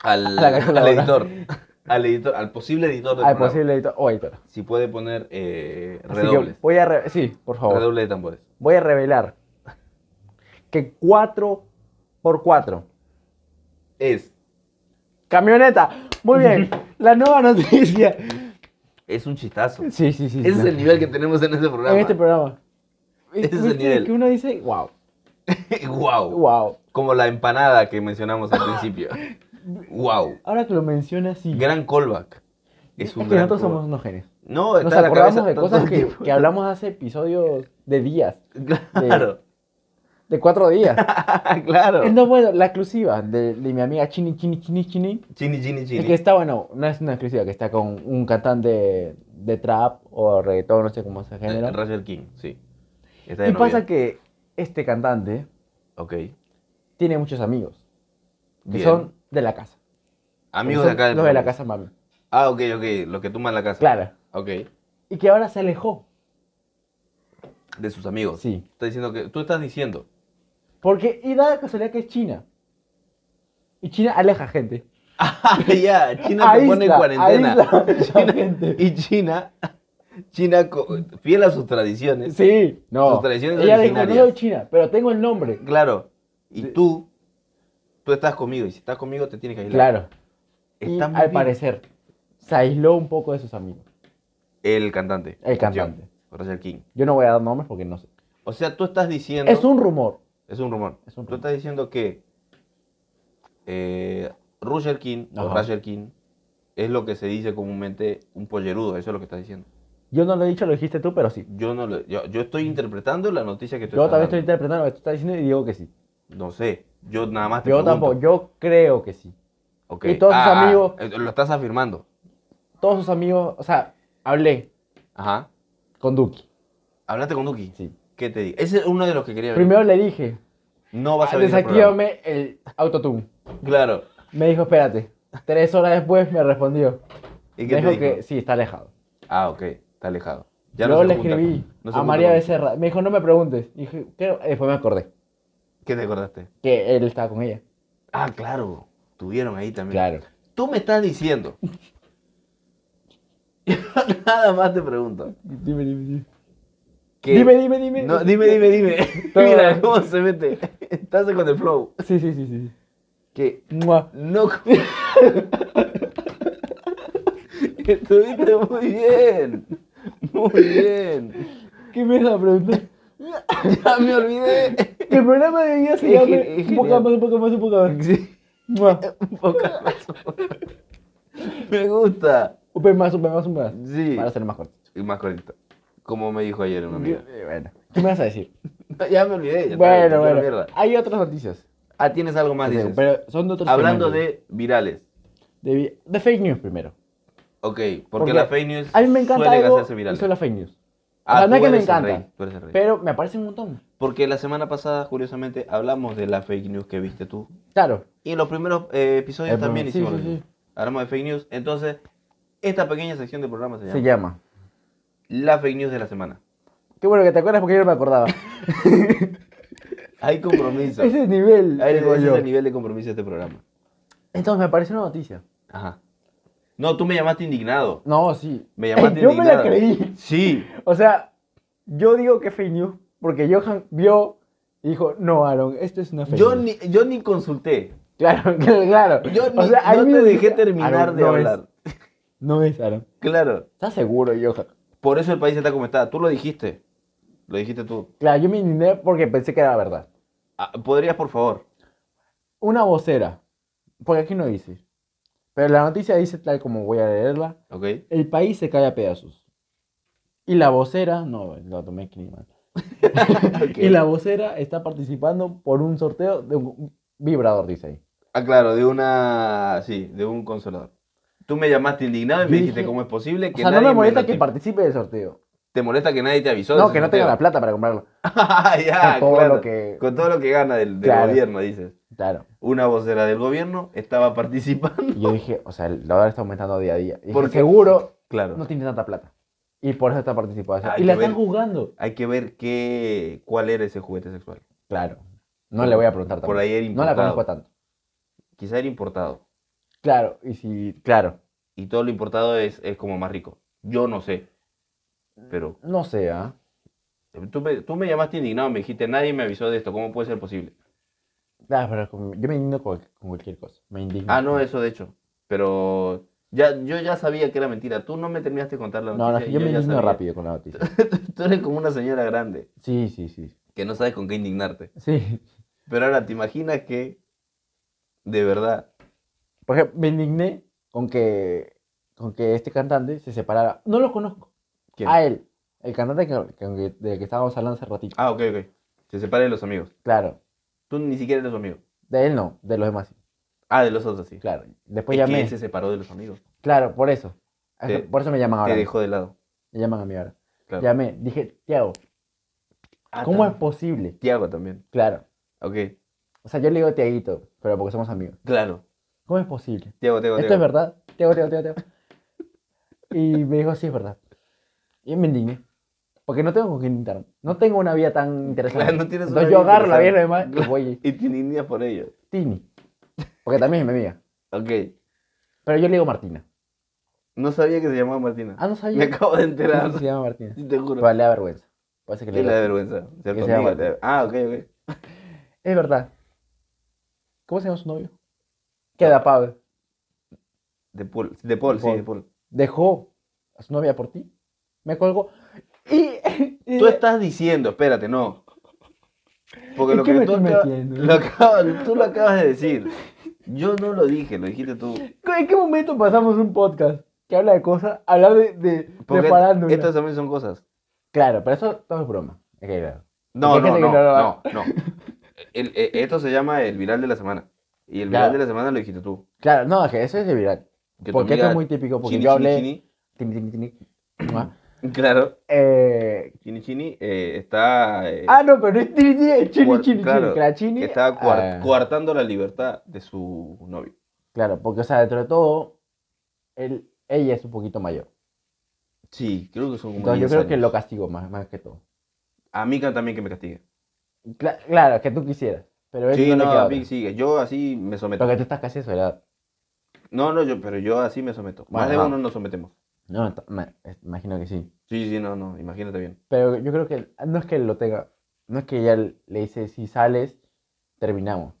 [SPEAKER 1] al,
[SPEAKER 2] A la
[SPEAKER 1] al
[SPEAKER 2] calculadora.
[SPEAKER 1] editor, al editor, al posible editor del
[SPEAKER 2] Al
[SPEAKER 1] programa,
[SPEAKER 2] posible editor Oh, o editor.
[SPEAKER 1] si puede poner eh,
[SPEAKER 2] Así
[SPEAKER 1] redobles,
[SPEAKER 2] que voy a. re- sí, por favor.
[SPEAKER 1] redoble de tambores.
[SPEAKER 2] Voy a revelar que 4x4.
[SPEAKER 1] Es,
[SPEAKER 2] Camioneta. Muy bien. la nueva noticia.
[SPEAKER 1] es un chistazo.
[SPEAKER 2] Sí, sí, sí.
[SPEAKER 1] Ese es
[SPEAKER 2] la-
[SPEAKER 1] el nivel que tenemos en este programa.
[SPEAKER 2] En este programa.
[SPEAKER 1] Ese es el
[SPEAKER 2] ¿Viste
[SPEAKER 1] nivel.
[SPEAKER 2] Que uno dice, wow,
[SPEAKER 1] wow.
[SPEAKER 2] wow.
[SPEAKER 1] Como la empanada que mencionamos al principio. wow.
[SPEAKER 2] Ahora que lo menciona así.
[SPEAKER 1] Gran callback. Es
[SPEAKER 2] es
[SPEAKER 1] un
[SPEAKER 2] que
[SPEAKER 1] gran callback.
[SPEAKER 2] nosotros somos unos genios.
[SPEAKER 1] No,
[SPEAKER 2] Nos
[SPEAKER 1] está la cabeza
[SPEAKER 2] acordamos de
[SPEAKER 1] todo
[SPEAKER 2] cosas
[SPEAKER 1] el
[SPEAKER 2] que,
[SPEAKER 1] tiempo.
[SPEAKER 2] que hablamos hace episodios de días,
[SPEAKER 1] Claro, Ah,
[SPEAKER 2] de cuatro días.
[SPEAKER 1] claro.
[SPEAKER 2] Eh, No, bueno, la exclusiva de, de mi amiga Chini Chini Chini Chini.
[SPEAKER 1] Chini, chini, chini.
[SPEAKER 2] Es que está, bueno, no es una exclusiva, que está con un cantante de trap o reggaetón, no sé cómo se
[SPEAKER 1] Eh,
[SPEAKER 2] genera.
[SPEAKER 1] Rachel King, sí. Está de
[SPEAKER 2] Y pasa
[SPEAKER 1] novia.
[SPEAKER 2] que este cantante
[SPEAKER 1] Ok.
[SPEAKER 2] tiene muchos amigos que
[SPEAKER 1] Bien.
[SPEAKER 2] son de la casa.
[SPEAKER 1] Amigos
[SPEAKER 2] Son
[SPEAKER 1] de acá
[SPEAKER 2] Los de la
[SPEAKER 1] programa.
[SPEAKER 2] casa, mami.
[SPEAKER 1] Ah, ok, ok. Los que tuman la casa.
[SPEAKER 2] Claro.
[SPEAKER 1] Ok.
[SPEAKER 2] Y que ahora se alejó.
[SPEAKER 1] De sus amigos.
[SPEAKER 2] Sí.
[SPEAKER 1] Está diciendo que. Tú estás diciendo.
[SPEAKER 2] Porque, y da la casualidad que es China. Y China aleja gente.
[SPEAKER 1] Ah, ya. China te pone en
[SPEAKER 2] Aísla,
[SPEAKER 1] cuarentena.
[SPEAKER 2] aísla
[SPEAKER 1] China-
[SPEAKER 2] gente.
[SPEAKER 1] y China. China, co- fiel a sus tradiciones.
[SPEAKER 2] Sí, no.
[SPEAKER 1] Sus tradiciones
[SPEAKER 2] Ella dijo, no
[SPEAKER 1] originarias.
[SPEAKER 2] soy china, pero tengo el nombre.
[SPEAKER 1] Claro. Y tú. Tú estás conmigo. Y si estás conmigo, te tienes que aislar.
[SPEAKER 2] Claro. Y
[SPEAKER 1] Está
[SPEAKER 2] al
[SPEAKER 1] muy bien.
[SPEAKER 2] parecer, se aisló un poco de sus amigos.
[SPEAKER 1] El cantante.
[SPEAKER 2] El cantante.
[SPEAKER 1] Rachel King.
[SPEAKER 2] Yo no voy a dar nombres porque no sé.
[SPEAKER 1] O sea, tú estás diciendo.
[SPEAKER 2] Es un rumor.
[SPEAKER 1] Es un rumor.
[SPEAKER 2] Es un
[SPEAKER 1] Tú
[SPEAKER 2] rumor.
[SPEAKER 1] estás diciendo que eh, Roger King o
[SPEAKER 2] Ajá.
[SPEAKER 1] Roger King es lo que se dice comúnmente un pollerudo, eso es lo que estás diciendo.
[SPEAKER 2] Yo no lo he dicho, lo dijiste tú, pero sí.
[SPEAKER 1] Yo no lo- yo, yo estoy interpretando la noticia que tú
[SPEAKER 2] Yo
[SPEAKER 1] estás
[SPEAKER 2] también estoy
[SPEAKER 1] dando.
[SPEAKER 2] interpretando lo que tú estás diciendo y digo que sí.
[SPEAKER 1] No sé, yo nada más Ah, te
[SPEAKER 2] Yo
[SPEAKER 1] pregunto.
[SPEAKER 2] tampoco, yo creo que sí.
[SPEAKER 1] Ok.
[SPEAKER 2] Y todos tus
[SPEAKER 1] Ah, ah,
[SPEAKER 2] amigos-
[SPEAKER 1] eh, lo estás afirmando.
[SPEAKER 2] Todos sus amigos, o sea, hablé
[SPEAKER 1] Ajá.
[SPEAKER 2] con Duki.
[SPEAKER 1] Hablaste con Duki.
[SPEAKER 2] Sí.
[SPEAKER 1] ¿Qué te digo? Ese es uno de los que quería ver.
[SPEAKER 2] Primero le dije,
[SPEAKER 1] no vas a venir al programa.
[SPEAKER 2] desactívame el autotune.
[SPEAKER 1] Claro.
[SPEAKER 2] Me dijo, espérate. Tres horas después me respondió.
[SPEAKER 1] ¿Y
[SPEAKER 2] me
[SPEAKER 1] qué te
[SPEAKER 2] dijo,
[SPEAKER 1] dijo?
[SPEAKER 2] que sí, está alejado.
[SPEAKER 1] Ah, ok, está alejado. Ya no se
[SPEAKER 2] Luego le
[SPEAKER 1] junta
[SPEAKER 2] escribí
[SPEAKER 1] con- no se
[SPEAKER 2] a
[SPEAKER 1] junta
[SPEAKER 2] María
[SPEAKER 1] con-
[SPEAKER 2] Becerra. Me dijo, no me preguntes. Y dije, "Creo-". Y después me acordé
[SPEAKER 1] ¿Qué te acordaste?
[SPEAKER 2] que él estaba con ella.
[SPEAKER 1] Ah, claro. Tuvieron ahí también.
[SPEAKER 2] Claro.
[SPEAKER 1] Tú me estás diciendo. Nada más te pregunto.
[SPEAKER 2] Dime, dime, dime.
[SPEAKER 1] que-
[SPEAKER 2] Dime, dime, dime.
[SPEAKER 1] No, dime, dime, dime.
[SPEAKER 2] Todo.
[SPEAKER 1] Mira cómo se mete. Estás con el flow.
[SPEAKER 2] Sí, sí, sí, sí.
[SPEAKER 1] Que
[SPEAKER 2] Mua.
[SPEAKER 1] no. co- Estuviste muy bien. Muy bien.
[SPEAKER 2] ¿Qué me ibas a preguntar?
[SPEAKER 1] Ya me olvidé.
[SPEAKER 2] Que el programa de día se
[SPEAKER 1] Qué
[SPEAKER 2] llama
[SPEAKER 1] genial.
[SPEAKER 2] Un poco más, un poco más, un poco más.
[SPEAKER 1] Sí,
[SPEAKER 2] Mua.
[SPEAKER 1] un poco más. Me gusta.
[SPEAKER 2] Un poco más, un poco más, un poco más.
[SPEAKER 1] Sí.
[SPEAKER 2] Para ser más corto.
[SPEAKER 1] Y más correcto. Como me dijo ayer una amiga.
[SPEAKER 2] Bueno. ¿Qué me vas a decir?
[SPEAKER 1] Ya me olvidé. ya está bien,
[SPEAKER 2] Bueno,
[SPEAKER 1] pura
[SPEAKER 2] bueno.
[SPEAKER 1] mierda.
[SPEAKER 2] Hay otras noticias.
[SPEAKER 1] Ah, tienes algo más, dices.
[SPEAKER 2] Pero son de otros
[SPEAKER 1] Hablando
[SPEAKER 2] temas.
[SPEAKER 1] de virales.
[SPEAKER 2] de... vi- de fake news primero.
[SPEAKER 1] Ok, porque,
[SPEAKER 2] Porque
[SPEAKER 1] las fake news
[SPEAKER 2] A mí me encanta
[SPEAKER 1] suelen
[SPEAKER 2] algo
[SPEAKER 1] hacerse virales.
[SPEAKER 2] y son las fake news.
[SPEAKER 1] Ah,
[SPEAKER 2] o sea, no es
[SPEAKER 1] tú
[SPEAKER 2] que me
[SPEAKER 1] eres el
[SPEAKER 2] encanta,
[SPEAKER 1] rey, tú eres el rey.
[SPEAKER 2] pero me aparecen un montón.
[SPEAKER 1] Porque la semana pasada, curiosamente, hablamos de las fake news que viste tú.
[SPEAKER 2] Claro.
[SPEAKER 1] Y en los primeros eh, episodios
[SPEAKER 2] Eh,
[SPEAKER 1] también
[SPEAKER 2] sí,
[SPEAKER 1] hicimos
[SPEAKER 2] sí,
[SPEAKER 1] lo mismo.
[SPEAKER 2] sí.
[SPEAKER 1] Hablamos de fake news. Entonces, esta pequeña sección del programa se llama,
[SPEAKER 2] Se llama.
[SPEAKER 1] La fake news de la semana.
[SPEAKER 2] Qué bueno que te acuerdas porque yo no me acordaba.
[SPEAKER 1] Hay compromiso. Hay-
[SPEAKER 2] Ese nivel.
[SPEAKER 1] Ese
[SPEAKER 2] digo
[SPEAKER 1] es
[SPEAKER 2] yo.
[SPEAKER 1] el nivel de compromiso de este programa.
[SPEAKER 2] Entonces me apareció una noticia.
[SPEAKER 1] Ajá. No, tú me llamaste indignado.
[SPEAKER 2] No, sí. Eh,
[SPEAKER 1] Me llamaste
[SPEAKER 2] Yo me
[SPEAKER 1] indignado.
[SPEAKER 2] la creí.
[SPEAKER 1] Sí.
[SPEAKER 2] O sea, yo digo que fake news porque Johan vio y dijo, no, Aaron, esto es una fake
[SPEAKER 1] Yo
[SPEAKER 2] news.
[SPEAKER 1] ni, yo ni consulté.
[SPEAKER 2] Claro, claro.
[SPEAKER 1] Yo ni,
[SPEAKER 2] o sea, ahí
[SPEAKER 1] no te
[SPEAKER 2] mismo
[SPEAKER 1] dejé
[SPEAKER 2] dije,
[SPEAKER 1] terminar
[SPEAKER 2] "Aaron,
[SPEAKER 1] de
[SPEAKER 2] no es,
[SPEAKER 1] hablar.
[SPEAKER 2] no es, Aaron.
[SPEAKER 1] Claro.
[SPEAKER 2] ¿Estás seguro, Johan?
[SPEAKER 1] Por eso el país está como está. Tú lo dijiste. Lo dijiste tú.
[SPEAKER 2] Claro, yo me indigné porque pensé que era verdad.
[SPEAKER 1] Ah, ¿Podrías, por favor?
[SPEAKER 2] Una vocera. Porque aquí no dice. Pero la noticia dice tal como voy a leerla.
[SPEAKER 1] ¿Ok?
[SPEAKER 2] El país se cae a pedazos. Y la vocera, no, lo tomé aquí mal. Y la vocera está participando por un sorteo de un vibrador, dice ahí.
[SPEAKER 1] Ah, claro, de una... Sí, de un consolador. Tú me llamaste indignado y
[SPEAKER 2] Yo
[SPEAKER 1] me dijiste
[SPEAKER 2] dije-
[SPEAKER 1] cómo es posible
[SPEAKER 2] O
[SPEAKER 1] que
[SPEAKER 2] sea, no
[SPEAKER 1] nadie
[SPEAKER 2] me molesta que
[SPEAKER 1] noti-
[SPEAKER 2] participe del sorteo.
[SPEAKER 1] ¿Te molesta que nadie te avisó? de
[SPEAKER 2] No,
[SPEAKER 1] ese
[SPEAKER 2] que no tenga la
[SPEAKER 1] sorteo?
[SPEAKER 2] plata para comprarlo.
[SPEAKER 1] Ah, ya,
[SPEAKER 2] Con todo
[SPEAKER 1] claro.
[SPEAKER 2] lo que-
[SPEAKER 1] Con todo lo que gana del, del
[SPEAKER 2] Claro.
[SPEAKER 1] gobierno, dices.
[SPEAKER 2] Claro.
[SPEAKER 1] Una vocera del gobierno estaba participando.
[SPEAKER 2] Y yo dije, o sea, el dólar está aumentando día a día. Y dije,
[SPEAKER 1] Porque-
[SPEAKER 2] seguro
[SPEAKER 1] Claro.
[SPEAKER 2] no tiene tanta plata. Y por eso está participando.
[SPEAKER 1] Hay
[SPEAKER 2] Y
[SPEAKER 1] que
[SPEAKER 2] la están
[SPEAKER 1] ver.
[SPEAKER 2] juzgando.
[SPEAKER 1] Hay que ver qué... cuál era ese juguete sexual.
[SPEAKER 2] Claro. No le voy a preguntar tanto.
[SPEAKER 1] Por ahí era
[SPEAKER 2] No la
[SPEAKER 1] importado.
[SPEAKER 2] conozco tanto.
[SPEAKER 1] Quizá era importado.
[SPEAKER 2] Claro, y si, claro.
[SPEAKER 1] Y todo lo importado es, es como más rico. Yo no sé. Pero
[SPEAKER 2] No sé, ¿ah?
[SPEAKER 1] Tú me, tú me llamaste indignado, me dijiste, nadie me avisó de esto, ¿cómo puede ser posible?
[SPEAKER 2] Ah, pero con- yo me indigno con, con cualquier cosa. Me indigno.
[SPEAKER 1] Ah, no, eso de hecho. Pero ya, yo ya sabía que era mentira. Tú no me terminaste de contar la noticia.
[SPEAKER 2] No, no, es que yo, me
[SPEAKER 1] ya
[SPEAKER 2] indigno
[SPEAKER 1] sabía.
[SPEAKER 2] rápido con la noticia.
[SPEAKER 1] Tú eres como una señora grande
[SPEAKER 2] Sí, sí, sí.
[SPEAKER 1] que no sabes con qué indignarte.
[SPEAKER 2] Sí.
[SPEAKER 1] Pero ahora, ¿te imaginas que de verdad?
[SPEAKER 2] Por ejemplo, me indigné con que con que este cantante se separara. No lo conozco.
[SPEAKER 1] ¿Quién?
[SPEAKER 2] A él. El cantante que, que- del que estábamos hablando hace ratito.
[SPEAKER 1] Ah, ok, ok. Se separa de los amigos.
[SPEAKER 2] Claro.
[SPEAKER 1] Tú ni siquiera eres su amigo.
[SPEAKER 2] De él no, de los demás sí.
[SPEAKER 1] Ah, de los otros, sí.
[SPEAKER 2] Claro. Después
[SPEAKER 1] Es que
[SPEAKER 2] llamé.
[SPEAKER 1] él se separó de los amigos.
[SPEAKER 2] Claro, por eso.
[SPEAKER 1] Te-
[SPEAKER 2] por eso me llaman ahora.
[SPEAKER 1] Te dejó de lado.
[SPEAKER 2] Me llaman a mí ahora.
[SPEAKER 1] Claro.
[SPEAKER 2] Llamé, dije, Tiago,
[SPEAKER 1] Ah,
[SPEAKER 2] ¿cómo es
[SPEAKER 1] también.
[SPEAKER 2] posible?
[SPEAKER 1] Tiago también.
[SPEAKER 2] Claro.
[SPEAKER 1] Ok,
[SPEAKER 2] O sea, yo le digo Tiaguito, pero porque somos amigos.
[SPEAKER 1] claro.
[SPEAKER 2] ¿Cómo es posible?
[SPEAKER 1] Tiago, Tiago,
[SPEAKER 2] Esto
[SPEAKER 1] Tiago.
[SPEAKER 2] es verdad. Tiago, Tiago, Tiago, Tiago. Y me dijo, sí, es verdad. Y me indigné. Porque no tengo con quién invitarme. No tengo una vida tan interesante.
[SPEAKER 1] Claro, no tienes una
[SPEAKER 2] Entonces yo
[SPEAKER 1] vida
[SPEAKER 2] agarro la vida de los
[SPEAKER 1] interesante.
[SPEAKER 2] demás y voy,
[SPEAKER 1] Y tiene indias por ello.
[SPEAKER 2] Tini. Porque también es mi amiga.
[SPEAKER 1] Ok.
[SPEAKER 2] Pero yo le digo Martina.
[SPEAKER 1] No sabía que se llamaba Martina.
[SPEAKER 2] Ah, no sabía.
[SPEAKER 1] Me acabo de
[SPEAKER 2] Sí,
[SPEAKER 1] enterar.
[SPEAKER 2] Se llama Martina.
[SPEAKER 1] Sí, Te juro.
[SPEAKER 2] Pero le da vergüenza. Parece que
[SPEAKER 1] Qué
[SPEAKER 2] le da
[SPEAKER 1] la de vergüenza. Ser
[SPEAKER 2] Que
[SPEAKER 1] tu
[SPEAKER 2] sea
[SPEAKER 1] amiga,
[SPEAKER 2] Martina.
[SPEAKER 1] te- Ah, ok, ok.
[SPEAKER 2] Es verdad. ¿Cómo se llama su novio? Que era Pablo.
[SPEAKER 1] De Paul. De Paul, sí,
[SPEAKER 2] Paul.
[SPEAKER 1] de Paul.
[SPEAKER 2] Dejó a su novia por ti. Me colgó. Y. y-
[SPEAKER 1] Tú estás diciendo, espérate, no. Porque
[SPEAKER 2] ¿En
[SPEAKER 1] lo
[SPEAKER 2] qué
[SPEAKER 1] que
[SPEAKER 2] me
[SPEAKER 1] tú,
[SPEAKER 2] estoy
[SPEAKER 1] acabas-
[SPEAKER 2] metiendo?
[SPEAKER 1] lo acabas- tú lo acabas de decir. Yo no lo dije, lo dijiste tú.
[SPEAKER 2] ¿En qué momento pasamos un podcast que habla de cosas? a Hablar de, de, de
[SPEAKER 1] Porque
[SPEAKER 2] farándula?
[SPEAKER 1] estas también son cosas.
[SPEAKER 2] Claro, pero eso todo es broma. Ok, claro.
[SPEAKER 1] No,
[SPEAKER 2] Porque hay
[SPEAKER 1] no,
[SPEAKER 2] gente
[SPEAKER 1] no,
[SPEAKER 2] que no lo
[SPEAKER 1] no,
[SPEAKER 2] hace.
[SPEAKER 1] no. El- eh, esto se llama el viral de la semana. Y el viral
[SPEAKER 2] Claro.
[SPEAKER 1] de la semana lo dijiste tú.
[SPEAKER 2] Claro, no, es que eso es de viral.
[SPEAKER 1] Que tu
[SPEAKER 2] Porque esto
[SPEAKER 1] amiga
[SPEAKER 2] es muy típico. Porque
[SPEAKER 1] Chini,
[SPEAKER 2] yo
[SPEAKER 1] Chini,
[SPEAKER 2] hablé.
[SPEAKER 1] Chini, Mm.
[SPEAKER 2] Tin, tin, tin, tin. Ah.
[SPEAKER 1] Claro,
[SPEAKER 2] Eh,
[SPEAKER 1] Chini Chini eh, está, eh,
[SPEAKER 2] ah, no, pero no es Chini, es Chini,
[SPEAKER 1] Cuar-
[SPEAKER 2] Chini,
[SPEAKER 1] claro,
[SPEAKER 2] Chini. que la Chini,
[SPEAKER 1] está cuar-
[SPEAKER 2] ah.
[SPEAKER 1] coartando la libertad de su novio.
[SPEAKER 2] Claro, porque, o sea, dentro de todo, él, ella es un poquito mayor.
[SPEAKER 1] Sí, creo que son como
[SPEAKER 2] Entonces yo
[SPEAKER 1] 10
[SPEAKER 2] creo que
[SPEAKER 1] años.
[SPEAKER 2] lo castigo más, más que todo.
[SPEAKER 1] A mí también que me castigue.
[SPEAKER 2] Cla- claro, que tú quisieras. Pero él
[SPEAKER 1] Sí,
[SPEAKER 2] no, le
[SPEAKER 1] no,
[SPEAKER 2] queda
[SPEAKER 1] a
[SPEAKER 2] otra.
[SPEAKER 1] mí sigue. Yo así me someto.
[SPEAKER 2] Porque tú estás casi a su edad.
[SPEAKER 1] No, no, yo, pero yo así me someto.
[SPEAKER 2] Bueno,
[SPEAKER 1] Más de
[SPEAKER 2] no.
[SPEAKER 1] uno nos sometemos.
[SPEAKER 2] No, ent- ma- imagino que sí.
[SPEAKER 1] Sí, sí, no, no, imagínate bien.
[SPEAKER 2] Pero yo creo que no es que lo tenga, no es que ella le dice, si sales, terminamos.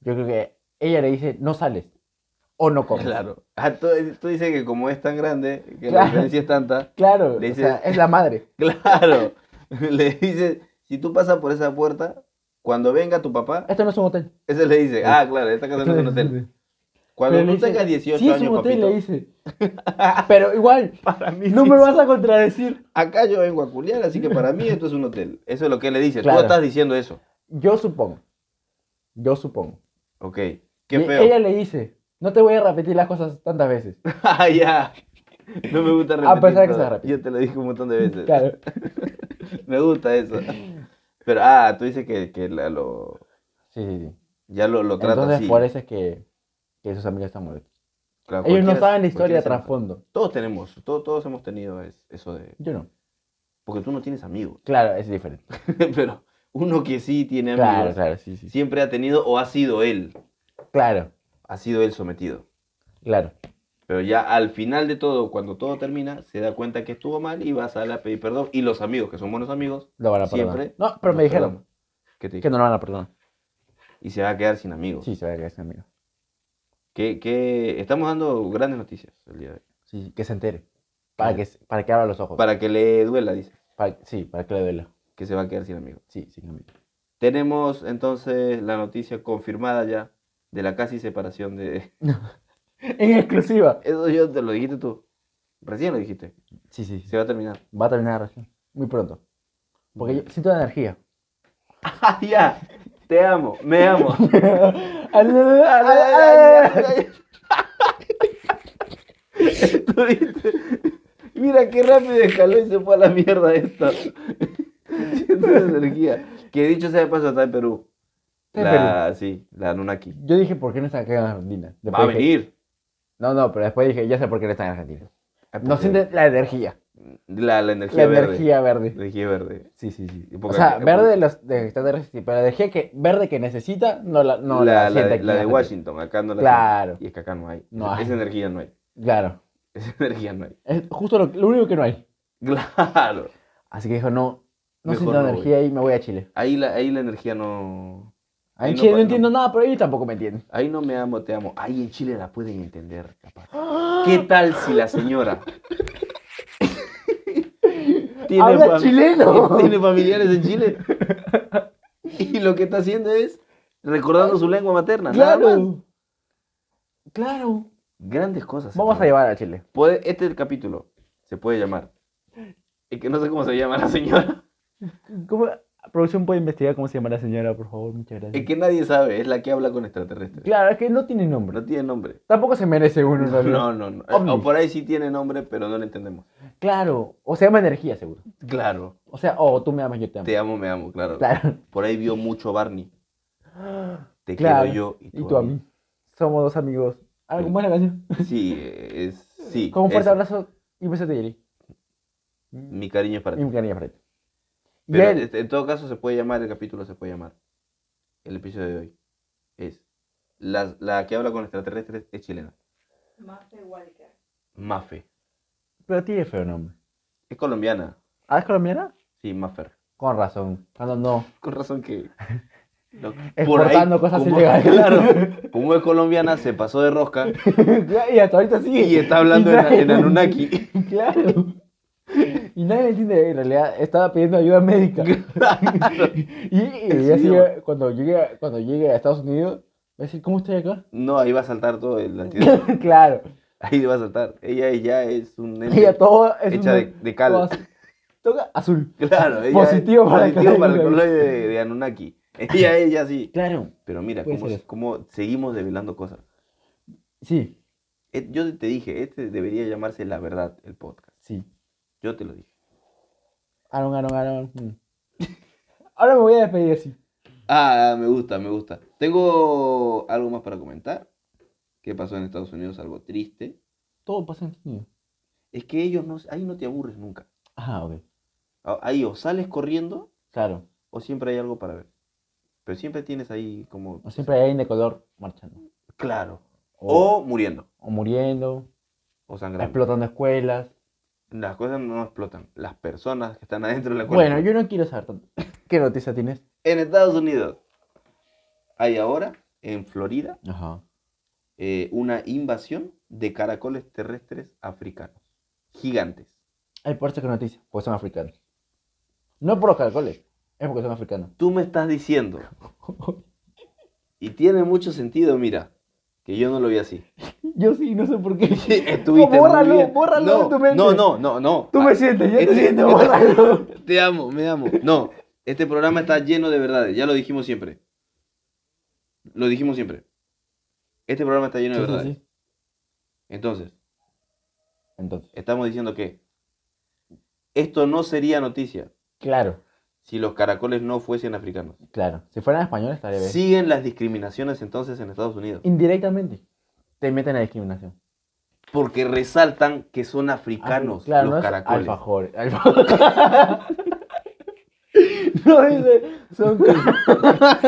[SPEAKER 2] Yo creo que ella le dice, no sales o no comes.
[SPEAKER 1] Claro. Ah, tú, tú dices que como es tan grande, que la
[SPEAKER 2] Claro.
[SPEAKER 1] diferencia es tanta.
[SPEAKER 2] Claro,
[SPEAKER 1] Le
[SPEAKER 2] o sea,
[SPEAKER 1] dice-
[SPEAKER 2] es la madre.
[SPEAKER 1] Claro. Le dice, si tú pasas por esa puerta, cuando venga tu papá,
[SPEAKER 2] Esto no es un hotel.
[SPEAKER 1] ese le dice, ah, claro, esta casa no es un hotel. Cuando
[SPEAKER 2] Pero le
[SPEAKER 1] tú
[SPEAKER 2] dice,
[SPEAKER 1] tengas 18
[SPEAKER 2] sí, es
[SPEAKER 1] años,
[SPEAKER 2] un hotel,
[SPEAKER 1] papito,
[SPEAKER 2] le dice. Pero igual, no me vas a contradecir.
[SPEAKER 1] acá yo vengo a culiar, así que para mí esto es un hotel. Eso es lo que le dice.
[SPEAKER 2] Claro.
[SPEAKER 1] Tú estás diciendo eso.
[SPEAKER 2] Yo supongo, yo supongo.
[SPEAKER 1] Ok. Qué
[SPEAKER 2] Y
[SPEAKER 1] feo.
[SPEAKER 2] Ella le dice, no te voy a repetir las cosas tantas veces.
[SPEAKER 1] ah, ya. No me gusta repetir.
[SPEAKER 2] A pesar de que
[SPEAKER 1] nada.
[SPEAKER 2] sea rápido.
[SPEAKER 1] Yo te lo dije un montón de veces.
[SPEAKER 2] Claro.
[SPEAKER 1] Me gusta eso. Pero, ah, tú dices que, que la- lo,
[SPEAKER 2] Sí, sí, sí.
[SPEAKER 1] ya lo, lo tratas
[SPEAKER 2] Entonces
[SPEAKER 1] así.
[SPEAKER 2] por eso es que, que sus amigos están molestos.
[SPEAKER 1] Claro,
[SPEAKER 2] Ellos no
[SPEAKER 1] cualquiera-
[SPEAKER 2] saben la historia
[SPEAKER 1] cualquiera
[SPEAKER 2] de
[SPEAKER 1] se enoja.
[SPEAKER 2] trasfondo.
[SPEAKER 1] Todos tenemos, to- todos hemos tenido es- eso de...
[SPEAKER 2] Yo no.
[SPEAKER 1] Porque tú no tienes amigos.
[SPEAKER 2] Claro, es diferente.
[SPEAKER 1] Pero uno que sí tiene amigos,
[SPEAKER 2] Claro, claro, sí, sí.
[SPEAKER 1] siempre ha tenido o ha sido él,
[SPEAKER 2] Claro,
[SPEAKER 1] ha sido él sometido.
[SPEAKER 2] claro.
[SPEAKER 1] Pero ya al final de todo, cuando todo termina, se da cuenta que estuvo mal y va a salir a pedir perdón. Y los amigos, que son buenos amigos,
[SPEAKER 2] Lo van a perdonar.
[SPEAKER 1] siempre...
[SPEAKER 2] No, pero me
[SPEAKER 1] los
[SPEAKER 2] dijeron
[SPEAKER 1] perdonan. ¿Qué te
[SPEAKER 2] que
[SPEAKER 1] dijeron?
[SPEAKER 2] no lo van a perdonar.
[SPEAKER 1] Y se va a quedar sin amigos.
[SPEAKER 2] Sí, se va a quedar sin amigos.
[SPEAKER 1] Que, que estamos dando grandes noticias el día de hoy.
[SPEAKER 2] Sí, que se entere. Para
[SPEAKER 1] Claro.
[SPEAKER 2] que, se- para que abra los ojos.
[SPEAKER 1] Para que le duela, dice,
[SPEAKER 2] Para- sí, para que le duela.
[SPEAKER 1] que se va a quedar sin amigos.
[SPEAKER 2] Sí, sin amigos.
[SPEAKER 1] Tenemos entonces la noticia confirmada ya de la casi separación de...
[SPEAKER 2] En exclusiva.
[SPEAKER 1] Eso yo te lo dijiste tú. Recién lo dijiste.
[SPEAKER 2] Sí, sí, sí.
[SPEAKER 1] Se va a terminar.
[SPEAKER 2] Va a terminar la relación. Muy pronto. Porque yo siento energía.
[SPEAKER 1] ¡Ah, ya! Te amo, me amo. Estuviste- Mira qué rápido escaló y se fue a la mierda esto. Siento esa energía. Que dicho sea de paso, está en Perú.
[SPEAKER 2] Está en
[SPEAKER 1] La, sí, la Anunnaki.
[SPEAKER 2] Yo dije, ¿por qué no está acá en Argentina?
[SPEAKER 1] Va a
[SPEAKER 2] Después dije-
[SPEAKER 1] venir.
[SPEAKER 2] No, no, pero después dije, ya sé por qué no está en Argentina. Ah, No siente la energía.
[SPEAKER 1] La, la energía
[SPEAKER 2] La
[SPEAKER 1] verde.
[SPEAKER 2] energía verde.
[SPEAKER 1] Energía verde.
[SPEAKER 2] Sí, sí, sí.
[SPEAKER 1] Y
[SPEAKER 2] O
[SPEAKER 1] porque
[SPEAKER 2] sea,
[SPEAKER 1] acá-
[SPEAKER 2] verde de los de extraterrestres, sí, pero la energía que, verde que necesita, no la, no
[SPEAKER 1] la, la
[SPEAKER 2] la, siente
[SPEAKER 1] de, la
[SPEAKER 2] aquí en
[SPEAKER 1] de
[SPEAKER 2] la gente.
[SPEAKER 1] Washington, acá no la
[SPEAKER 2] Claro.
[SPEAKER 1] Y es que acá no hay.
[SPEAKER 2] No hay.
[SPEAKER 1] Esa energía no hay.
[SPEAKER 2] Claro.
[SPEAKER 1] Esa energía no hay.
[SPEAKER 2] Es justo lo, lo único que no hay.
[SPEAKER 1] Claro.
[SPEAKER 2] Así que dijo, no, no
[SPEAKER 1] Mejor
[SPEAKER 2] siento
[SPEAKER 1] no
[SPEAKER 2] energía y me voy a Chile.
[SPEAKER 1] Ahí la, ahí la energía no.
[SPEAKER 2] Ahí en
[SPEAKER 1] no
[SPEAKER 2] Chile no,
[SPEAKER 1] pa- no.
[SPEAKER 2] entiendo nada, pero ellos tampoco me entienden.
[SPEAKER 1] Ahí no me amo, te amo. Ahí en Chile la pueden entender, capaz. ¿Qué tal si la señora
[SPEAKER 2] ¡Habla
[SPEAKER 1] fam-
[SPEAKER 2] chileno!
[SPEAKER 1] tiene familiares en Chile? Y lo que está haciendo es recordando su lengua materna. nada más.
[SPEAKER 2] Claro. Claro.
[SPEAKER 1] Grandes cosas.
[SPEAKER 2] Vamos a
[SPEAKER 1] hermano.
[SPEAKER 2] llevar a Chile.
[SPEAKER 1] Puede- este es el capítulo. Se puede llamar. Es que no sé cómo se llama la señora.
[SPEAKER 2] ¿Cómo- Producción puede investigar cómo se llama la señora, por favor, muchas
[SPEAKER 1] Es
[SPEAKER 2] gracias.
[SPEAKER 1] que nadie sabe. Es la que habla con extraterrestres.
[SPEAKER 2] Claro, es que no tiene nombre.
[SPEAKER 1] No tiene nombre.
[SPEAKER 2] Tampoco se merece uno,
[SPEAKER 1] No,
[SPEAKER 2] ¿sabes?
[SPEAKER 1] no, no.
[SPEAKER 2] Ovni.
[SPEAKER 1] O por ahí sí tiene nombre, pero no lo entendemos.
[SPEAKER 2] Claro, o se llama energía, seguro.
[SPEAKER 1] Claro.
[SPEAKER 2] O sea, oh, tú me amas, yo te amo.
[SPEAKER 1] Te amo, me amo, claro.
[SPEAKER 2] Claro.
[SPEAKER 1] Por ahí vio mucho Barney. Te quiero
[SPEAKER 2] Claro,
[SPEAKER 1] yo y tú,
[SPEAKER 2] Y tú a mí. Somos dos amigos. Ah, ¿cómo es la canción?
[SPEAKER 1] Sí, es. Sí.
[SPEAKER 2] Con un fuerte
[SPEAKER 1] esa.
[SPEAKER 2] abrazo y un beso te Jerry.
[SPEAKER 1] Mi cariño es para ti.
[SPEAKER 2] Y un cariño frente. Y
[SPEAKER 1] Pero
[SPEAKER 2] él,
[SPEAKER 1] este, en todo caso se puede llamar, el capítulo se puede llamar. El episodio de hoy es la, la que habla con extraterrestres es chilena.
[SPEAKER 3] Mafe Walker.
[SPEAKER 1] Mafe.
[SPEAKER 2] pero tiene feo nombre.
[SPEAKER 1] Es colombiana.
[SPEAKER 2] ¿Ah, es colombiana?
[SPEAKER 1] Sí, Mafer.
[SPEAKER 2] Con razón. Cuando no.
[SPEAKER 1] Con razón que. no, por ahí,
[SPEAKER 2] Exportando cosas
[SPEAKER 1] como-
[SPEAKER 2] ilegales.
[SPEAKER 1] Claro. Como es colombiana, se pasó de rosca
[SPEAKER 2] y hasta ahorita sigue.
[SPEAKER 1] y está hablando
[SPEAKER 2] Y
[SPEAKER 1] en,
[SPEAKER 2] nadie-
[SPEAKER 1] en Anunnaki.
[SPEAKER 2] Claro. Y nadie le entiende, en realidad estaba pidiendo ayuda médica. y y
[SPEAKER 1] Sí,
[SPEAKER 2] así,
[SPEAKER 1] güey.
[SPEAKER 2] cuando, llegue, a- cuando llegue a Estados Unidos, va a decir, ¿cómo estoy acá?
[SPEAKER 1] No, ahí va a saltar todo el antídoto.
[SPEAKER 2] claro.
[SPEAKER 1] Ahí va a saltar. Ella ya es un ente
[SPEAKER 2] Ella todo es
[SPEAKER 1] hecha
[SPEAKER 2] un-
[SPEAKER 1] de, de cal.
[SPEAKER 2] todo azul. Toca azul.
[SPEAKER 1] Claro, ella
[SPEAKER 2] Positivo
[SPEAKER 1] es-
[SPEAKER 2] para el
[SPEAKER 1] positivo para el
[SPEAKER 2] coloide.
[SPEAKER 1] coloide de, de Anunnaki. Ella, ella sí.
[SPEAKER 2] Claro.
[SPEAKER 1] Pero mira,
[SPEAKER 2] Puede
[SPEAKER 1] cómo,
[SPEAKER 2] ser eso.
[SPEAKER 1] cómo seguimos develando cosas.
[SPEAKER 2] Sí,
[SPEAKER 1] Eh, Yo te dije, este debería llamarse La Verdad, el podcast.
[SPEAKER 2] sí.
[SPEAKER 1] Yo te lo dije.
[SPEAKER 2] Aaron, Aaron, Aaron. Mm. Ahora me voy a despedir así.
[SPEAKER 1] Ah, me gusta, me gusta. Tengo algo más para comentar. ¿Qué pasó en Estados Unidos? Algo triste.
[SPEAKER 2] Todo pasa en Estados Unidos.
[SPEAKER 1] Es que ellos no, ahí no te aburres nunca.
[SPEAKER 2] Ajá, Ah, ok.
[SPEAKER 1] A- Ahí o sales corriendo
[SPEAKER 2] Claro.
[SPEAKER 1] o siempre hay algo para ver. Pero siempre tienes ahí como...
[SPEAKER 2] O siempre hay alguien de color marchando.
[SPEAKER 1] Claro.
[SPEAKER 2] O,
[SPEAKER 1] O muriendo.
[SPEAKER 2] o muriendo,
[SPEAKER 1] O sangrando.
[SPEAKER 2] explotando escuelas.
[SPEAKER 1] Las cosas no explotan. Las personas que están adentro de la
[SPEAKER 2] Bueno, yo no quiero saber tanto. ¿Qué noticia tienes?
[SPEAKER 1] En Estados Unidos hay ahora, en Florida,
[SPEAKER 2] Ajá.
[SPEAKER 1] eh, una invasión de caracoles terrestres africanos. Gigantes.
[SPEAKER 2] Hay por eso que noticia, porque son africanos. No por los caracoles, es porque son africanos.
[SPEAKER 1] Tú me estás diciendo. Y tiene mucho sentido, mira. Que yo no lo vi así.
[SPEAKER 2] Yo sí, no sé por qué.
[SPEAKER 1] Estuviste
[SPEAKER 2] No, bórralo,
[SPEAKER 1] muy bien.
[SPEAKER 2] bórralo
[SPEAKER 1] no,
[SPEAKER 2] de tu mente.
[SPEAKER 1] No, no, no, no.
[SPEAKER 2] Tú
[SPEAKER 1] Ah,
[SPEAKER 2] me sientes, yo te
[SPEAKER 1] este-
[SPEAKER 2] siento, bórralo.
[SPEAKER 1] Te amo, me amo. No, este programa está lleno de verdades. Ya lo dijimos siempre. Lo dijimos siempre. Este programa está lleno de
[SPEAKER 2] Sí, sí,
[SPEAKER 1] verdades.
[SPEAKER 2] sí.
[SPEAKER 1] Entonces,
[SPEAKER 2] Entonces,
[SPEAKER 1] estamos diciendo que esto no sería noticia
[SPEAKER 2] claro,
[SPEAKER 1] si los caracoles no fuesen africanos.
[SPEAKER 2] claro. Si fueran españoles estaría bien.
[SPEAKER 1] Siguen las discriminaciones entonces en Estados Unidos.
[SPEAKER 2] Indirectamente, te meten a discriminación.
[SPEAKER 1] Porque resaltan que son africanos
[SPEAKER 2] Afri- Ah, claro,
[SPEAKER 1] los
[SPEAKER 2] no es
[SPEAKER 1] caracoles.
[SPEAKER 2] Alfajor. alfajor. no dice, son ca-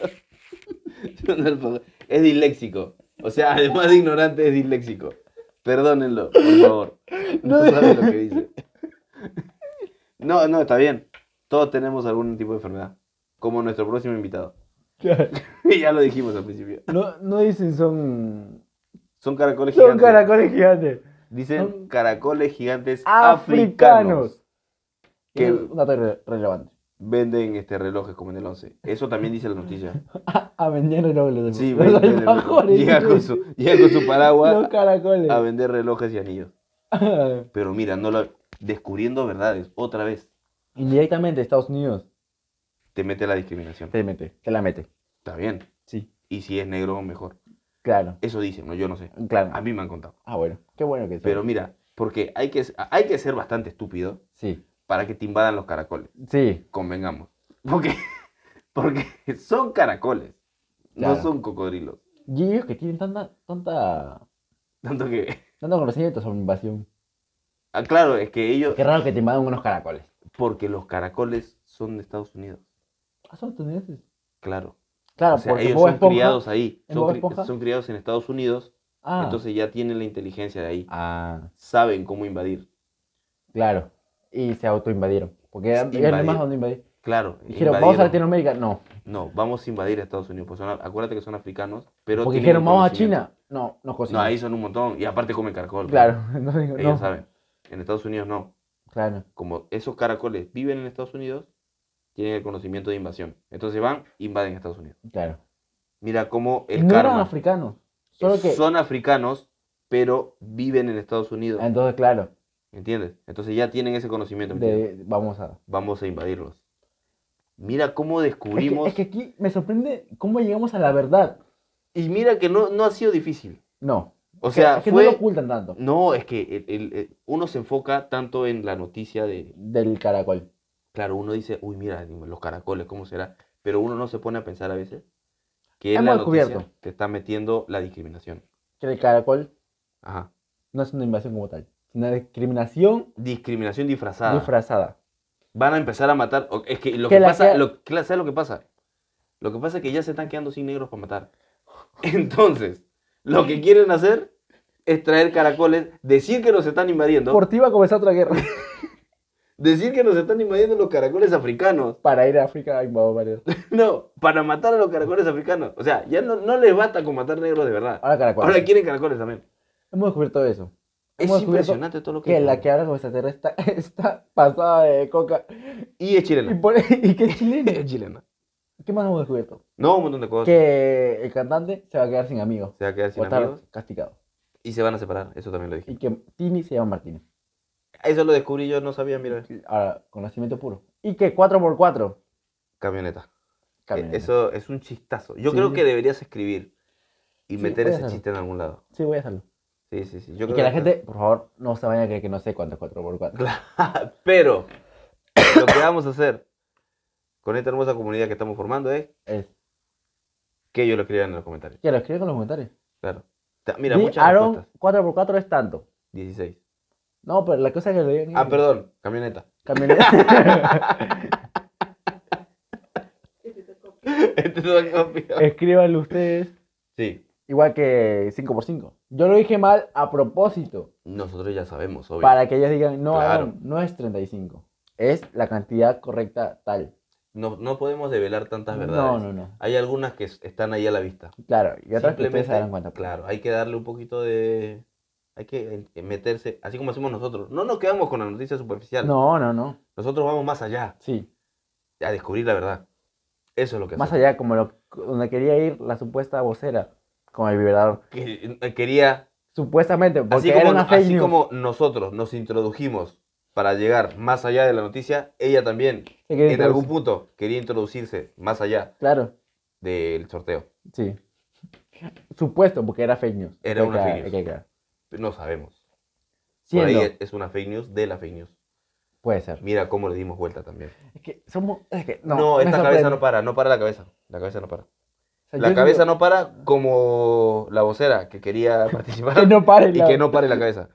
[SPEAKER 1] Son alfajor. es disléxico. O sea, además de ignorante, es disléxico. Perdónenlo, por favor. No,
[SPEAKER 2] No de-
[SPEAKER 1] sabe lo que dice. No, no, está bien. Todos tenemos algún tipo de enfermedad. Como nuestro próximo invitado. ya lo dijimos al principio.
[SPEAKER 2] no, no dicen son.
[SPEAKER 1] Son caracoles
[SPEAKER 2] Son
[SPEAKER 1] gigantes.
[SPEAKER 2] caracoles gigantes.
[SPEAKER 1] Dicen
[SPEAKER 2] Son-
[SPEAKER 1] caracoles gigantes africanos.
[SPEAKER 2] Africanos.
[SPEAKER 1] Que-
[SPEAKER 2] Es Un dato re- relevante.
[SPEAKER 1] Venden este relojes como en el 11. Eso también dice la noticia.
[SPEAKER 2] A, a vender relojes.
[SPEAKER 1] Sí,
[SPEAKER 2] los
[SPEAKER 1] venden relojes.
[SPEAKER 2] alfajores.
[SPEAKER 1] Llega con su, llega con su
[SPEAKER 2] Los
[SPEAKER 1] paraguas
[SPEAKER 2] caracoles.
[SPEAKER 1] a vender relojes y anillos. Pero mira, no la- descubriendo verdades, otra vez
[SPEAKER 2] Indirectamente Estados Unidos
[SPEAKER 1] te mete la discriminación.
[SPEAKER 2] te mete, te la mete.
[SPEAKER 1] Está bien.
[SPEAKER 2] Sí.
[SPEAKER 1] Y si es negro, mejor.
[SPEAKER 2] Claro,
[SPEAKER 1] Eso dicen, no, yo no sé. A
[SPEAKER 2] claro.
[SPEAKER 1] mí me han contado.
[SPEAKER 2] Ah, bueno, qué bueno que sea.
[SPEAKER 1] Pero mira, porque hay que, hay que ser bastante estúpido
[SPEAKER 2] Sí,
[SPEAKER 1] para que te invadan los caracoles.
[SPEAKER 2] sí,
[SPEAKER 1] Convengamos. Porque, porque son caracoles. No
[SPEAKER 2] Claro.
[SPEAKER 1] son cocodrilos.
[SPEAKER 2] y ellos que tienen tanta, tanta,
[SPEAKER 1] Tanto que.
[SPEAKER 2] tanto conocimiento sobre invasión.
[SPEAKER 1] Ah, claro, es que ellos.
[SPEAKER 2] Qué raro que te invadan unos caracoles.
[SPEAKER 1] Porque los caracoles son de Estados Unidos.
[SPEAKER 2] Ah, son estadounidenses.
[SPEAKER 1] Claro.
[SPEAKER 2] Claro,
[SPEAKER 1] o sea,
[SPEAKER 2] Ah, porque
[SPEAKER 1] ellos
[SPEAKER 2] Bob
[SPEAKER 1] son
[SPEAKER 2] Esponja-
[SPEAKER 1] criados ahí.
[SPEAKER 2] en
[SPEAKER 1] Son,
[SPEAKER 2] Bob
[SPEAKER 1] cri-
[SPEAKER 2] Esponja-
[SPEAKER 1] son criados en Estados Unidos.
[SPEAKER 2] Ah,
[SPEAKER 1] Entonces ya tienen la inteligencia de ahí.
[SPEAKER 2] ah,
[SPEAKER 1] Saben cómo invadir.
[SPEAKER 2] claro. Y se autoinvadieron. Porque eran,
[SPEAKER 1] Invadieron.
[SPEAKER 2] eran más donde invadir.
[SPEAKER 1] Claro.
[SPEAKER 2] Dijeron, vamos a
[SPEAKER 1] invadieron.
[SPEAKER 2] Latinoamérica. No.
[SPEAKER 1] No, vamos a invadir a Estados Unidos. Pues son- acuérdate que son africanos, pero.
[SPEAKER 2] porque
[SPEAKER 1] tienen
[SPEAKER 2] dijeron,
[SPEAKER 1] un
[SPEAKER 2] vamos a
[SPEAKER 1] conocimiento.
[SPEAKER 2] China. No, no
[SPEAKER 1] No,
[SPEAKER 2] cocinan.
[SPEAKER 1] ahí son un montón. Y aparte comen caracol.
[SPEAKER 2] Claro, no digo,
[SPEAKER 1] Ellos
[SPEAKER 2] no.
[SPEAKER 1] saben. En Estados Unidos no.
[SPEAKER 2] Claro,
[SPEAKER 1] Como esos caracoles viven en Estados Unidos, tienen el conocimiento de invasión. Entonces van, invaden a Estados Unidos.
[SPEAKER 2] claro.
[SPEAKER 1] Mira cómo
[SPEAKER 2] Y
[SPEAKER 1] el
[SPEAKER 2] no eran
[SPEAKER 1] karma.
[SPEAKER 2] africanos. Solo que.
[SPEAKER 1] son africanos, pero viven en Estados Unidos.
[SPEAKER 2] Entonces, claro,
[SPEAKER 1] ¿Entiendes? Entonces ya tienen ese conocimiento. ¿me entiendes?
[SPEAKER 2] de- vamos a.
[SPEAKER 1] Vamos a invadirlos. Mira cómo
[SPEAKER 2] Es que-
[SPEAKER 1] descubrimos.
[SPEAKER 2] Es que, aquí me sorprende cómo llegamos a la verdad.
[SPEAKER 1] Y mira que no, no ha sido difícil.
[SPEAKER 2] No.
[SPEAKER 1] O
[SPEAKER 2] es que-
[SPEAKER 1] sea,
[SPEAKER 2] es que
[SPEAKER 1] fue.
[SPEAKER 2] no lo ocultan tanto.
[SPEAKER 1] No, es que el- el- el- uno se enfoca tanto en la noticia de,
[SPEAKER 2] Del caracol.
[SPEAKER 1] claro, uno dice, uy, mira, los caracoles, ¿cómo será? Pero uno no se pone a pensar a veces que en
[SPEAKER 2] Hemos
[SPEAKER 1] la noticia
[SPEAKER 2] descubierto.
[SPEAKER 1] te está metiendo la discriminación.
[SPEAKER 2] Que el caracol
[SPEAKER 1] Ajá.
[SPEAKER 2] no es una invasión como tal. Es una discriminación
[SPEAKER 1] Discriminación disfrazada.
[SPEAKER 2] disfrazada.
[SPEAKER 1] Van a empezar a matar. o- Es que lo
[SPEAKER 2] Que
[SPEAKER 1] que
[SPEAKER 2] la
[SPEAKER 1] pasa,
[SPEAKER 2] sea-
[SPEAKER 1] lo- cla- ¿sabes lo que pasa? Lo que pasa es que ya se están quedando sin negros para matar. Entonces, lo que quieren hacer es traer caracoles, decir que nos están invadiendo,
[SPEAKER 2] Por ti va a comenzar otra guerra.
[SPEAKER 1] decir que nos están invadiendo los caracoles africanos.
[SPEAKER 2] Para ir a África a invadir varios.
[SPEAKER 1] No, para matar a los caracoles africanos. O sea, ya no, no les basta con matar negros de verdad.
[SPEAKER 2] Ahora caracol.
[SPEAKER 1] Ahora quieren caracoles también.
[SPEAKER 2] Hemos descubierto eso.
[SPEAKER 1] Es
[SPEAKER 2] pues Hemos descubierto
[SPEAKER 1] impresionante todo lo que...
[SPEAKER 2] que
[SPEAKER 1] hay.
[SPEAKER 2] la que habla con extraterrestre está, está pasada de coca.
[SPEAKER 1] Y es
[SPEAKER 2] Y,
[SPEAKER 1] chilena.
[SPEAKER 2] por, y que es chileno.
[SPEAKER 1] Es chilena.
[SPEAKER 2] ¿Qué más hemos descubierto?
[SPEAKER 1] No, un montón de cosas.
[SPEAKER 2] Que el cantante se va a quedar sin amigos.
[SPEAKER 1] Se va a quedar sin
[SPEAKER 2] o estar
[SPEAKER 1] amigos
[SPEAKER 2] castigado.
[SPEAKER 1] y se van a separar. Eso también lo dije.
[SPEAKER 2] Y que Tini se llama Martínez.
[SPEAKER 1] Eso lo descubrí yo, no sabía, mira.
[SPEAKER 2] Ahora, conocimiento puro. Y que 4x4.
[SPEAKER 1] Camioneta.
[SPEAKER 2] camioneta.
[SPEAKER 1] Eh, Eso es un chistazo. Yo
[SPEAKER 2] Sí,
[SPEAKER 1] creo
[SPEAKER 2] sí.
[SPEAKER 1] que deberías escribir y
[SPEAKER 2] Sí,
[SPEAKER 1] meter
[SPEAKER 2] voy a
[SPEAKER 1] ese
[SPEAKER 2] hacerlo.
[SPEAKER 1] chiste en algún lado.
[SPEAKER 2] Sí, voy a hacerlo.
[SPEAKER 1] Sí, sí, sí. Yo
[SPEAKER 2] y
[SPEAKER 1] creo
[SPEAKER 2] que la
[SPEAKER 1] que-
[SPEAKER 2] gente, por favor, no se vaya a creer que no sé cuánto es 4x4.
[SPEAKER 1] Pero lo que vamos a hacer con esta hermosa comunidad que estamos formando es
[SPEAKER 2] Es-
[SPEAKER 1] que ellos lo escriban en los comentarios.
[SPEAKER 2] que lo escriban en los comentarios.
[SPEAKER 1] Claro. Ta- Mira,
[SPEAKER 2] Di,
[SPEAKER 1] muchas
[SPEAKER 2] Aaron,
[SPEAKER 1] respuestas.
[SPEAKER 2] 4x4 es tanto.
[SPEAKER 1] 16.
[SPEAKER 2] No, pero la cosa es que le digan.
[SPEAKER 1] Ah, perdón, camioneta.
[SPEAKER 2] Camioneta.
[SPEAKER 3] que te tocó.
[SPEAKER 1] Este es el copio.
[SPEAKER 2] Escríbanlo ustedes.
[SPEAKER 1] sí,
[SPEAKER 2] Igual que 5x5. Yo lo dije mal a propósito.
[SPEAKER 1] nosotros ya sabemos, obvio.
[SPEAKER 2] Para que ellos digan, no,
[SPEAKER 1] Claro.
[SPEAKER 2] Aaron, no es 35. Es la cantidad correcta tal.
[SPEAKER 1] No, no podemos develar tantas verdades.
[SPEAKER 2] No, no, no.
[SPEAKER 1] Hay algunas que s- están ahí a la vista.
[SPEAKER 2] Claro, y otras que ustedes
[SPEAKER 1] Simplemente,
[SPEAKER 2] se darán cuenta. pues.
[SPEAKER 1] Claro, hay que darle un poquito de. Hay que eh, meterse, así como hacemos nosotros. No nos quedamos con la noticia superficial.
[SPEAKER 2] No, no, no.
[SPEAKER 1] Nosotros vamos más allá,
[SPEAKER 2] Sí.
[SPEAKER 1] a descubrir la verdad. Eso es lo que
[SPEAKER 2] Más
[SPEAKER 1] hacemos.
[SPEAKER 2] allá, como lo, donde quería ir la supuesta vocera con el vibrador.
[SPEAKER 1] Que- eh, quería.
[SPEAKER 2] Supuestamente, porque
[SPEAKER 1] Así
[SPEAKER 2] era
[SPEAKER 1] como,
[SPEAKER 2] una fake
[SPEAKER 1] así
[SPEAKER 2] news.
[SPEAKER 1] como nosotros nos introdujimos para llegar más allá de la noticia, ella también,
[SPEAKER 2] Se quería
[SPEAKER 1] en algún
[SPEAKER 2] introducir.
[SPEAKER 1] punto, quería introducirse más allá
[SPEAKER 2] Claro,
[SPEAKER 1] del sorteo.
[SPEAKER 2] sí. Supuesto, porque era fake news.
[SPEAKER 1] Era
[SPEAKER 2] Hay
[SPEAKER 1] una
[SPEAKER 2] que-
[SPEAKER 1] fake news.
[SPEAKER 2] hay que aclarar.
[SPEAKER 1] No sabemos. Por ahí
[SPEAKER 2] Siendo,
[SPEAKER 1] es- es una fake news de la fake news.
[SPEAKER 2] puede ser.
[SPEAKER 1] Mira cómo le dimos vuelta también.
[SPEAKER 2] Es que somos. Es que, no,
[SPEAKER 1] No,
[SPEAKER 2] me
[SPEAKER 1] esta
[SPEAKER 2] sorprende.
[SPEAKER 1] cabeza no para, no para la cabeza. La cabeza no para.
[SPEAKER 2] O sea,
[SPEAKER 1] La
[SPEAKER 2] yo
[SPEAKER 1] cabeza
[SPEAKER 2] digo
[SPEAKER 1] no para como la vocera que quería
[SPEAKER 2] Que
[SPEAKER 1] participar
[SPEAKER 2] no pare.
[SPEAKER 1] y
[SPEAKER 2] la-
[SPEAKER 1] que no pare la cabeza.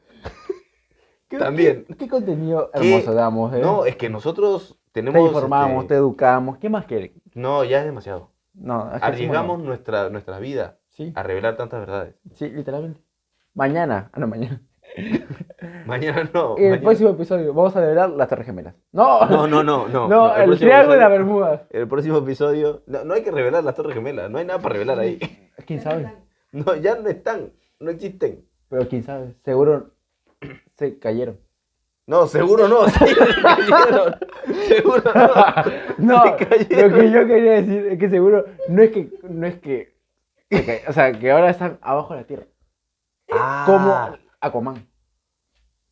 [SPEAKER 2] ¿Qué-
[SPEAKER 1] también.
[SPEAKER 2] ¿Qué, qué contenido
[SPEAKER 1] ¿Qué?
[SPEAKER 2] hermoso damos? eh?
[SPEAKER 1] No, es que nosotros
[SPEAKER 2] Te
[SPEAKER 1] tenemos.
[SPEAKER 2] informamos,
[SPEAKER 1] este,
[SPEAKER 2] te educamos. ¿Qué más quieres?
[SPEAKER 1] No, ya es demasiado.
[SPEAKER 2] No, Ah, es que
[SPEAKER 1] Arriesgamos
[SPEAKER 2] hacemos-
[SPEAKER 1] nuestra, nuestra vida
[SPEAKER 2] Sí,
[SPEAKER 1] a revelar tantas verdades.
[SPEAKER 2] sí, literalmente. Mañana, ah, no, mañana.
[SPEAKER 1] Mañana no.
[SPEAKER 2] En el
[SPEAKER 1] mañana-
[SPEAKER 2] próximo episodio vamos a develar las Torres Gemelas. No,
[SPEAKER 1] No, no, no, no.
[SPEAKER 2] no,
[SPEAKER 1] No,
[SPEAKER 2] el,
[SPEAKER 1] próximo
[SPEAKER 2] Triángulo de la
[SPEAKER 1] episodio-
[SPEAKER 2] Bermuda.
[SPEAKER 1] El próximo episodio. No, no hay que revelar las Torres Gemelas. No hay nada para revelar ahí.
[SPEAKER 2] ¿Quién
[SPEAKER 3] Ya no
[SPEAKER 2] sabe?
[SPEAKER 3] están.
[SPEAKER 1] No, ya no están. No existen.
[SPEAKER 2] Pero quién sabe, seguro se cayeron.
[SPEAKER 1] No, seguro no. sí, se cayeron. seguro no.
[SPEAKER 2] No, lo
[SPEAKER 1] cayeron.
[SPEAKER 2] que yo quería decir es que seguro no es que no es que se ca- o sea, que ahora están abajo de la tierra,
[SPEAKER 1] Ah,
[SPEAKER 2] como Aquaman.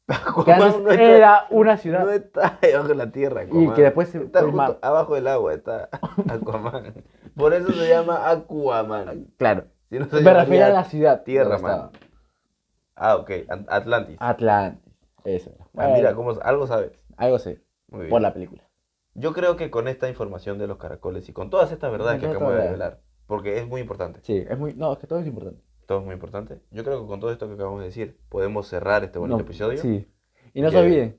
[SPEAKER 2] Que
[SPEAKER 1] Aquaman
[SPEAKER 2] antes
[SPEAKER 1] no está-
[SPEAKER 2] era una ciudad
[SPEAKER 1] No está debajo de la tierra,
[SPEAKER 2] y
[SPEAKER 1] Aquaman.
[SPEAKER 2] que después se
[SPEAKER 1] Está
[SPEAKER 2] fue el
[SPEAKER 1] justo
[SPEAKER 2] mar.
[SPEAKER 1] abajo del agua, está Aquaman. Por eso se llama Aquaman.
[SPEAKER 2] Claro.
[SPEAKER 1] Si no se
[SPEAKER 2] Me
[SPEAKER 1] llamaría-
[SPEAKER 2] refiero a la ciudad
[SPEAKER 1] tierra,
[SPEAKER 2] donde
[SPEAKER 1] man.
[SPEAKER 2] estaba.
[SPEAKER 1] Ah, ok, At- Atlantis. Ah,
[SPEAKER 2] Atlantis. Eso. era.
[SPEAKER 1] mira,
[SPEAKER 2] Bueno,
[SPEAKER 1] cómo- algo sabes.
[SPEAKER 2] algo sé
[SPEAKER 1] Muy bien.
[SPEAKER 2] por la película.
[SPEAKER 1] Yo creo que con esta información de los caracoles y con todas estas verdades que
[SPEAKER 2] Con
[SPEAKER 1] acabamos de
[SPEAKER 2] todas.
[SPEAKER 1] revelar, porque es muy importante,
[SPEAKER 2] Sí, es muy. No, es que todo es importante.
[SPEAKER 1] todo es muy importante, yo creo que con todo esto que acabamos de decir, podemos cerrar este bonito
[SPEAKER 2] No,
[SPEAKER 1] episodio.
[SPEAKER 2] Sí. Y no
[SPEAKER 1] Que-
[SPEAKER 2] se olviden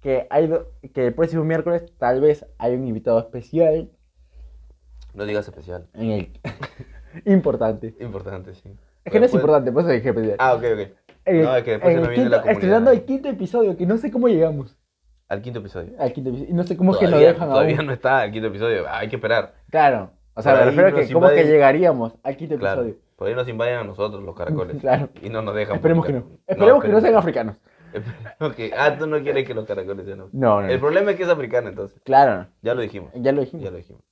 [SPEAKER 2] que, hay do- que el próximo miércoles tal vez hay un invitado especial
[SPEAKER 1] No digas especial.
[SPEAKER 2] en el. importante.
[SPEAKER 1] Importante, sí.
[SPEAKER 2] Es que no es
[SPEAKER 1] Después-
[SPEAKER 2] importante, por eso dije especial.
[SPEAKER 1] Ah, ok, ok.
[SPEAKER 2] En
[SPEAKER 1] no, es que después se
[SPEAKER 2] Eh, en el
[SPEAKER 1] nos viene la
[SPEAKER 2] quinto-
[SPEAKER 1] comunidad.
[SPEAKER 2] Estrenando el quinto episodio, que no sé cómo llegamos
[SPEAKER 1] Al quinto episodio.
[SPEAKER 2] al quinto episodio. Y no sé cómo es que
[SPEAKER 1] Todavía-
[SPEAKER 2] nos dejan
[SPEAKER 1] Todavía
[SPEAKER 2] aún.
[SPEAKER 1] no está el quinto episodio, hay que esperar.
[SPEAKER 2] Claro. O sea,
[SPEAKER 1] Por
[SPEAKER 2] me
[SPEAKER 1] ahí
[SPEAKER 2] refiero a
[SPEAKER 1] nos
[SPEAKER 2] que cómo es que
[SPEAKER 1] invaden-
[SPEAKER 2] llegaríamos al quinto
[SPEAKER 1] Claro,
[SPEAKER 2] episodio.
[SPEAKER 1] por ahí nos invaden a nosotros los caracoles.
[SPEAKER 2] Claro.
[SPEAKER 1] Y no nos dejan.
[SPEAKER 2] Esperemos que
[SPEAKER 1] publicar.
[SPEAKER 2] no. Esperemos que no sean
[SPEAKER 1] esperemos
[SPEAKER 2] africanos.
[SPEAKER 1] Esperemos que- Ah, tú no quieres que los caracoles sean africanos.
[SPEAKER 2] No, no.
[SPEAKER 1] El
[SPEAKER 2] no.
[SPEAKER 1] problema es que es africano, entonces.
[SPEAKER 2] Claro,
[SPEAKER 1] Ya lo dijimos.
[SPEAKER 2] ya lo dijimos.
[SPEAKER 1] Ya lo dijimos.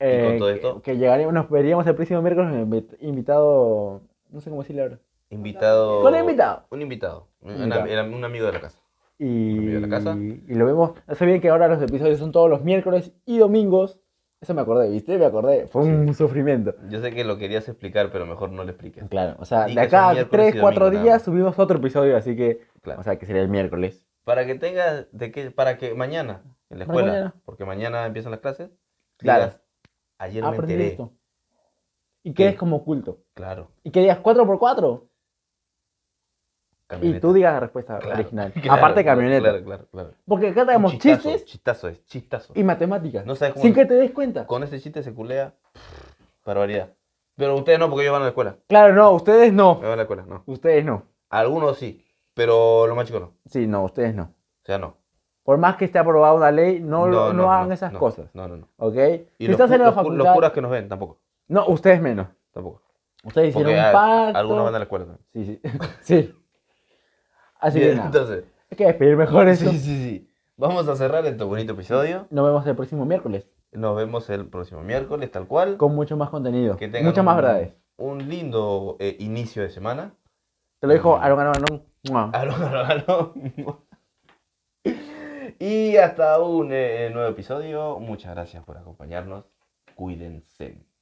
[SPEAKER 2] Eh,
[SPEAKER 1] con todo
[SPEAKER 2] que-
[SPEAKER 1] esto-
[SPEAKER 2] Que, llegaríamos, nos veríamos el próximo miércoles con el invit- invitado no sé cómo decirle ahora.
[SPEAKER 1] Invitado.
[SPEAKER 2] Con el invitado.
[SPEAKER 1] Un invitado. Un, un
[SPEAKER 2] Invitado.
[SPEAKER 1] am- era un amigo de la casa.
[SPEAKER 2] Y,
[SPEAKER 1] Amigo de la casa.
[SPEAKER 2] y lo vemos. Se bien que ahora los episodios son todos los miércoles y domingos. Eso me acordé, ¿viste? Me acordé. Fue un sufrimiento.
[SPEAKER 1] Yo sé que lo querías explicar, pero mejor no lo expliques.
[SPEAKER 2] Claro, o sea,
[SPEAKER 1] Y
[SPEAKER 2] de
[SPEAKER 1] que
[SPEAKER 2] acá
[SPEAKER 1] son
[SPEAKER 2] a
[SPEAKER 1] miércoles
[SPEAKER 2] 3,
[SPEAKER 1] y
[SPEAKER 2] 4
[SPEAKER 1] domingo,
[SPEAKER 2] días
[SPEAKER 1] nada más.
[SPEAKER 2] subimos otro episodio, así que.
[SPEAKER 1] Claro.
[SPEAKER 2] O sea, que sería el miércoles.
[SPEAKER 1] Para que tengas de qué, para que mañana, en la
[SPEAKER 2] Para
[SPEAKER 1] escuela,
[SPEAKER 2] mañana.
[SPEAKER 1] porque mañana empiezan las clases,
[SPEAKER 2] Claro. Ah,
[SPEAKER 1] digas, ayer me
[SPEAKER 2] Aprendí
[SPEAKER 1] enteré.
[SPEAKER 2] esto. Y quedes
[SPEAKER 1] Sí.
[SPEAKER 2] como oculto.
[SPEAKER 1] Claro.
[SPEAKER 2] Y que digas 4x4. Y
[SPEAKER 1] camioneta.
[SPEAKER 2] tú digas la respuesta
[SPEAKER 1] Claro,
[SPEAKER 2] original.
[SPEAKER 1] claro,
[SPEAKER 2] Aparte de
[SPEAKER 1] claro,
[SPEAKER 2] camioneta.
[SPEAKER 1] Claro, claro, claro.
[SPEAKER 2] Porque acá
[SPEAKER 1] Un
[SPEAKER 2] tenemos
[SPEAKER 1] chistazo,
[SPEAKER 2] chistes
[SPEAKER 1] Chistazo es, chistazo.
[SPEAKER 2] y matemáticas.
[SPEAKER 1] No sabes cómo-
[SPEAKER 2] sin que te des cuenta.
[SPEAKER 1] Con ese chiste se culea, barbaridad. Pero ustedes no, porque ellos van a la escuela.
[SPEAKER 2] Claro, no, ustedes
[SPEAKER 1] Ellos
[SPEAKER 2] no.
[SPEAKER 1] van a la escuela, no.
[SPEAKER 2] Ustedes no.
[SPEAKER 1] Algunos sí, pero los más chicos no. O
[SPEAKER 2] Sí, no, ustedes no.
[SPEAKER 1] sea, no.
[SPEAKER 2] Por más que esté aprobada una ley, no, no, hagan esas
[SPEAKER 1] no,
[SPEAKER 2] cosas.
[SPEAKER 1] No, no, no.
[SPEAKER 2] ¿Ok?
[SPEAKER 1] Y
[SPEAKER 2] si
[SPEAKER 1] los,
[SPEAKER 2] estás
[SPEAKER 1] cu-
[SPEAKER 2] en la
[SPEAKER 1] los cu- los
[SPEAKER 2] facultad.
[SPEAKER 1] curas que nos ven, tampoco.
[SPEAKER 2] No, ustedes menos.
[SPEAKER 1] Tampoco.
[SPEAKER 2] Ustedes hicieron
[SPEAKER 1] Porque
[SPEAKER 2] un
[SPEAKER 1] a-
[SPEAKER 2] pacto.
[SPEAKER 1] algunos van a la escuela también.
[SPEAKER 2] Sí, sí. sí. Así que
[SPEAKER 1] Bien,
[SPEAKER 2] nada.
[SPEAKER 1] entonces.
[SPEAKER 2] Hay que despedir mejor eso.
[SPEAKER 1] Sí, sí, sí. Vamos a cerrar este bonito episodio.
[SPEAKER 2] Nos vemos el próximo miércoles
[SPEAKER 1] Nos vemos el próximo miércoles, tal cual.
[SPEAKER 2] con mucho más contenido.
[SPEAKER 1] Que tengan
[SPEAKER 2] Muchas
[SPEAKER 1] un-
[SPEAKER 2] más verdades.
[SPEAKER 1] Un lindo eh, inicio de semana.
[SPEAKER 2] Te lo dijo Aaron Aaron. Aaron. Mua.
[SPEAKER 1] Aló, aló, aló. Y hasta un eh, nuevo episodio. Muchas gracias por acompañarnos. Cuídense.